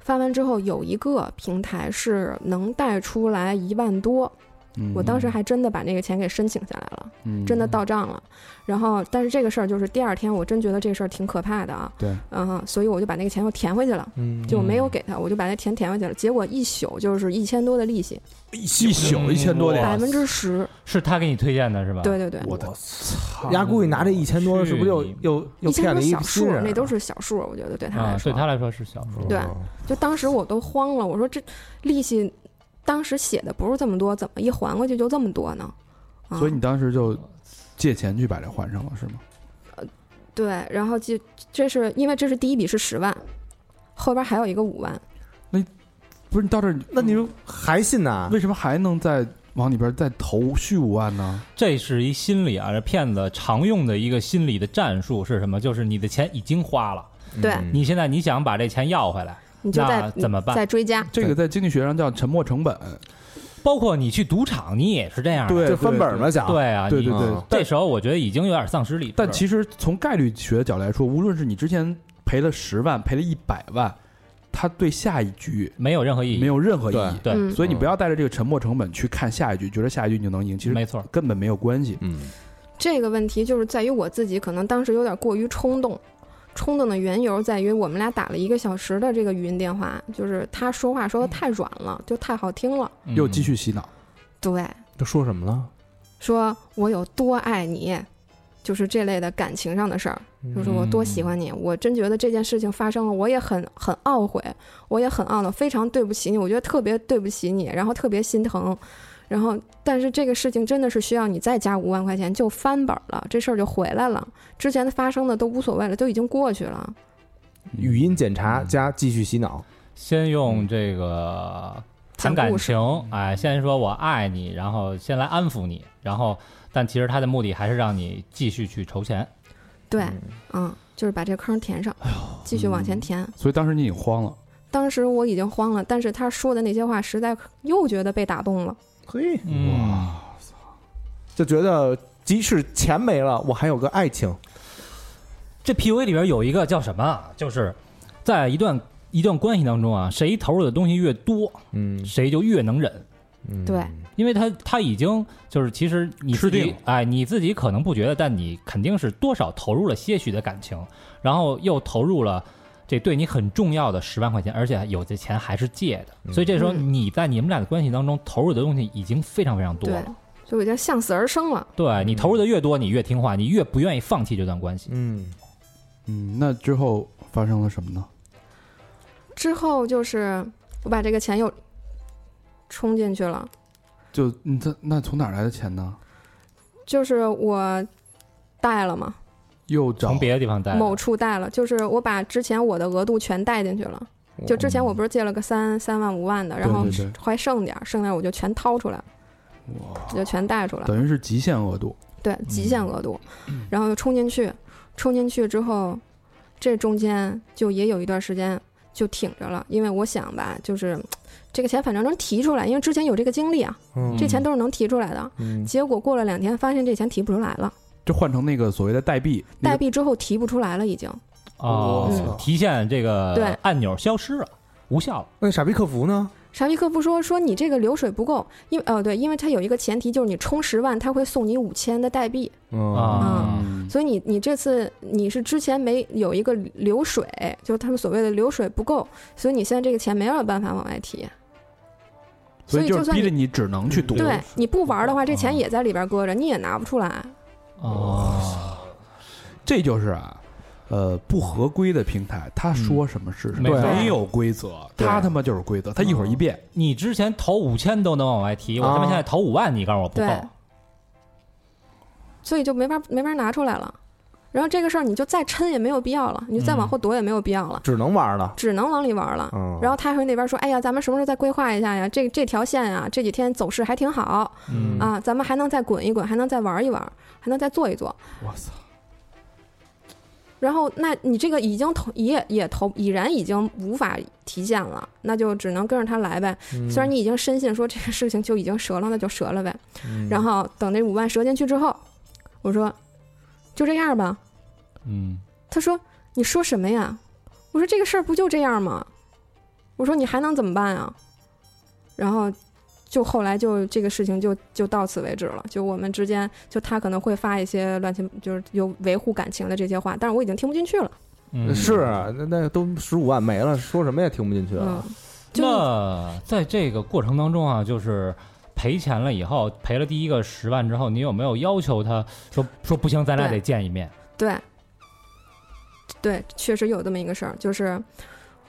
[SPEAKER 5] 发完之后，有一个平台是能贷出来一万多，
[SPEAKER 2] 嗯
[SPEAKER 5] 我当时还真的把那个钱给申请下来了。
[SPEAKER 2] 嗯
[SPEAKER 5] 真的到账了。然后，但是这个事儿就是第二天，我真觉得这事儿挺可怕的啊。
[SPEAKER 2] 对，
[SPEAKER 5] 嗯哼，所以我就把那个钱又填回去了，
[SPEAKER 3] 嗯
[SPEAKER 5] 就没有给他，我就把那钱填回去了。结果一宿就是一千多的利息，
[SPEAKER 2] 一宿一千
[SPEAKER 1] 哇
[SPEAKER 2] 多
[SPEAKER 1] 啊
[SPEAKER 2] 点，
[SPEAKER 5] 百分之十。
[SPEAKER 1] 是他给你推荐的是吧？
[SPEAKER 5] 对，对对，
[SPEAKER 2] 我的操！
[SPEAKER 3] 丫估计拿这一千多，
[SPEAKER 1] 去
[SPEAKER 3] 是不是又
[SPEAKER 1] 你
[SPEAKER 3] 又又骗
[SPEAKER 5] 一千
[SPEAKER 3] 了
[SPEAKER 5] 多
[SPEAKER 3] 一
[SPEAKER 5] 小数
[SPEAKER 3] 新，人？哦
[SPEAKER 5] 那都是小数，我觉得对他
[SPEAKER 1] 啊
[SPEAKER 5] 来，说，
[SPEAKER 1] 对他来说是小数。
[SPEAKER 5] 对，就当时我都慌了，我说这利息当时写的不是这么多，怎么一还过去就这么多呢？
[SPEAKER 2] 嗯
[SPEAKER 5] 啊、
[SPEAKER 2] 所以你当时就借钱去把这还上了是吗？
[SPEAKER 5] 对，然后就这是因为这是第一笔是十万，后边还有一个五万，
[SPEAKER 2] 不是，你到这儿你
[SPEAKER 3] 那你们还信
[SPEAKER 5] 啊
[SPEAKER 3] 呐？
[SPEAKER 2] 为什么还能再往里边再投续五万呢？
[SPEAKER 1] 这是一心理啊，这骗子常用的一个心理的战术是什么？就是你的钱已经花了，
[SPEAKER 5] 对
[SPEAKER 3] 嗯
[SPEAKER 1] 你现在你想把这钱要回来，
[SPEAKER 5] 你就
[SPEAKER 1] 那
[SPEAKER 5] 再
[SPEAKER 1] 怎么办
[SPEAKER 5] 再追加，
[SPEAKER 2] 这个在经济学上叫沉没成本，
[SPEAKER 1] 啊包括你去赌场，你也是这样的。
[SPEAKER 2] 对，
[SPEAKER 3] 这翻本儿
[SPEAKER 2] 嘛。
[SPEAKER 3] 嘛想？
[SPEAKER 1] 对啊，
[SPEAKER 2] 对
[SPEAKER 1] 你
[SPEAKER 2] 对对
[SPEAKER 3] 嗯，
[SPEAKER 1] 这时候我觉得已经有点丧失理智了。
[SPEAKER 2] 但其实从概率学的角度来说，无论是你之前赔了十万，赔了一百万，它对下一局
[SPEAKER 1] 没有任何意义。
[SPEAKER 2] 没有任何意义。
[SPEAKER 1] 对
[SPEAKER 5] 嗯，
[SPEAKER 2] 所以你不要带着这个沉没成本去看下一局，觉得下一局你就能赢，其实
[SPEAKER 1] 没错，
[SPEAKER 2] 根本没有关系。
[SPEAKER 3] 嗯，
[SPEAKER 5] 这个问题就是在于我自己可能当时有点过于冲动，冲动的缘由在于我们俩打了一个小时的这个语音电话，就是他说话说的太软了，就太好听了，
[SPEAKER 1] 嗯
[SPEAKER 2] 又继续洗脑，
[SPEAKER 5] 对，
[SPEAKER 3] 这说什么了？
[SPEAKER 5] 说我有多爱你，就是这类的感情上的事儿，就是我多喜欢你，我真觉得这件事情发生了，我也很很懊悔，我也很懊恼，非常对不起你，我觉得特别对不起你，然后特别心疼，然后但是这个事情真的是需要你再加五万块钱就翻本了，这事儿就回来了，之前的发生的都无所谓了，都已经过去了，
[SPEAKER 3] 语音检查加继续洗脑，
[SPEAKER 1] 先用这个谈
[SPEAKER 5] 讲
[SPEAKER 1] 感
[SPEAKER 5] 故事
[SPEAKER 1] 情，哎，先说我爱你，然后先来安抚你，然后但其实他的目的还是让你继续去筹钱。
[SPEAKER 5] 对，嗯，就是把这坑填上，继续往前填。
[SPEAKER 2] 所以当时你已经慌了。
[SPEAKER 5] 当时我已经慌了，但是他说的那些话实在又觉得被打动了。
[SPEAKER 3] 嘿，
[SPEAKER 1] 嗯，
[SPEAKER 2] 哇，
[SPEAKER 3] 就觉得即使钱没了，我还有个爱情。
[SPEAKER 1] 这 PUA 里边有一个叫什么啊？就是在一段一段关系当中啊，谁投入的东西越多，
[SPEAKER 3] 嗯，
[SPEAKER 1] 谁就越能忍。
[SPEAKER 5] 对
[SPEAKER 1] 因为他他已经就是其实你自
[SPEAKER 2] 吃定
[SPEAKER 1] 己
[SPEAKER 2] 了
[SPEAKER 1] 哎你自己可能不觉得，但你肯定是多少投入了些许的感情，然后又投入了这对你很重要的十万块钱，而且有的钱还是借的，
[SPEAKER 3] 嗯
[SPEAKER 1] 所以这时候
[SPEAKER 5] 嗯
[SPEAKER 1] 你在你们俩的关系当中投入的东西已经非常非常多
[SPEAKER 5] 对
[SPEAKER 1] 了。，
[SPEAKER 5] 就已经向死而生了。
[SPEAKER 1] 对你投入的越多，你越听话，你越不愿意放弃这段关系。
[SPEAKER 3] 嗯，
[SPEAKER 2] 嗯，那之后发生了什么呢？
[SPEAKER 5] 之后就是我把这个钱又充进去了，
[SPEAKER 2] 就你这那从哪儿来的钱呢？
[SPEAKER 5] 就是我贷了嘛，
[SPEAKER 2] 又找
[SPEAKER 1] 从别的地方贷的，
[SPEAKER 5] 某处贷了，就是我把之前我的额度全贷进去了。就之前我不是借了个三三万五万的，然后
[SPEAKER 2] 哦对对对
[SPEAKER 5] 还剩点儿，剩点儿我就全掏出来，
[SPEAKER 2] 哇，
[SPEAKER 5] 我就全贷出来，
[SPEAKER 2] 等于是极限额度，
[SPEAKER 5] 对，
[SPEAKER 3] 嗯
[SPEAKER 5] 极限额度，然后就充进去，充进去之后，这中间就也有一段时间就挺着了，因为我想吧，就是这个钱反正能提出来，因为之前有这个经历啊，
[SPEAKER 3] 嗯
[SPEAKER 5] 这钱都是能提出来的。
[SPEAKER 3] 嗯
[SPEAKER 5] 结果过了两天，发现这钱提不出来了，
[SPEAKER 2] 就换成那个所谓的代币，那
[SPEAKER 5] 代
[SPEAKER 2] 个
[SPEAKER 5] 币之后提不出来了，已经。
[SPEAKER 1] 哦
[SPEAKER 5] 嗯
[SPEAKER 1] 提现这
[SPEAKER 5] 对
[SPEAKER 1] 个按钮消失了，无效了。
[SPEAKER 3] 那傻逼客服呢？
[SPEAKER 5] 傻逼客服说说你这个流水不够，因为哦对，因为它有一个前提就是你充十万，他会送你五千的代币，
[SPEAKER 3] 嗯
[SPEAKER 1] 啊
[SPEAKER 2] 嗯
[SPEAKER 5] 所以你你这次你是之前没有一个流水，就是他们所谓的流水不够，所以你现在这个钱没有办法往外提。
[SPEAKER 2] 所
[SPEAKER 5] 所
[SPEAKER 2] 以
[SPEAKER 5] 以
[SPEAKER 2] 就
[SPEAKER 5] 就是算
[SPEAKER 2] 逼着你
[SPEAKER 5] 你
[SPEAKER 2] 啊只能去赌，
[SPEAKER 5] 对，你不玩的话，这钱也在里边搁着，你也拿不出来。
[SPEAKER 2] 嗯
[SPEAKER 1] 哦，
[SPEAKER 2] 这就是啊，呃，不合规的平台，他说什么是什么，
[SPEAKER 1] 没错嗯
[SPEAKER 2] 没有规则，
[SPEAKER 3] 对
[SPEAKER 2] 他他妈就是规则，他一会儿一变，
[SPEAKER 1] 你之前投五千都能往外提，我他妈
[SPEAKER 3] 啊
[SPEAKER 1] 现在投五万，你告诉我不
[SPEAKER 5] 对
[SPEAKER 1] 够。
[SPEAKER 5] 所以就没法没法拿出来了。然后这个事儿你就再抻也没有必要了，你就再往后躲也没有必要
[SPEAKER 2] 嗯
[SPEAKER 5] 了，
[SPEAKER 3] 只能玩了。
[SPEAKER 5] 只能往里玩了。
[SPEAKER 2] 哦
[SPEAKER 3] 嗯，
[SPEAKER 5] 然后他回那边说：“哎呀，咱们什么时候再规划一下呀？这这条线啊，这几天走势还挺好
[SPEAKER 1] 嗯
[SPEAKER 5] 啊，咱们还能再滚一滚，还能再玩一玩，还能再做一做。
[SPEAKER 2] 我操，”
[SPEAKER 5] 然后，那你这个已经投也也投已然已经无法提现了，那就只能跟着他来呗。虽然你已经深信说这个事情就已经折了，那就折了呗。
[SPEAKER 3] 嗯
[SPEAKER 5] 然后等这五万折进去之后，我说就这样吧。
[SPEAKER 1] 嗯，
[SPEAKER 5] 他说你说什么呀？我说这个事儿不就这样吗？我说你还能怎么办啊？然后就后来就这个事情就就到此为止了。就我们之间，就他可能会发一些乱七就是有维护感情的这些话，但是我已经听不进去了。
[SPEAKER 1] 嗯
[SPEAKER 3] 是啊那那都十五万没了，说什么也听不进去
[SPEAKER 5] 嗯
[SPEAKER 3] 了。，
[SPEAKER 5] 就
[SPEAKER 1] 那在这个过程当中啊，就是赔钱了以后，赔了第一个十万之后，你有没有要求他说说不行，咱俩
[SPEAKER 5] 对
[SPEAKER 1] 得见一面？
[SPEAKER 5] 对，对，确实有这么一个事儿，就是，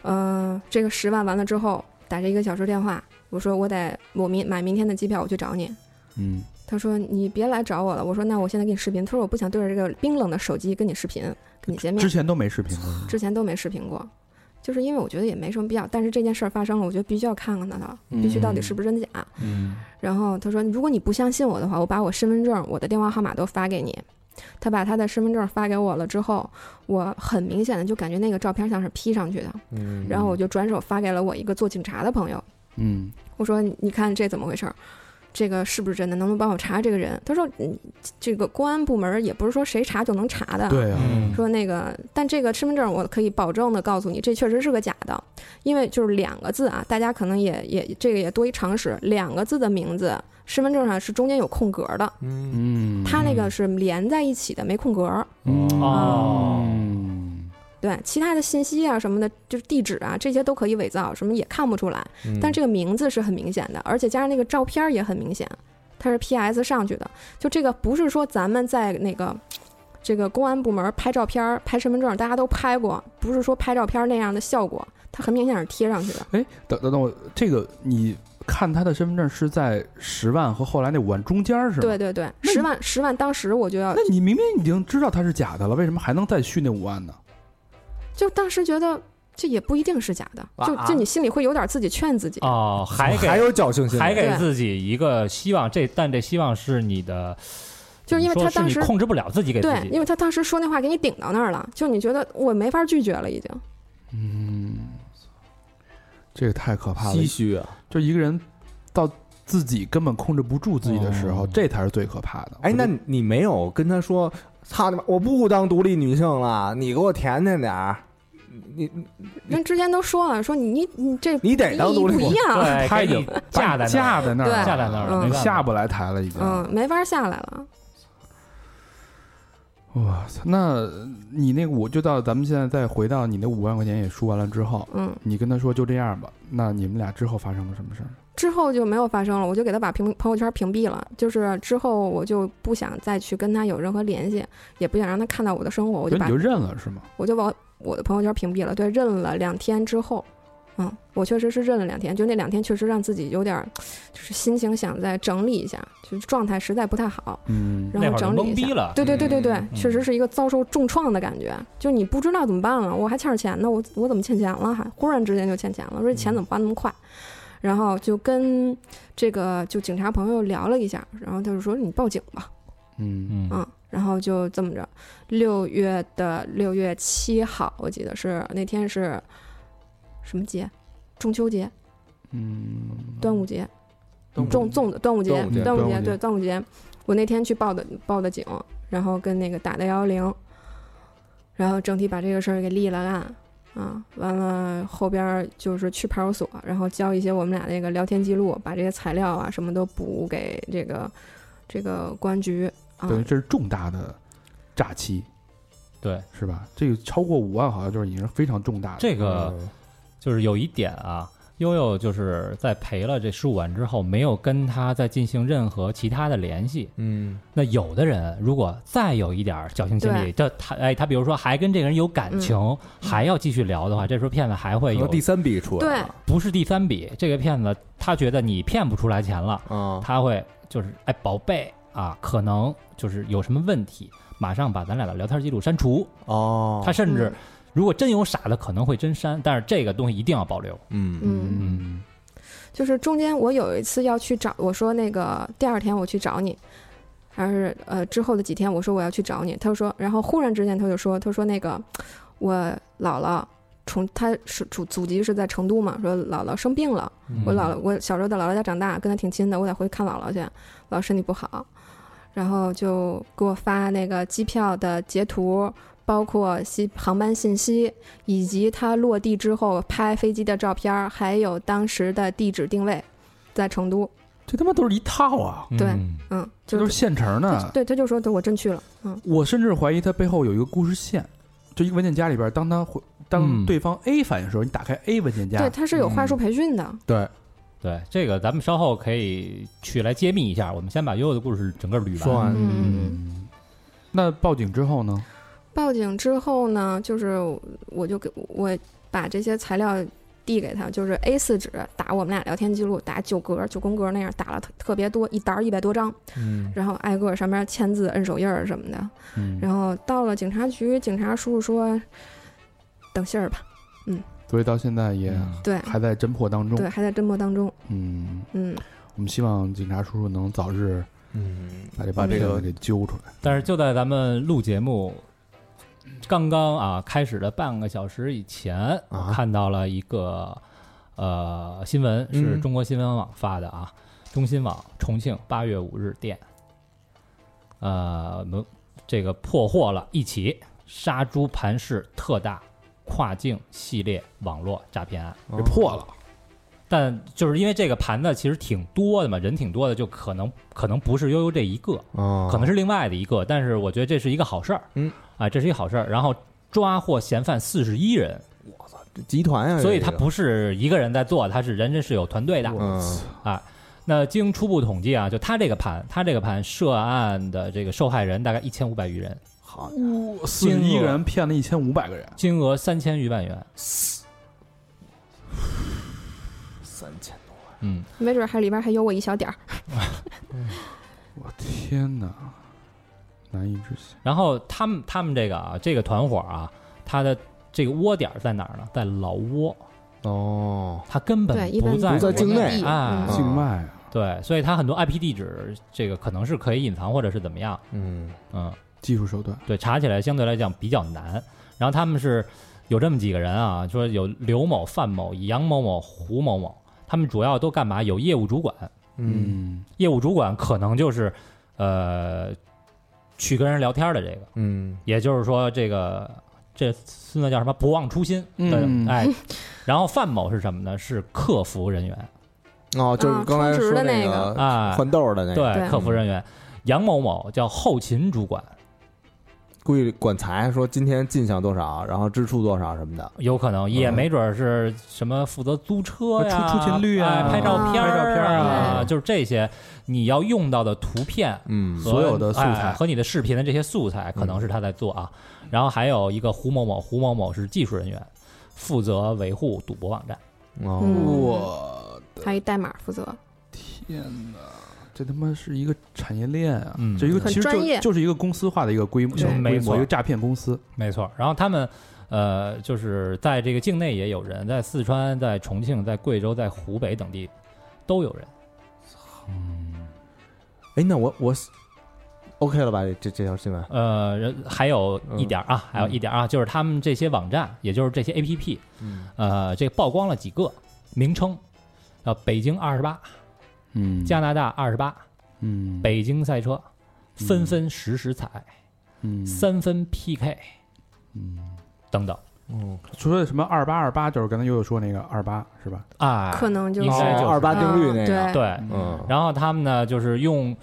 [SPEAKER 5] 呃，这个十万完了之后打这一个小时电话，我说我得我明买明天的机票，我去找你。
[SPEAKER 2] 嗯，
[SPEAKER 5] 他说你别来找我了。我说那我现在给你视频。他说我不想对着这个冰冷的手机跟你视频，跟你见面。
[SPEAKER 2] 之前都没视频过，
[SPEAKER 5] 之前都没视频过，就是因为我觉得也没什么必要。但是这件事儿发生了，我觉得必须要看看他了，必须到底是不是真假。
[SPEAKER 3] 嗯
[SPEAKER 5] 然后他说，如果你不相信我的话，我把我身份证、我的电话号码都发给你。他把他的身份证发给我了之后，我很明显的就感觉那个照片像是 P 上去的。
[SPEAKER 3] 嗯
[SPEAKER 5] 然后我就转手发给了我一个做警察的朋友，
[SPEAKER 2] 嗯，
[SPEAKER 5] 我说你看这怎么回事儿？这个是不是真的？能不能帮我查这个人？他说，嗯这个公安部门也不是说谁查就能查的。
[SPEAKER 2] 对啊，
[SPEAKER 3] 嗯
[SPEAKER 5] 说那个，但这个身份证我可以保证的告诉你，这确实是个假的，因为就是两个字啊，大家可能也也这个也多一常识，两个字的名字，身份证上是中间有空格的，
[SPEAKER 3] 嗯
[SPEAKER 2] 嗯，
[SPEAKER 5] 它那个是连在一起的，没空格。
[SPEAKER 1] 哦，
[SPEAKER 2] 嗯，
[SPEAKER 5] 对，其他的信息啊什么的，就是地址啊这些都可以伪造，什么也看不出来，
[SPEAKER 3] 嗯
[SPEAKER 5] 但这个名字是很明显的，而且加上那个照片儿也很明显，它是 PS 上去的，就这个不是说咱们在那个。这个公安部门拍照片儿、拍身份证，大家都拍过，不是说拍照片儿那样的效果，它很明显是贴上去的。
[SPEAKER 2] 哎，等等等我，这个你看他的身份证是在十万和后来那五万中间儿是吗？
[SPEAKER 5] 对。对对，
[SPEAKER 2] 那你
[SPEAKER 5] 十万十万，当时我就要
[SPEAKER 2] 那，你明明已经知道他是假的了，为什么还能再续那五万呢？
[SPEAKER 5] 就当时觉得这也不一定是假的，就
[SPEAKER 3] 啊
[SPEAKER 5] 就你心里会有点自己劝自己。
[SPEAKER 1] 哦，还给
[SPEAKER 3] 还有侥幸心理，
[SPEAKER 1] 还给
[SPEAKER 5] 对
[SPEAKER 1] 自己一个希望，这但这希望是你的，
[SPEAKER 5] 就是因为
[SPEAKER 1] 怎么
[SPEAKER 5] 他
[SPEAKER 1] 说
[SPEAKER 5] 当
[SPEAKER 1] 是你
[SPEAKER 5] 时
[SPEAKER 1] 控制不了自己给自
[SPEAKER 5] 对，
[SPEAKER 1] 己
[SPEAKER 5] 因为他当时说那话给你顶到那儿了，就你觉得我没法拒绝了，已经。
[SPEAKER 2] 嗯，这个太可怕了
[SPEAKER 3] 唏。嘘啊！
[SPEAKER 2] 就一个人到自己根本控制不住自己的时候，
[SPEAKER 1] 哦
[SPEAKER 2] 这才是最可怕的。
[SPEAKER 3] 哎，
[SPEAKER 2] 我
[SPEAKER 3] 那
[SPEAKER 2] 就
[SPEAKER 3] 你没有跟他说，操你妈，我不当独立女性了，你给我甜甜点儿，你你
[SPEAKER 5] 人之前都说了，说你你你这
[SPEAKER 3] 你得当独
[SPEAKER 5] 不
[SPEAKER 3] 立
[SPEAKER 5] 一
[SPEAKER 3] 女性，
[SPEAKER 5] 样，
[SPEAKER 1] 对，
[SPEAKER 2] 他
[SPEAKER 1] 给
[SPEAKER 2] 已经
[SPEAKER 1] 你架在那儿
[SPEAKER 2] 架在那儿了，
[SPEAKER 5] 对
[SPEAKER 1] 架在那儿了
[SPEAKER 5] 嗯
[SPEAKER 1] 没办
[SPEAKER 2] 你
[SPEAKER 1] 法
[SPEAKER 2] 下不来台了，已经。
[SPEAKER 5] 嗯，没法下来了。
[SPEAKER 2] 哇塞，那你那个我就到咱们现在再回到你那五万块钱也输完了之后，
[SPEAKER 5] 嗯，
[SPEAKER 2] 你跟他说就这样吧。那你们俩之后发生了什么事儿？
[SPEAKER 5] 之后就没有发生了，我就给他把屏朋友圈屏蔽了。就是之后我就不想再去跟他有任何联系，也不想让他看到我的生活，我
[SPEAKER 2] 所
[SPEAKER 5] 就
[SPEAKER 2] 以
[SPEAKER 5] 把
[SPEAKER 2] 你就认了是吗？
[SPEAKER 5] 我就把我的朋友圈屏蔽了。对，认了两天之后，嗯，我确实是认了两天，就那两天确实让自己有点儿，就是心情想再整理一下，就是状态实在不太好，
[SPEAKER 2] 嗯
[SPEAKER 5] 然
[SPEAKER 1] 那
[SPEAKER 5] 后
[SPEAKER 1] 会儿
[SPEAKER 5] 整理
[SPEAKER 1] 懵
[SPEAKER 5] 一下
[SPEAKER 1] 逼。了，
[SPEAKER 5] 对对对对对
[SPEAKER 3] 嗯，
[SPEAKER 5] 确实是一个遭受重创的感觉，就你不知道怎么办了，我还欠着钱呢，我我怎么欠钱了还？忽然之间就欠钱了，说这
[SPEAKER 3] 嗯
[SPEAKER 5] 钱怎么花那么快？然后就跟这个就警察朋友聊了一下，然后他就说你报警吧，
[SPEAKER 2] 嗯
[SPEAKER 1] 嗯，
[SPEAKER 5] 嗯，然后就这么着，六月的六月七号，我记得是那天是什么节？中秋节、
[SPEAKER 2] 嗯，
[SPEAKER 5] 端午节、
[SPEAKER 2] 中
[SPEAKER 5] 中粽子、端午节
[SPEAKER 3] 端午节、
[SPEAKER 5] 端午
[SPEAKER 2] 端
[SPEAKER 5] 节
[SPEAKER 2] 午节
[SPEAKER 5] 对端午节，我那天去报的报的警，然后跟那个打的幺幺零，然后整体把这个事儿给立了案。啊，完了后边儿就是去派出所，然后交一些我们俩那个聊天记录，把这些材料啊什么都补给这个这个公安局啊。
[SPEAKER 2] 等于这是重大的诈欺
[SPEAKER 1] 对，
[SPEAKER 2] 是吧？这个超过五万好像就是已经是非常重大的。
[SPEAKER 1] 这个
[SPEAKER 3] 嗯
[SPEAKER 1] 就是有一点啊。悠悠就是在赔了这十五万之后，没有跟他再进行任何其他的联系。
[SPEAKER 3] 嗯
[SPEAKER 1] 那有的人如果再有一点儿侥幸心理，这他哎，他比如说还跟这个人有感情，还要继续聊的话，这时候骗子还会
[SPEAKER 3] 可
[SPEAKER 1] 有
[SPEAKER 3] 能第三笔出
[SPEAKER 5] 对
[SPEAKER 3] 来了，
[SPEAKER 1] 不是第三笔，这个骗子他觉得你骗不出来钱了，
[SPEAKER 3] 啊，
[SPEAKER 1] 他会就是哎宝贝啊，可能就是有什么问题，马上把咱俩的聊天记录删除。
[SPEAKER 3] 哦，
[SPEAKER 1] 他甚至
[SPEAKER 5] 嗯
[SPEAKER 1] 如果真有傻的，可能会真删，但是这个东西一定要保留。
[SPEAKER 3] 嗯
[SPEAKER 5] 嗯，
[SPEAKER 2] 嗯
[SPEAKER 5] 就是中间我有一次要去找，我说那个第二天我去找你，还是呃之后的几天我说我要去找你，他就说，然后忽然之间他就说，他说那个我姥姥从他是祖祖籍是在成都嘛，说姥姥生病了，我
[SPEAKER 2] 嗯
[SPEAKER 5] 姥姥我小时候在姥姥家长大，跟她挺亲的，我得回去看姥姥去，姥姥身体不好，然后就给我发那个机票的截图。包括西航班信息，以及他落地之后拍飞机的照片儿，还有当时的地址定位，在成都。
[SPEAKER 2] 这他妈都是一套啊！
[SPEAKER 1] 嗯
[SPEAKER 5] 对嗯，
[SPEAKER 2] 这
[SPEAKER 5] 就
[SPEAKER 2] 都是
[SPEAKER 5] 是
[SPEAKER 2] 现成
[SPEAKER 5] 他
[SPEAKER 2] 的。
[SPEAKER 5] 对，他就说我真去了。嗯，
[SPEAKER 2] 我甚至怀疑它背后有一个故事线，就一个文件夹里边，当他回当
[SPEAKER 1] 嗯
[SPEAKER 2] 对方 A 反应的时候，你打开 A 文件夹，
[SPEAKER 5] 对，他是
[SPEAKER 2] 嗯
[SPEAKER 5] 有话术培训的。
[SPEAKER 3] 对，
[SPEAKER 1] 对，这个咱们稍后可以去来揭秘一下。我们先把悠悠的故事整个捋完。
[SPEAKER 3] 说完
[SPEAKER 5] 嗯嗯嗯。
[SPEAKER 2] 那报警之后呢？
[SPEAKER 5] 报警之后呢，就是我就给我把这些材料递给他，就是 A 四纸，打我们俩聊天记录，打九格、九宫格那样，打了特特别多，一沓一百多张，
[SPEAKER 3] 嗯
[SPEAKER 5] 然后挨个上面签字、摁手印儿什么的。
[SPEAKER 2] 嗯，
[SPEAKER 5] 然后到了警察局，警察叔叔说：“等信儿吧。
[SPEAKER 2] 所以到现在也
[SPEAKER 1] 嗯”
[SPEAKER 5] 对
[SPEAKER 2] 还在侦破当中。
[SPEAKER 5] 对，还在侦破当中。
[SPEAKER 2] 嗯，
[SPEAKER 5] 嗯，
[SPEAKER 2] 我们希望警察叔叔能早日
[SPEAKER 3] 嗯，
[SPEAKER 2] 把这
[SPEAKER 5] 把这
[SPEAKER 2] 片子
[SPEAKER 3] 个
[SPEAKER 2] 给揪出来。
[SPEAKER 1] 但是就在咱们录节目刚刚啊开始的半个小时以前，
[SPEAKER 3] 啊
[SPEAKER 1] 我看到了一个呃新闻，是
[SPEAKER 3] 嗯
[SPEAKER 1] 中国新闻网发的啊，中新网重庆八月五日电，呃，能这个破获了一起杀猪盘式特大跨境系列网络诈骗案。
[SPEAKER 3] 这破了，
[SPEAKER 1] 但就是因为这个盘子其实挺多的嘛，人挺多的，就可能可能不是悠悠这一个，
[SPEAKER 3] 哦
[SPEAKER 1] 可能是另外的一个，但是我觉得这是一个好事儿，
[SPEAKER 3] 嗯，
[SPEAKER 1] 啊，这是一个好事儿。然后抓获嫌犯四十一人，
[SPEAKER 3] 集团呀，
[SPEAKER 1] 所以
[SPEAKER 3] 这
[SPEAKER 1] 他
[SPEAKER 3] 个
[SPEAKER 1] 不是一个人在做，他是人家是有团队的。
[SPEAKER 3] 哎嗯
[SPEAKER 1] 那经初步统计啊，就他这个盘，他这个盘涉案的这个受害人大概一千五百余人，
[SPEAKER 2] 好，
[SPEAKER 5] 嗯
[SPEAKER 2] 四十啊一
[SPEAKER 1] 金额
[SPEAKER 2] 个人骗了一千五百个人，
[SPEAKER 1] 金额三千余万元，
[SPEAKER 3] 三千多，
[SPEAKER 1] 嗯，
[SPEAKER 5] 没准还里边还有我一小点儿。
[SPEAKER 2] 我天哪，难以置信。
[SPEAKER 1] 然后他们他们这个啊，这个团伙啊，他的这个窝点儿在哪儿呢？在老挝，
[SPEAKER 3] 哦，
[SPEAKER 1] 他根本
[SPEAKER 5] 对，一般
[SPEAKER 1] 不在
[SPEAKER 3] 不在
[SPEAKER 1] 国
[SPEAKER 3] 境
[SPEAKER 1] 内
[SPEAKER 3] 内
[SPEAKER 5] 地
[SPEAKER 1] 啊
[SPEAKER 5] 嗯
[SPEAKER 2] 境外啊，
[SPEAKER 1] 对，所以他很多 IP 地址这个可能是可以隐藏或者是怎么样，
[SPEAKER 3] 嗯
[SPEAKER 1] 嗯。
[SPEAKER 2] 技术手段，
[SPEAKER 1] 对，查起来相对来讲比较难。然后他们是有这么几个人啊，说有刘某、范某、杨某某、胡某某，他们主要都干嘛？有业务主管，
[SPEAKER 3] 嗯
[SPEAKER 1] 业务主管可能就是呃去跟人聊天的这个，
[SPEAKER 3] 嗯
[SPEAKER 1] 也就是说这个这孙子叫什么？不忘初心，
[SPEAKER 2] 嗯
[SPEAKER 1] 对哎。然后范某是什么呢？是客服人员
[SPEAKER 3] 哦，就是
[SPEAKER 5] 啊
[SPEAKER 3] 刚才
[SPEAKER 5] 充值
[SPEAKER 3] 说
[SPEAKER 5] 的
[SPEAKER 3] 那
[SPEAKER 5] 那
[SPEAKER 3] 个
[SPEAKER 1] 啊，
[SPEAKER 3] 换豆儿的那个，
[SPEAKER 1] 对，
[SPEAKER 5] 对
[SPEAKER 1] 客服人员。杨某某叫后勤主管，
[SPEAKER 3] 故意管财，说今天进项多少，然后支出多少什么的，
[SPEAKER 1] 有可能，也
[SPEAKER 3] 嗯
[SPEAKER 1] 没准儿是什么负责租车呀、
[SPEAKER 2] 出出勤率啊
[SPEAKER 1] 哎拍照片、
[SPEAKER 5] 拍
[SPEAKER 2] 照片
[SPEAKER 1] 儿
[SPEAKER 2] 儿
[SPEAKER 1] 啊，
[SPEAKER 2] 啊
[SPEAKER 1] 就是这些你要用到的图片
[SPEAKER 3] 嗯
[SPEAKER 1] 和
[SPEAKER 2] 所有的素材嗯
[SPEAKER 1] 哎和你的视频的这些素材，可能是他在做啊。然后还有一个胡某某，胡某某是技术人员，负责维护赌博网站。
[SPEAKER 3] 哦，
[SPEAKER 5] 嗯
[SPEAKER 2] 我
[SPEAKER 5] 还有一代码负责，
[SPEAKER 2] 天哪！这他妈是一个产业链啊！
[SPEAKER 1] 嗯
[SPEAKER 2] 这一个
[SPEAKER 5] 很
[SPEAKER 2] 其实
[SPEAKER 5] 专
[SPEAKER 2] 就
[SPEAKER 5] 业
[SPEAKER 2] 就是一个公司化的一个规模，
[SPEAKER 5] 对
[SPEAKER 2] 小规
[SPEAKER 1] 没错
[SPEAKER 2] 模一个诈骗公司。
[SPEAKER 1] 没错。然后他们呃，就是在这个境内也有人，在四川、在重庆、在贵州、在湖北等地都有人。
[SPEAKER 3] 哎，那我我 OK 了吧？这这这条新闻，
[SPEAKER 1] 呃，人还有
[SPEAKER 2] 嗯
[SPEAKER 1] 一点儿啊，还有一点儿啊，就是他们这些网站，也就是这些 APP，
[SPEAKER 3] 嗯
[SPEAKER 1] 呃，这曝光了几个名称，呃，北京二十八、
[SPEAKER 2] 嗯
[SPEAKER 1] 加拿大二十八、
[SPEAKER 2] 嗯
[SPEAKER 1] 北京赛车，分分时时彩、
[SPEAKER 2] 嗯
[SPEAKER 1] 三分 PK
[SPEAKER 2] 嗯，
[SPEAKER 1] 等等
[SPEAKER 3] 嗯，
[SPEAKER 2] 除了什么二八二八，就是刚才悠悠说那个二八是吧？
[SPEAKER 1] 啊，
[SPEAKER 5] 可能就
[SPEAKER 1] 应
[SPEAKER 5] 是
[SPEAKER 1] 该就是
[SPEAKER 3] 哦二八定律那
[SPEAKER 5] 啊
[SPEAKER 3] 个，
[SPEAKER 5] 对
[SPEAKER 1] 对。
[SPEAKER 3] 嗯，
[SPEAKER 1] 然后他们呢，就是用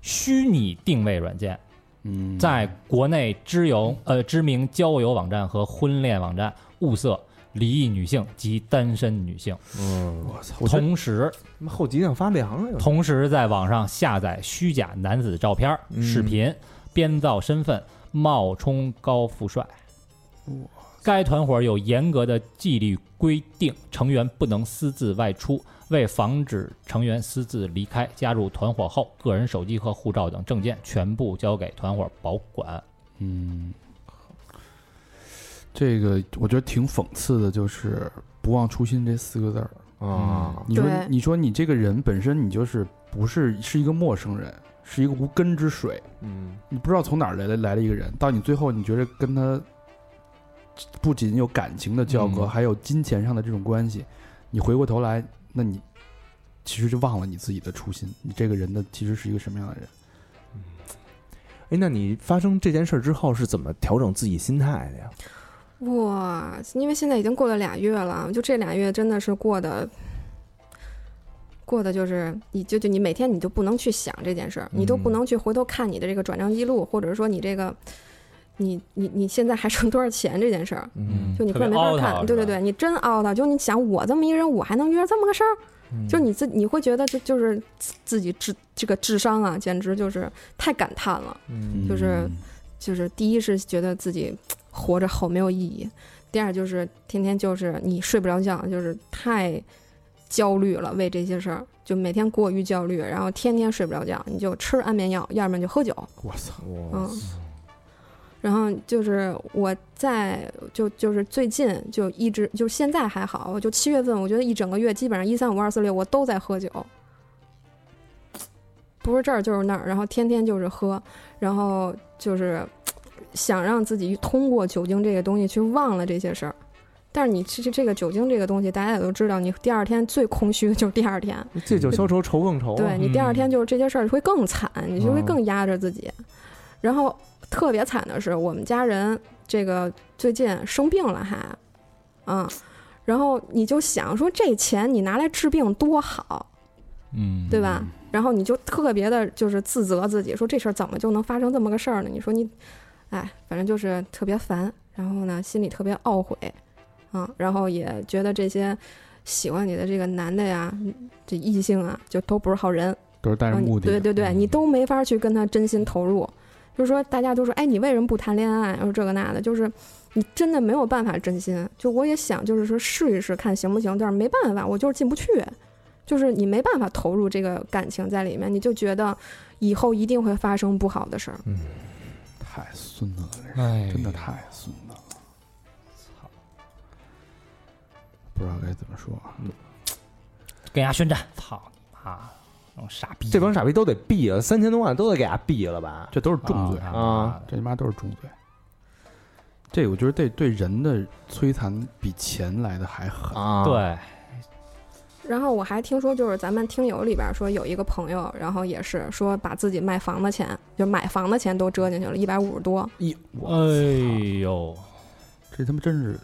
[SPEAKER 1] 虚拟定位软件，
[SPEAKER 2] 嗯，
[SPEAKER 1] 在国内知友呃知名交友网站和婚恋网站物色离异女性及单身女性，
[SPEAKER 3] 嗯，
[SPEAKER 2] 我操，我觉得
[SPEAKER 1] 同时
[SPEAKER 3] 他妈后脊梁发凉了，有
[SPEAKER 1] 同时在网上下载虚假男子照片、
[SPEAKER 3] 嗯
[SPEAKER 1] 视频，编造身份，冒充高富帅
[SPEAKER 2] 哇。
[SPEAKER 1] 该团伙有严格的纪律规定，成员不能私自外出。为防止成员私自离开，加入团伙后，个人手机和护照等证件全部交给团伙保管。
[SPEAKER 2] 嗯，这个我觉得挺讽刺的，就是“不忘初心”这四个字儿。
[SPEAKER 3] 啊，
[SPEAKER 2] 你说
[SPEAKER 5] 对，
[SPEAKER 2] 你说你这个人本身你就是不是是一个陌生人，是一个无根之水，
[SPEAKER 3] 嗯
[SPEAKER 2] 你不知道从哪儿来的来了一个人，到你最后你觉得跟他不仅有感情的交割，
[SPEAKER 3] 嗯
[SPEAKER 2] 还有金钱上的这种关系，你回过头来，那你其实就忘了你自己的初心，你这个人的其实是一个什么样的人？
[SPEAKER 3] 哎，那你发生这件事儿之后是怎么调整自己心态的呀？
[SPEAKER 5] 哇，因为现在已经过了俩月了，就这俩月真的是过的，过的就是你就就你每天你就不能去想这件事儿，你都不
[SPEAKER 3] 嗯
[SPEAKER 5] 能去回头看你的这个转账记录，或者说你这个，你你你现在还剩多少钱这件事儿，
[SPEAKER 3] 嗯，
[SPEAKER 5] 就你
[SPEAKER 1] 特
[SPEAKER 5] 根本没
[SPEAKER 1] 别啊
[SPEAKER 5] 法
[SPEAKER 1] out
[SPEAKER 5] 看。
[SPEAKER 1] 是
[SPEAKER 5] 对对
[SPEAKER 1] 吧
[SPEAKER 5] 对，你真 out，就你想我这么一人，我还能遇上这么个事儿，
[SPEAKER 1] 嗯
[SPEAKER 5] 就你自你会觉得就就是自自己智这个智商啊，简直就是太感叹了。
[SPEAKER 3] 嗯，
[SPEAKER 5] 就是就是第一是觉得自己活着好没有意义。第二就是天天就是你睡不着觉，就是太焦虑了，为这些事儿就每天过于焦虑，然后天天睡不着觉，你就吃安眠药，要不然就喝酒，
[SPEAKER 2] 我操，
[SPEAKER 5] 嗯。然后就是我在就就是最近就一直就现在还好，我就七月份，我觉得一整个月基本上一三五二四六我都在喝酒，不是这儿就是那儿，然后天天就是喝，然后就是想让自己通过酒精这个东西去忘了这些事儿。但是你其实这个酒精这个东西，大家也都知道，你第二天最空虚的就是第二天，
[SPEAKER 3] 借酒消愁，愁更愁啊。
[SPEAKER 5] 对你第二
[SPEAKER 1] 嗯
[SPEAKER 5] 天就是这些事儿会更惨，你就会更压着自己。然后特别惨的是，我们家人这个最近生病了还，嗯，然后你就想说这钱你拿来治病多好，
[SPEAKER 1] 嗯，
[SPEAKER 5] 对吧？然后你就特别的就是自责自己，说这事儿怎么就能发生这么个事儿呢？你说你，哎，反正就是特别烦，然后呢心里特别懊悔，啊，然后也觉得这些喜欢你的这个男的呀，嗯这异性啊，就都不是好人。
[SPEAKER 2] 都是带着
[SPEAKER 5] 然后
[SPEAKER 2] 目的
[SPEAKER 5] 哦你
[SPEAKER 2] 嗯的。
[SPEAKER 5] 嗯对对对，你都没法去跟他真心投入。就是说，大家都说，哎，你为什么不谈恋爱？然后这个那的，就是你真的没有办法真心。就我也想，就是说试一试看行不行，但是没办法，我就是进不去。就是你没办法投入这个感情在里面，你就觉得以后一定会发生不好的事儿。
[SPEAKER 2] 嗯太孙子了，这
[SPEAKER 1] 哎，
[SPEAKER 2] 人真的太孙子了，
[SPEAKER 1] 操，
[SPEAKER 2] 不知道该怎么说啊。
[SPEAKER 1] 跟人家嗯宣战，操你妈，那种傻逼，
[SPEAKER 3] 这帮傻逼都得毙了，三千多万都得给他毙了吧？
[SPEAKER 2] 这都是重罪，
[SPEAKER 1] 啊
[SPEAKER 3] 啊
[SPEAKER 2] 这他妈都是重罪。这我觉得对对人的摧残比钱来的还狠。
[SPEAKER 3] 啊，，
[SPEAKER 1] 对，
[SPEAKER 5] 然后我还听说，就是咱们听友里边儿说有一个朋友，然后也是说把自己卖房的钱，就买房的钱都折进去了，一呃百五十多。
[SPEAKER 1] 哎呦，
[SPEAKER 2] 这他妈真是，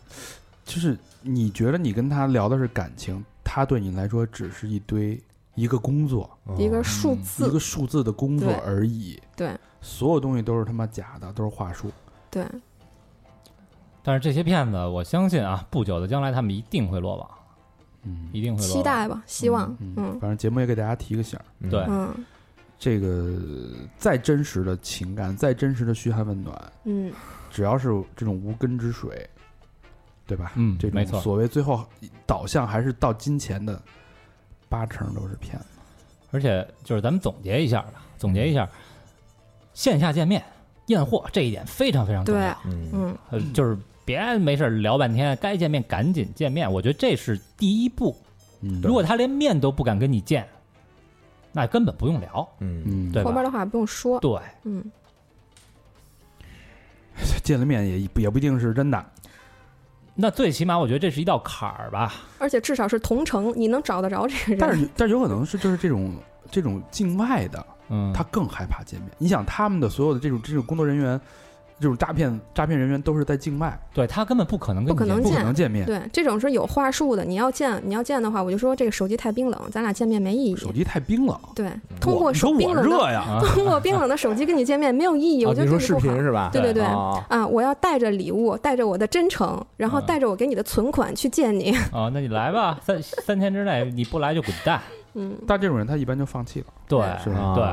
[SPEAKER 2] 就是你觉得你跟他聊的是感情，他对你来说只是一堆一个工作，
[SPEAKER 5] 一个数字
[SPEAKER 2] 哦嗯一个数字的工作
[SPEAKER 5] 对
[SPEAKER 2] 而已。
[SPEAKER 5] 对，
[SPEAKER 2] 所有东西都是他妈假的，都是话术。
[SPEAKER 5] 对，
[SPEAKER 1] 但是这些骗子，我相信啊，不久的将来他们一定会落网，
[SPEAKER 2] 嗯
[SPEAKER 1] 一定会落网。
[SPEAKER 5] 期待吧，希望，
[SPEAKER 2] 嗯，反正节目也给大家提个醒儿，
[SPEAKER 3] 嗯
[SPEAKER 1] 对
[SPEAKER 5] 嗯
[SPEAKER 2] 这个再真实的情感，再真实的嘘寒问暖，
[SPEAKER 5] 嗯。
[SPEAKER 2] 只要是这种无根之水，对吧？
[SPEAKER 1] 嗯
[SPEAKER 2] 这
[SPEAKER 1] 没
[SPEAKER 2] 种
[SPEAKER 1] 错
[SPEAKER 2] 所谓最后导向还是到金钱的，八成都是骗子。
[SPEAKER 1] 而且就是咱们总结一下吧，总结一下，线下见面验货这一点非常非常重
[SPEAKER 5] 对
[SPEAKER 1] 要，
[SPEAKER 3] 嗯，
[SPEAKER 5] 嗯
[SPEAKER 1] 呃，就是别没事儿聊半天，该见面赶紧见面，我觉得这是第一步。
[SPEAKER 2] 嗯，
[SPEAKER 1] 如果他连面都不敢跟你见，那根本不用聊，
[SPEAKER 3] 嗯，
[SPEAKER 2] 嗯，
[SPEAKER 1] 对
[SPEAKER 5] 后
[SPEAKER 1] 吧
[SPEAKER 5] 边？的话不用说，
[SPEAKER 1] 对，
[SPEAKER 5] 嗯，
[SPEAKER 2] 见了面也也不一定是真的。
[SPEAKER 1] 那最起码我觉得这是一道坎儿吧。
[SPEAKER 5] 而且至少是同城，你能找得着这个人。
[SPEAKER 2] 但是但是有可能是就是这种这种境外的，
[SPEAKER 1] 嗯，
[SPEAKER 2] 他更害怕见面。你想他们的所有的这种这种工作人员，这种诈骗诈骗人员都是在境外，
[SPEAKER 1] 对他根本不可能跟
[SPEAKER 5] 不可
[SPEAKER 1] 你见
[SPEAKER 5] 能
[SPEAKER 2] 不可能见面。
[SPEAKER 5] 对这种是有话术的，你要见你要见的话，我就说这个手机太冰冷，咱俩见面没意义。
[SPEAKER 2] 手机太冰冷，
[SPEAKER 5] 对，通
[SPEAKER 2] 我
[SPEAKER 5] 过
[SPEAKER 2] 你说
[SPEAKER 5] 手冰
[SPEAKER 2] 我
[SPEAKER 5] 冷的
[SPEAKER 2] 热呀，
[SPEAKER 1] 啊
[SPEAKER 5] 通过冰冷的手机跟你见面没有意义，
[SPEAKER 3] 啊
[SPEAKER 5] 我觉
[SPEAKER 3] 你
[SPEAKER 5] 得
[SPEAKER 3] 说
[SPEAKER 5] 对你
[SPEAKER 3] 视
[SPEAKER 5] 不
[SPEAKER 3] 频
[SPEAKER 5] 好。
[SPEAKER 3] 是吧？
[SPEAKER 5] 对对对
[SPEAKER 3] 啊
[SPEAKER 5] 啊！我要带着礼物，带着我的真诚，然后
[SPEAKER 1] 嗯
[SPEAKER 5] 带着我给你的存款去见你。
[SPEAKER 1] 啊，那你来吧，三三天之内你不来就滚蛋。
[SPEAKER 5] 嗯，
[SPEAKER 2] 但这种人他一般就放弃了。
[SPEAKER 1] 对，啊
[SPEAKER 2] 是吧
[SPEAKER 1] 对。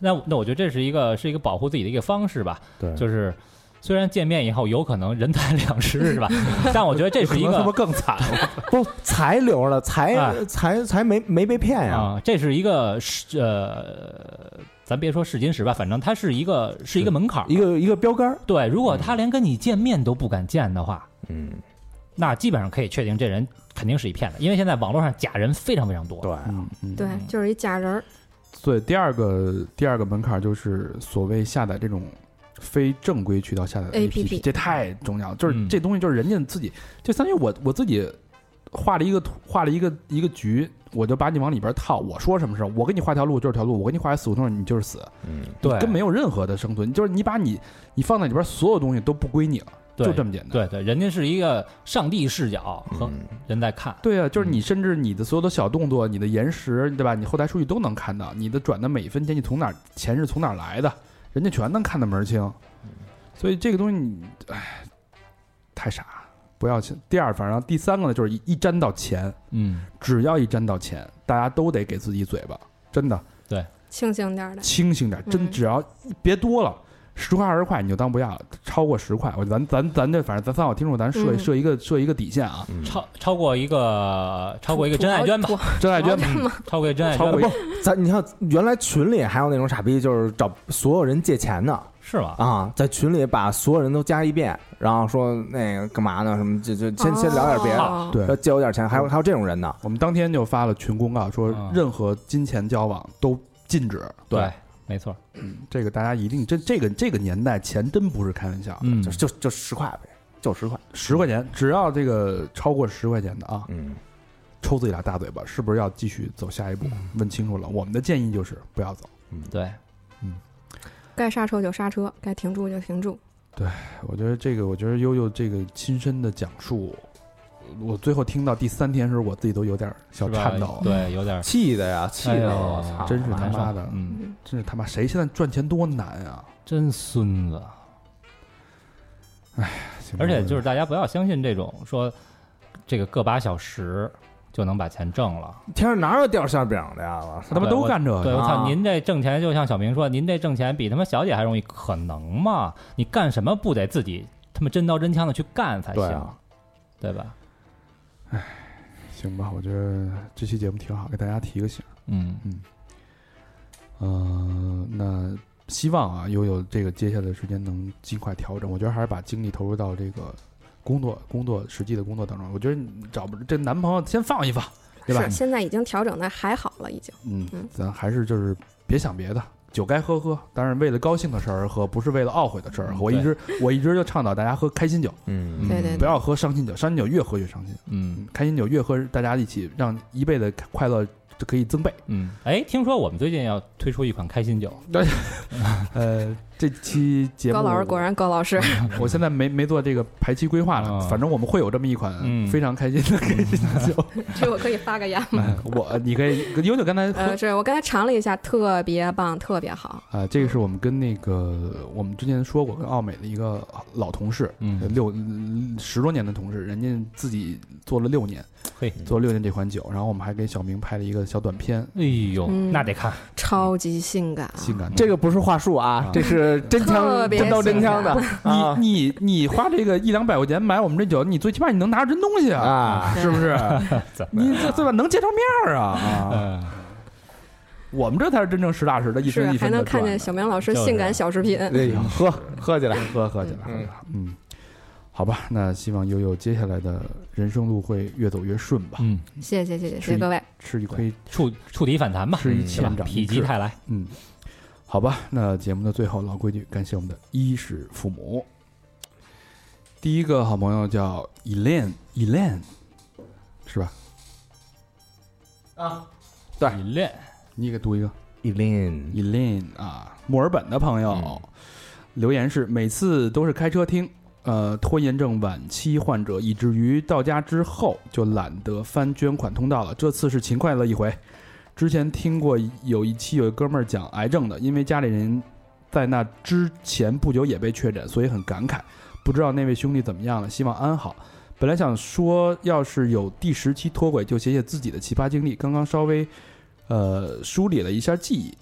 [SPEAKER 1] 那那我觉得这是一个是一个保护自己的一个方式吧，
[SPEAKER 3] 对
[SPEAKER 1] 就是虽然见面以后有可能人财两 失是吧，但我觉得这是一
[SPEAKER 2] 可能他妈
[SPEAKER 1] 个
[SPEAKER 2] 更惨了。
[SPEAKER 3] 不才留着了，才
[SPEAKER 1] 哎
[SPEAKER 3] 才才没没被骗呀，
[SPEAKER 1] 啊，这是一个是呃，咱别说试金石吧，反正它是一个是一个门槛儿。
[SPEAKER 3] 一个一个标杆儿，
[SPEAKER 1] 对，如果他连跟你见面都不敢见的话，
[SPEAKER 3] 嗯，
[SPEAKER 1] 那基本上可以确定这人肯定是一骗子，因为现在网络上假人非常非常多。
[SPEAKER 3] 对，
[SPEAKER 2] 嗯嗯，
[SPEAKER 5] 对，就是一假人儿。
[SPEAKER 2] 所以第二个第二个门槛就是所谓下载这种非正规渠道下载的
[SPEAKER 5] APP
[SPEAKER 2] 这太重要了。就是
[SPEAKER 1] 嗯
[SPEAKER 2] 这东西就是人家自己，就相当于我我自己画了一个图，画了一个一个局，我就把你往里边套。我说什么事儿，我给你画条路就是条路，我给你画死胡同你就是死，
[SPEAKER 3] 嗯，
[SPEAKER 1] 对，
[SPEAKER 2] 跟没有任何的生存，就是你把你你放在里边所有东西都不归你了，
[SPEAKER 1] 对
[SPEAKER 2] 就这么简单。
[SPEAKER 1] 对对，人家是一个上帝视角和
[SPEAKER 3] 嗯
[SPEAKER 1] 人在看。
[SPEAKER 2] 对啊，就是你，甚至你的所有的小动作、你的延时，对吧？你后台数据都能看到，你的转的每一分钱，你从哪儿钱是从哪儿来的，人家全能看得门儿清。所以这个东西你，哎，太傻，不要钱。第二，反正第三个呢，就是一一沾到钱，
[SPEAKER 1] 嗯，
[SPEAKER 2] 只要一沾到钱，大家都得给自己嘴巴，真的
[SPEAKER 5] 庆幸点儿的，
[SPEAKER 2] 清醒点，真
[SPEAKER 5] 嗯
[SPEAKER 2] 只要别多了，十块二十块你就当不要了，超过十块，我咱咱咱这反正咱三好听众，咱设
[SPEAKER 5] 嗯
[SPEAKER 2] 设一个设一个底线啊，
[SPEAKER 3] 嗯
[SPEAKER 1] 超超过一个超过一个真爱捐吧，
[SPEAKER 5] 土豪，
[SPEAKER 2] 真爱
[SPEAKER 5] 土豪
[SPEAKER 2] 捐
[SPEAKER 5] 这么
[SPEAKER 1] 超过一个真爱
[SPEAKER 2] 超
[SPEAKER 1] 捐
[SPEAKER 2] 过一
[SPEAKER 1] 吧
[SPEAKER 2] 个
[SPEAKER 3] 咱你看，原来群里还有那种傻逼，就是找所有人借钱的
[SPEAKER 1] 是吗？
[SPEAKER 3] 啊，在群里把所有人都加一遍，然后说那个干嘛呢？什么就就先先聊点别的，
[SPEAKER 5] 哦
[SPEAKER 2] 对
[SPEAKER 3] 说借我点钱，还有还有这种人呢。
[SPEAKER 2] 我们当天就发了群公告，说
[SPEAKER 1] 啊
[SPEAKER 2] 任何金钱交往都禁止。
[SPEAKER 1] 对，没错，
[SPEAKER 2] 这个大家一定这这个这个年代钱真啊不是开玩笑，
[SPEAKER 1] 嗯
[SPEAKER 3] 就就就十块呗，就十块。
[SPEAKER 2] 十块钱只要这个超过十块钱的啊，
[SPEAKER 3] 嗯，
[SPEAKER 2] 抽自己俩大嘴巴，是不是要继续走下一步？
[SPEAKER 1] 嗯
[SPEAKER 2] 问清楚了，我们的建议就是不要走。
[SPEAKER 1] 对，
[SPEAKER 5] 该刹车就刹车，该停住就停住。
[SPEAKER 2] 我觉得这个，我觉得悠悠这个亲身的讲述，我最后听到第三天的时候，我自己都有点小
[SPEAKER 1] 是吧
[SPEAKER 2] 颤抖，
[SPEAKER 1] 对，有 点
[SPEAKER 3] 气的呀，气
[SPEAKER 1] 哎
[SPEAKER 3] 的
[SPEAKER 1] 呦
[SPEAKER 3] 我操，
[SPEAKER 2] 真是他
[SPEAKER 1] 难受
[SPEAKER 2] 妈的，
[SPEAKER 1] 嗯，
[SPEAKER 5] 嗯，
[SPEAKER 2] 真是他妈谁现在赚钱多难啊！
[SPEAKER 1] 真孙子。
[SPEAKER 2] 行吧
[SPEAKER 1] 而且就是大家不要相信这种说这个个把小时就能把钱挣了。
[SPEAKER 3] 天上哪有掉馅饼的呀？我操！
[SPEAKER 2] 他他妈都干这
[SPEAKER 1] 对，
[SPEAKER 2] 个，
[SPEAKER 1] 我
[SPEAKER 3] 啊
[SPEAKER 1] 操！您这挣钱就像小明说，您这挣钱比他妈小姐还容易，可能吗？你干什么不得自己他妈真刀真枪的去干才行，
[SPEAKER 3] 对
[SPEAKER 1] 对
[SPEAKER 3] 啊
[SPEAKER 1] 吧？
[SPEAKER 2] 行吧，我觉得这期节目挺好，给大家提个醒。
[SPEAKER 1] 嗯，
[SPEAKER 2] 嗯，那希望啊，悠悠这个接下来的时间能尽快调整。我觉得还是把精力投入到这个工作、工作实际的工作当中。我觉得你找不这男朋友先放一放，对吧
[SPEAKER 5] 是？现在已经调整的还好了，已经。
[SPEAKER 2] 嗯
[SPEAKER 5] 嗯，
[SPEAKER 2] 咱还是就是别想别的，酒该喝喝，当然为了高兴的事儿而喝，不是为了懊悔的事儿而喝。我一直我一直就倡导大家喝开心酒，
[SPEAKER 3] 嗯
[SPEAKER 5] 对对
[SPEAKER 2] 不要喝伤心酒，伤心酒越喝越伤心。
[SPEAKER 1] 嗯
[SPEAKER 2] 嗯，开心酒越喝，大家一起让一辈子快乐就可以增倍。
[SPEAKER 1] 嗯，哎，听说我们最近要推出一款开心酒，
[SPEAKER 2] 呃，这期节目嗯
[SPEAKER 5] 高老师果然高老师，
[SPEAKER 2] 我现在没没做这个排期规划了，
[SPEAKER 1] 啊
[SPEAKER 2] 反正我们会有这么一款
[SPEAKER 1] 嗯
[SPEAKER 2] 非常开心的开心酒。
[SPEAKER 5] 这我可以发个言 吗？
[SPEAKER 2] 哎我你可以跟悠悠刚才喝
[SPEAKER 5] 呃，是我刚才尝了一下，特别棒，特别好。
[SPEAKER 2] 啊，这个是我们跟那个我们之前说过跟奥美的一个老同事，
[SPEAKER 1] 嗯，
[SPEAKER 2] 六十多年的同事，人家自己做了六年，
[SPEAKER 1] 嘿，
[SPEAKER 2] 做了六年这款酒，然后我们还给小明拍了一个小短片，
[SPEAKER 1] 哎呦，
[SPEAKER 5] 嗯
[SPEAKER 1] 那得看，
[SPEAKER 5] 超级性感啊，
[SPEAKER 2] 性感的。
[SPEAKER 3] 这个不是话术啊
[SPEAKER 2] 啊，
[SPEAKER 3] 这是真
[SPEAKER 5] 特
[SPEAKER 3] 枪
[SPEAKER 5] 别
[SPEAKER 3] 真刀真枪的啊
[SPEAKER 2] 你你你花这个一两百块钱买我们这酒，你最起码你能拿着真东西啊，
[SPEAKER 3] 啊！
[SPEAKER 2] 是不是？
[SPEAKER 1] 怎么
[SPEAKER 2] 你这对吧？能见着面儿啊啊！
[SPEAKER 1] 嗯
[SPEAKER 2] 我们这才是真正实打实的，一
[SPEAKER 5] 是啊
[SPEAKER 2] 分一
[SPEAKER 5] 还
[SPEAKER 2] 分的
[SPEAKER 5] 能看见小明老师性感小视 频。
[SPEAKER 3] 哎呦，喝喝起来，喝喝
[SPEAKER 5] 起来
[SPEAKER 2] 嗯嗯，好吧，那希望悠悠接下来的人生路会越走越顺吧，
[SPEAKER 1] 嗯，
[SPEAKER 5] 谢谢谢谢
[SPEAKER 2] 是
[SPEAKER 5] 谢谢各位，
[SPEAKER 2] 吃一亏
[SPEAKER 1] 触触底反弹吧，
[SPEAKER 2] 吃一
[SPEAKER 1] 是吧
[SPEAKER 2] 堑？长一
[SPEAKER 1] 否极
[SPEAKER 2] 智。
[SPEAKER 1] 泰来，
[SPEAKER 2] 嗯，好吧，那节目的最后老规矩，感谢我们的衣食父母。第一个好朋友叫 Elaine，Elaine 是吧？
[SPEAKER 3] 对
[SPEAKER 1] 你练，
[SPEAKER 2] 你给读一个。
[SPEAKER 3] Elin，
[SPEAKER 2] Elaine 啊，墨尔本的朋友、呃
[SPEAKER 3] 嗯
[SPEAKER 2] 留言是：每次都是开车听，呃，拖延症晚期患者，以至于到家之后就懒得翻捐款通道了。这次是勤快了一回。之前听过有一期有一哥们儿讲癌症的，因为家里人在那之前不久也被确诊，所以很感慨。不知道那位兄弟怎么样了，希望安好。本来想说，要是有第十期脱轨，就写写自己的奇葩经历。刚刚稍微，呃，梳理了一下记忆，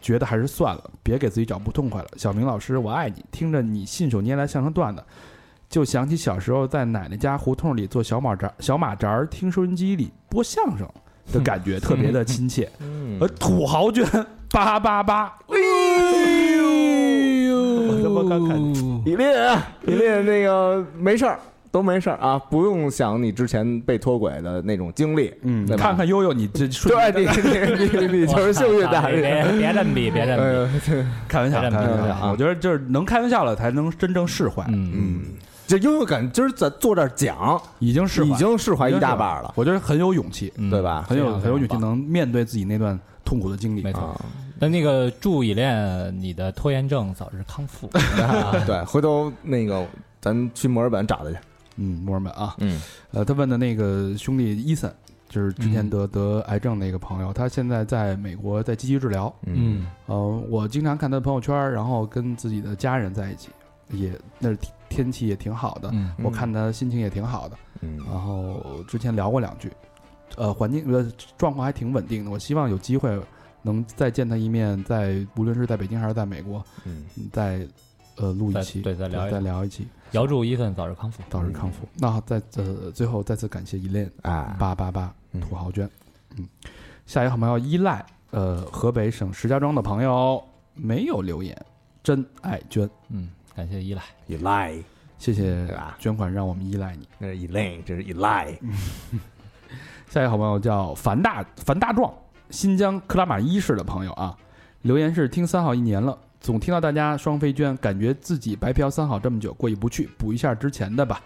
[SPEAKER 2] 觉得还是算了，别给自己找不痛快了。小明老师，我爱你。听着你信手拈来相声段子，就想起小时候在奶奶家胡同里做小马扎、小马扎儿，听收音机里播相声的感觉，特别的亲切。
[SPEAKER 3] 嗯
[SPEAKER 2] 呃，土豪捐八八八，
[SPEAKER 3] 哎呦，我他妈刚看
[SPEAKER 1] 看，
[SPEAKER 3] 以列，以列啊那个没事儿，都没事儿啊，不用想你之前被脱轨的那种经历，
[SPEAKER 2] 嗯，
[SPEAKER 3] 对吧
[SPEAKER 2] 看看悠悠，你这瞬
[SPEAKER 3] 对你你 你你就是幸运的
[SPEAKER 1] 哇别别
[SPEAKER 3] 人。
[SPEAKER 1] 别这么比，别这么比。
[SPEAKER 3] 呃，
[SPEAKER 2] 嗯开玩笑，
[SPEAKER 1] 开
[SPEAKER 2] 开
[SPEAKER 1] 玩笑
[SPEAKER 2] 玩笑
[SPEAKER 3] 啊
[SPEAKER 2] 我觉得就是能开玩笑了，才能真正释怀，
[SPEAKER 1] 嗯，
[SPEAKER 3] 嗯，这优越感今儿咱坐这儿讲，
[SPEAKER 2] 已经释怀，
[SPEAKER 3] 已经释怀
[SPEAKER 2] 已
[SPEAKER 3] 一
[SPEAKER 2] 经释
[SPEAKER 3] 大半了，
[SPEAKER 2] 我觉得很有勇气，
[SPEAKER 1] 嗯
[SPEAKER 3] 对？吧？
[SPEAKER 2] 很
[SPEAKER 1] 非
[SPEAKER 2] 有
[SPEAKER 1] 常
[SPEAKER 2] 很有勇气，
[SPEAKER 1] 棒
[SPEAKER 2] 能面对自己那段痛苦的经历
[SPEAKER 1] 没。错。
[SPEAKER 3] 啊，
[SPEAKER 1] 那那个祝以恋你的拖延症早日康 复。啊
[SPEAKER 3] 对，回头那个咱去墨尔本找他去。
[SPEAKER 2] 嗯，墨尔本啊，
[SPEAKER 3] 嗯
[SPEAKER 2] 呃，他问的那个兄弟伊森，就是之
[SPEAKER 1] 嗯
[SPEAKER 2] 前得得癌症那个朋友，他现在在美国在积极治疗。
[SPEAKER 1] 嗯，
[SPEAKER 2] 呃，我经常看他的朋友圈，然后跟自己的家人在一起，也那天天气也挺好的，
[SPEAKER 1] 嗯
[SPEAKER 2] 我看他心情也挺好的。
[SPEAKER 3] 嗯
[SPEAKER 2] 然后之前聊过两句，呃，环境呃状况还挺稳定的。我希望有机会能再见他一面，在无论是在北京还是在美国，
[SPEAKER 3] 嗯，
[SPEAKER 2] 再呃录一
[SPEAKER 1] 再
[SPEAKER 2] 期，
[SPEAKER 1] 对再聊一嗯
[SPEAKER 2] 再聊一期，
[SPEAKER 1] 遥祝伊森早日康复。
[SPEAKER 2] 早日康复。那再呃最后再次感谢 Elaine
[SPEAKER 3] 哎，
[SPEAKER 2] 八八八
[SPEAKER 3] 嗯
[SPEAKER 2] 土豪捐，嗯，下一个好朋友依赖，呃，河北省石家庄的朋友没有留言，真爱捐，
[SPEAKER 1] 嗯，感谢依赖。
[SPEAKER 3] 依赖，
[SPEAKER 2] 谢谢
[SPEAKER 3] 对吧
[SPEAKER 2] 捐款让我们依赖你。
[SPEAKER 3] 那是依赖，这是依赖，
[SPEAKER 2] 嗯下一个好朋友叫樊大樊大壮，新疆克拉玛依市的朋友啊，留言是听三好一年了，总听到大家双飞娟，感觉自己白嫖三好这么久过意不去，补一下之前的吧。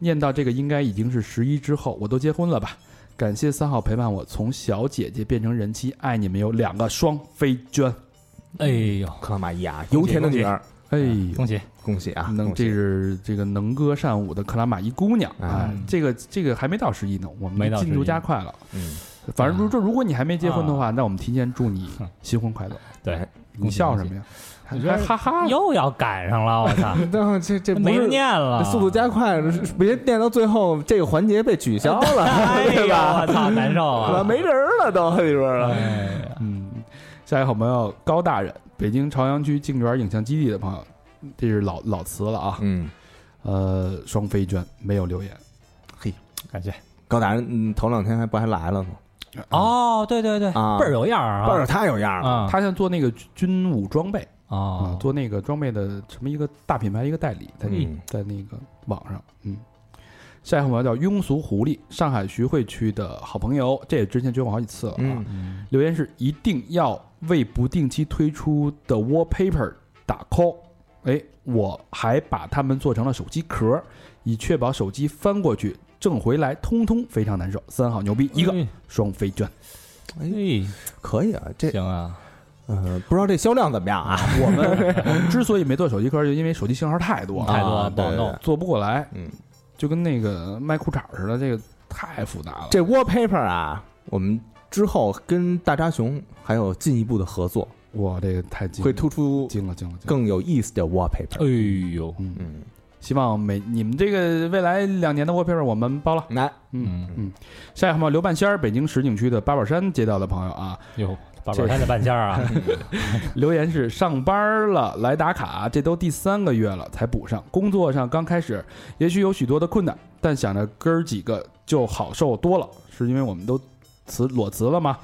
[SPEAKER 2] 念到这个应该已经是十一之后，我都结婚了吧？感谢三好陪伴我从小姐姐变成人妻，爱你们有两个双飞娟。
[SPEAKER 1] 哎呦，
[SPEAKER 3] 克拉玛依啊，油田的女儿，
[SPEAKER 2] 哎呦，
[SPEAKER 1] 恭喜！
[SPEAKER 3] 恭喜啊，
[SPEAKER 2] 能
[SPEAKER 3] 恭
[SPEAKER 2] 这
[SPEAKER 3] 喜
[SPEAKER 2] 是这个能歌善舞的克拉玛依姑娘
[SPEAKER 3] 哎
[SPEAKER 2] 啊，这个这个还没到十一呢，我
[SPEAKER 1] 没
[SPEAKER 2] 们
[SPEAKER 1] 到啊
[SPEAKER 2] 进度
[SPEAKER 1] 11
[SPEAKER 2] 加快了。
[SPEAKER 3] 嗯，
[SPEAKER 2] 反正如说，如果你还没结婚的
[SPEAKER 1] 啊
[SPEAKER 2] 话，那我们提前祝你新 婚快乐。
[SPEAKER 1] 对，
[SPEAKER 3] 哎
[SPEAKER 2] 你笑什么呀？
[SPEAKER 1] 恭
[SPEAKER 2] 还
[SPEAKER 1] 喜
[SPEAKER 2] 还哈哈，
[SPEAKER 1] 又要赶上了，我操，
[SPEAKER 3] 但这这不
[SPEAKER 1] 没
[SPEAKER 3] 是
[SPEAKER 1] 人念了，
[SPEAKER 3] 速度加快，别念到最后这个环节被取消 了，
[SPEAKER 1] 哎呦，
[SPEAKER 3] 对吧？
[SPEAKER 1] 我操，难受
[SPEAKER 3] 啊，
[SPEAKER 1] 啊！
[SPEAKER 3] 没人了都，你说了，
[SPEAKER 1] 哎呀
[SPEAKER 2] 嗯。下一个好朋友高大人，北京朝阳区静园影像基地的朋友，这是老老词了啊。
[SPEAKER 3] 嗯，
[SPEAKER 2] 呃，双飞娟没有留言，
[SPEAKER 1] 啊感谢。
[SPEAKER 3] 高达人，嗯，头两天还不还来了吗？
[SPEAKER 1] 哦，对对对，
[SPEAKER 3] 啊
[SPEAKER 1] 倍儿有样儿啊，
[SPEAKER 3] 倍儿太有样了，
[SPEAKER 1] 啊
[SPEAKER 2] 他想做那个军武装备啊
[SPEAKER 1] 哦，，
[SPEAKER 2] 做那个装备的什么一个大品牌一个代理，在
[SPEAKER 3] 嗯
[SPEAKER 2] 在那个网上，嗯。下一个好朋友叫庸俗狐狸，上海徐汇区的好朋友，这也之前捐过好几次了啊。
[SPEAKER 3] 嗯，
[SPEAKER 1] 嗯
[SPEAKER 2] 留言是一定要为不定期推出的 wallpaper 打 call。哎，我还把它们做成了手机壳，以确保手机翻过去正回来通通非常难受。三好牛逼，一个
[SPEAKER 1] 哎
[SPEAKER 2] 双飞卷。
[SPEAKER 1] 哎，
[SPEAKER 3] 可以啊，这
[SPEAKER 1] 行啊，
[SPEAKER 3] 呃，不知道这销量怎么样啊？
[SPEAKER 2] 我们我们 之所以没做手机壳，就因为手机型号太多了，
[SPEAKER 1] 太多了
[SPEAKER 3] 啊
[SPEAKER 1] 不好
[SPEAKER 3] 对
[SPEAKER 1] 弄
[SPEAKER 3] 对对
[SPEAKER 2] 做不过来，
[SPEAKER 3] 嗯，
[SPEAKER 2] 就跟那个卖裤衩似的，这个太复杂了。
[SPEAKER 3] 这 wallpaper 啊，我们之后跟大扎熊还有进一步的合作，
[SPEAKER 2] 哇，这个太惊了
[SPEAKER 3] 会突出
[SPEAKER 2] 惊了惊了惊了。
[SPEAKER 3] 更有意思的 wallpaper。
[SPEAKER 1] 哎呦，
[SPEAKER 2] 嗯，
[SPEAKER 3] 嗯，
[SPEAKER 2] 希望每你们这个未来两年的 wallpaper 我们包了。
[SPEAKER 3] 来，
[SPEAKER 1] 嗯，
[SPEAKER 2] 下一个朋友刘半仙儿，北京石景区的八宝山街道的朋友 啊，
[SPEAKER 1] 哟，八宝山的半仙儿 啊，
[SPEAKER 2] 留言是上班了来打卡，这都第三个月了才补上。工作上刚开始，也许有许多的困难，但想着哥儿几个就好受多了，是因为我们都辞裸辞了吗？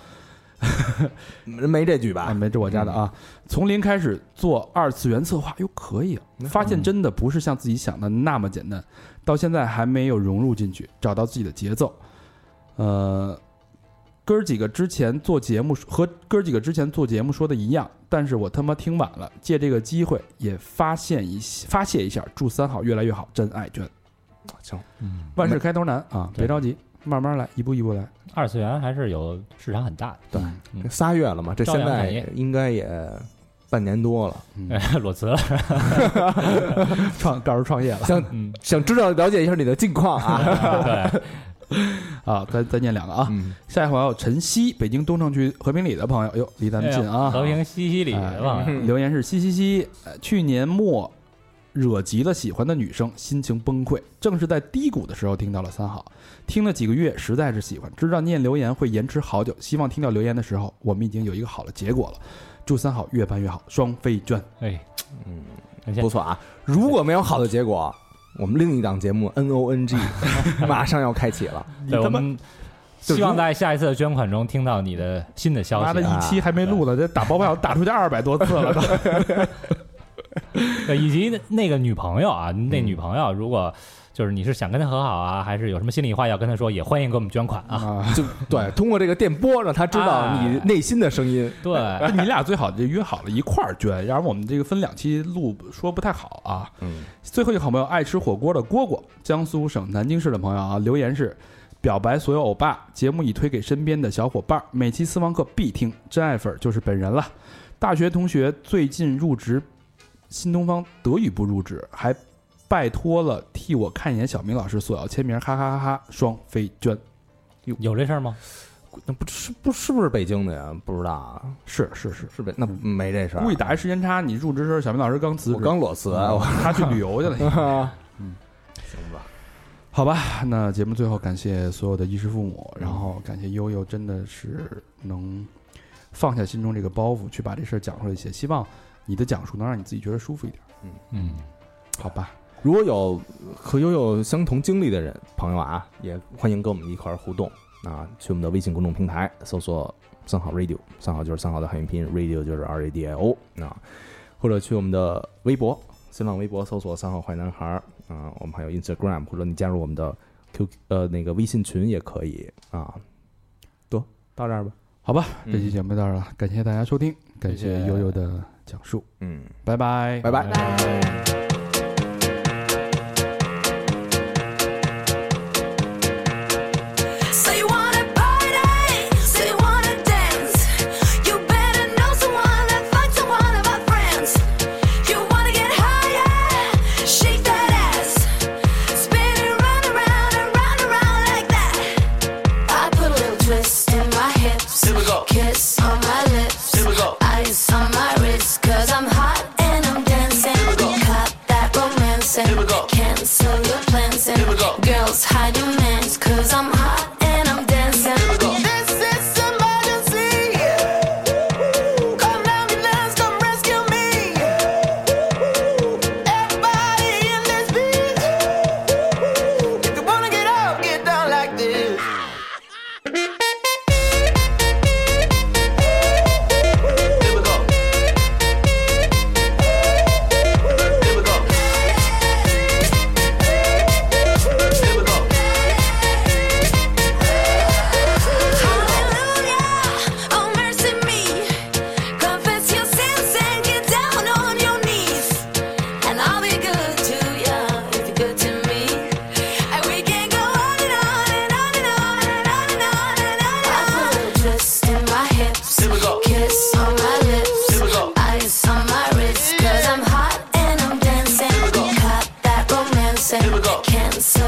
[SPEAKER 3] 没这句
[SPEAKER 2] 啊，
[SPEAKER 3] 吧？
[SPEAKER 2] 没这我家的啊，
[SPEAKER 3] 嗯
[SPEAKER 2] 从零开始做二次元策划，哟，可以啊！
[SPEAKER 1] 嗯
[SPEAKER 2] 发现真的不是像自己想的那么简单，到现在还没有融入进去，找到自己的节奏。呃，哥儿几个之前做节目和哥儿几个之前做节目说的一样，但是我他妈听晚了，借这个机会也发现一发泄一下，祝三好越来越好，真爱娟，
[SPEAKER 3] 行，
[SPEAKER 1] 嗯
[SPEAKER 2] 万事开头难啊，
[SPEAKER 1] 对
[SPEAKER 2] 别着急，慢慢来，一步一步来。
[SPEAKER 1] 二次元还是有市场很大的，
[SPEAKER 2] 对，
[SPEAKER 3] 这嗯仨月了嘛，这
[SPEAKER 1] 朝
[SPEAKER 3] 现
[SPEAKER 1] 阳
[SPEAKER 3] 在
[SPEAKER 1] 产业
[SPEAKER 3] 应该也半年多了。
[SPEAKER 1] 哎，
[SPEAKER 2] 嗯
[SPEAKER 1] 裸辞了，
[SPEAKER 2] 创告诉创业了
[SPEAKER 3] 想
[SPEAKER 1] 嗯，
[SPEAKER 3] 想知道了解一下你的近 况啊？
[SPEAKER 1] 对，
[SPEAKER 2] 啊，再再念两个啊。
[SPEAKER 3] 嗯，
[SPEAKER 2] 下一位朋友陈曦，北京东城区和平里的朋友，哟，离咱们近啊。
[SPEAKER 1] 哎和平西西里
[SPEAKER 2] 哎
[SPEAKER 1] 吧，
[SPEAKER 3] 嗯
[SPEAKER 2] 留言是嘻嘻嘻，呃去年末惹急了喜欢的女生，心情崩溃。正是在低谷的时候听到了三好，听了几个月，实在是喜欢。知道念留言会延迟好久，希望听到留言的时候，我们已经有一个好的结果了。祝三好越办越好，双飞娟。
[SPEAKER 1] 哎，
[SPEAKER 3] 嗯
[SPEAKER 1] 感谢
[SPEAKER 3] 不错啊。如果没有好的结果，我们另一档节目 N O N G 马上要开启了。
[SPEAKER 1] 对我
[SPEAKER 2] 你他妈
[SPEAKER 1] 们
[SPEAKER 2] 就
[SPEAKER 1] 希望在下一次的捐款中听到你的新的消
[SPEAKER 2] 妈的，
[SPEAKER 1] 息啊，
[SPEAKER 2] 一期还没录呢，这打包票打出去二百多次了都。
[SPEAKER 1] 对以及那那个女朋友啊，那女朋
[SPEAKER 2] 嗯
[SPEAKER 1] 友如果就是你是想跟她和好啊，还是有什么心里话要跟她说，也欢迎给我们捐款啊。
[SPEAKER 2] 啊，
[SPEAKER 3] 就对，通过这个电波让他知道
[SPEAKER 1] 哎
[SPEAKER 3] 你内心的声音。
[SPEAKER 1] 对，
[SPEAKER 2] 那你俩最好就约好了一块儿捐，要不然我们这个分两期录说不太好啊。
[SPEAKER 3] 嗯，
[SPEAKER 2] 最后一个好朋友爱吃火锅的蝈蝈，江苏省南京市的朋友啊，留言是：表白所有欧巴，节目已推给身边的小伙伴儿，每期私房课必听，真爱粉就是本人了。大学同学最近入职新东方德语部入职，还拜托了替我看一眼小明老师索要签名，哈哈哈哈！双飞娟
[SPEAKER 1] 有这事儿吗？
[SPEAKER 3] 那不是不是不是北京的呀？不知道啊，
[SPEAKER 2] 是是是，
[SPEAKER 3] 是北那没这事儿。
[SPEAKER 2] 故意打一时间差，你入职时候小明老师刚辞
[SPEAKER 3] 我
[SPEAKER 2] 职，嗯
[SPEAKER 3] 刚裸辞，啊我
[SPEAKER 2] 他去旅游去 了。
[SPEAKER 3] 行吧。
[SPEAKER 2] 好吧，那节目最后感谢所有的衣食父母，然后感谢悠悠，真的是能放下心中这个包袱，去把这事儿讲出来一些。希望你的讲述能让你自己觉得舒服一点，
[SPEAKER 1] 嗯，
[SPEAKER 2] 好吧？
[SPEAKER 3] 如果有和悠悠相同经历的人朋友啊，也欢迎跟我们一块儿互动啊，去我们的微信公众平台搜索“三好 radio”，三好就是三好的汉语拼音，radio 就是 R A D I O 啊，或者去我们的微博，新浪微博搜索“三好坏男孩儿”啊，我们还有 Instagram，或者你加入我们的 Q 呃那个微信群也可以啊。得到这儿吧，
[SPEAKER 2] 好吧，
[SPEAKER 3] 嗯
[SPEAKER 2] 这期节目到这儿了，感谢大家收听，感
[SPEAKER 1] 谢
[SPEAKER 2] 谢
[SPEAKER 1] 谢
[SPEAKER 2] 悠悠的讲述，
[SPEAKER 3] 嗯，
[SPEAKER 2] 拜拜，
[SPEAKER 3] 拜拜。
[SPEAKER 5] 拜。
[SPEAKER 6] Say you wanna party, say you wanna dance. You better know someone and find someone of our friends. You wanna get higher, shake that ass, spin it round and round and round and round like that. I put a little twist in my hips,
[SPEAKER 7] Here we go.
[SPEAKER 6] kiss on my lips,
[SPEAKER 7] Here we go.
[SPEAKER 6] ice on my wrist, cause I'm hot and I'm dancing. Cut that romance and
[SPEAKER 7] Here we go.
[SPEAKER 6] cancel your plans and
[SPEAKER 7] Here we go.
[SPEAKER 6] girls hide your mans cause I'm hot and I'm dancing.
[SPEAKER 7] This is emergency. Come 911, come rescue me. Everybody in this beach. If you wanna get up, get down like this. Here we go. Here we go. Here we go.
[SPEAKER 6] Hallelujah, oh mercy me. Confess your sins and get down on your knees. And I'll be good to you if you're good to me. And we can go on and on and on and on and on and on and on. I put a twist in my hips,
[SPEAKER 7] Here we go.
[SPEAKER 6] kiss on my lips,
[SPEAKER 7] Here we go.
[SPEAKER 6] ice on my wrist, 'cause I'm hot and I'm dancing. Cut that romance
[SPEAKER 7] Here we
[SPEAKER 6] and
[SPEAKER 7] go.
[SPEAKER 6] cancel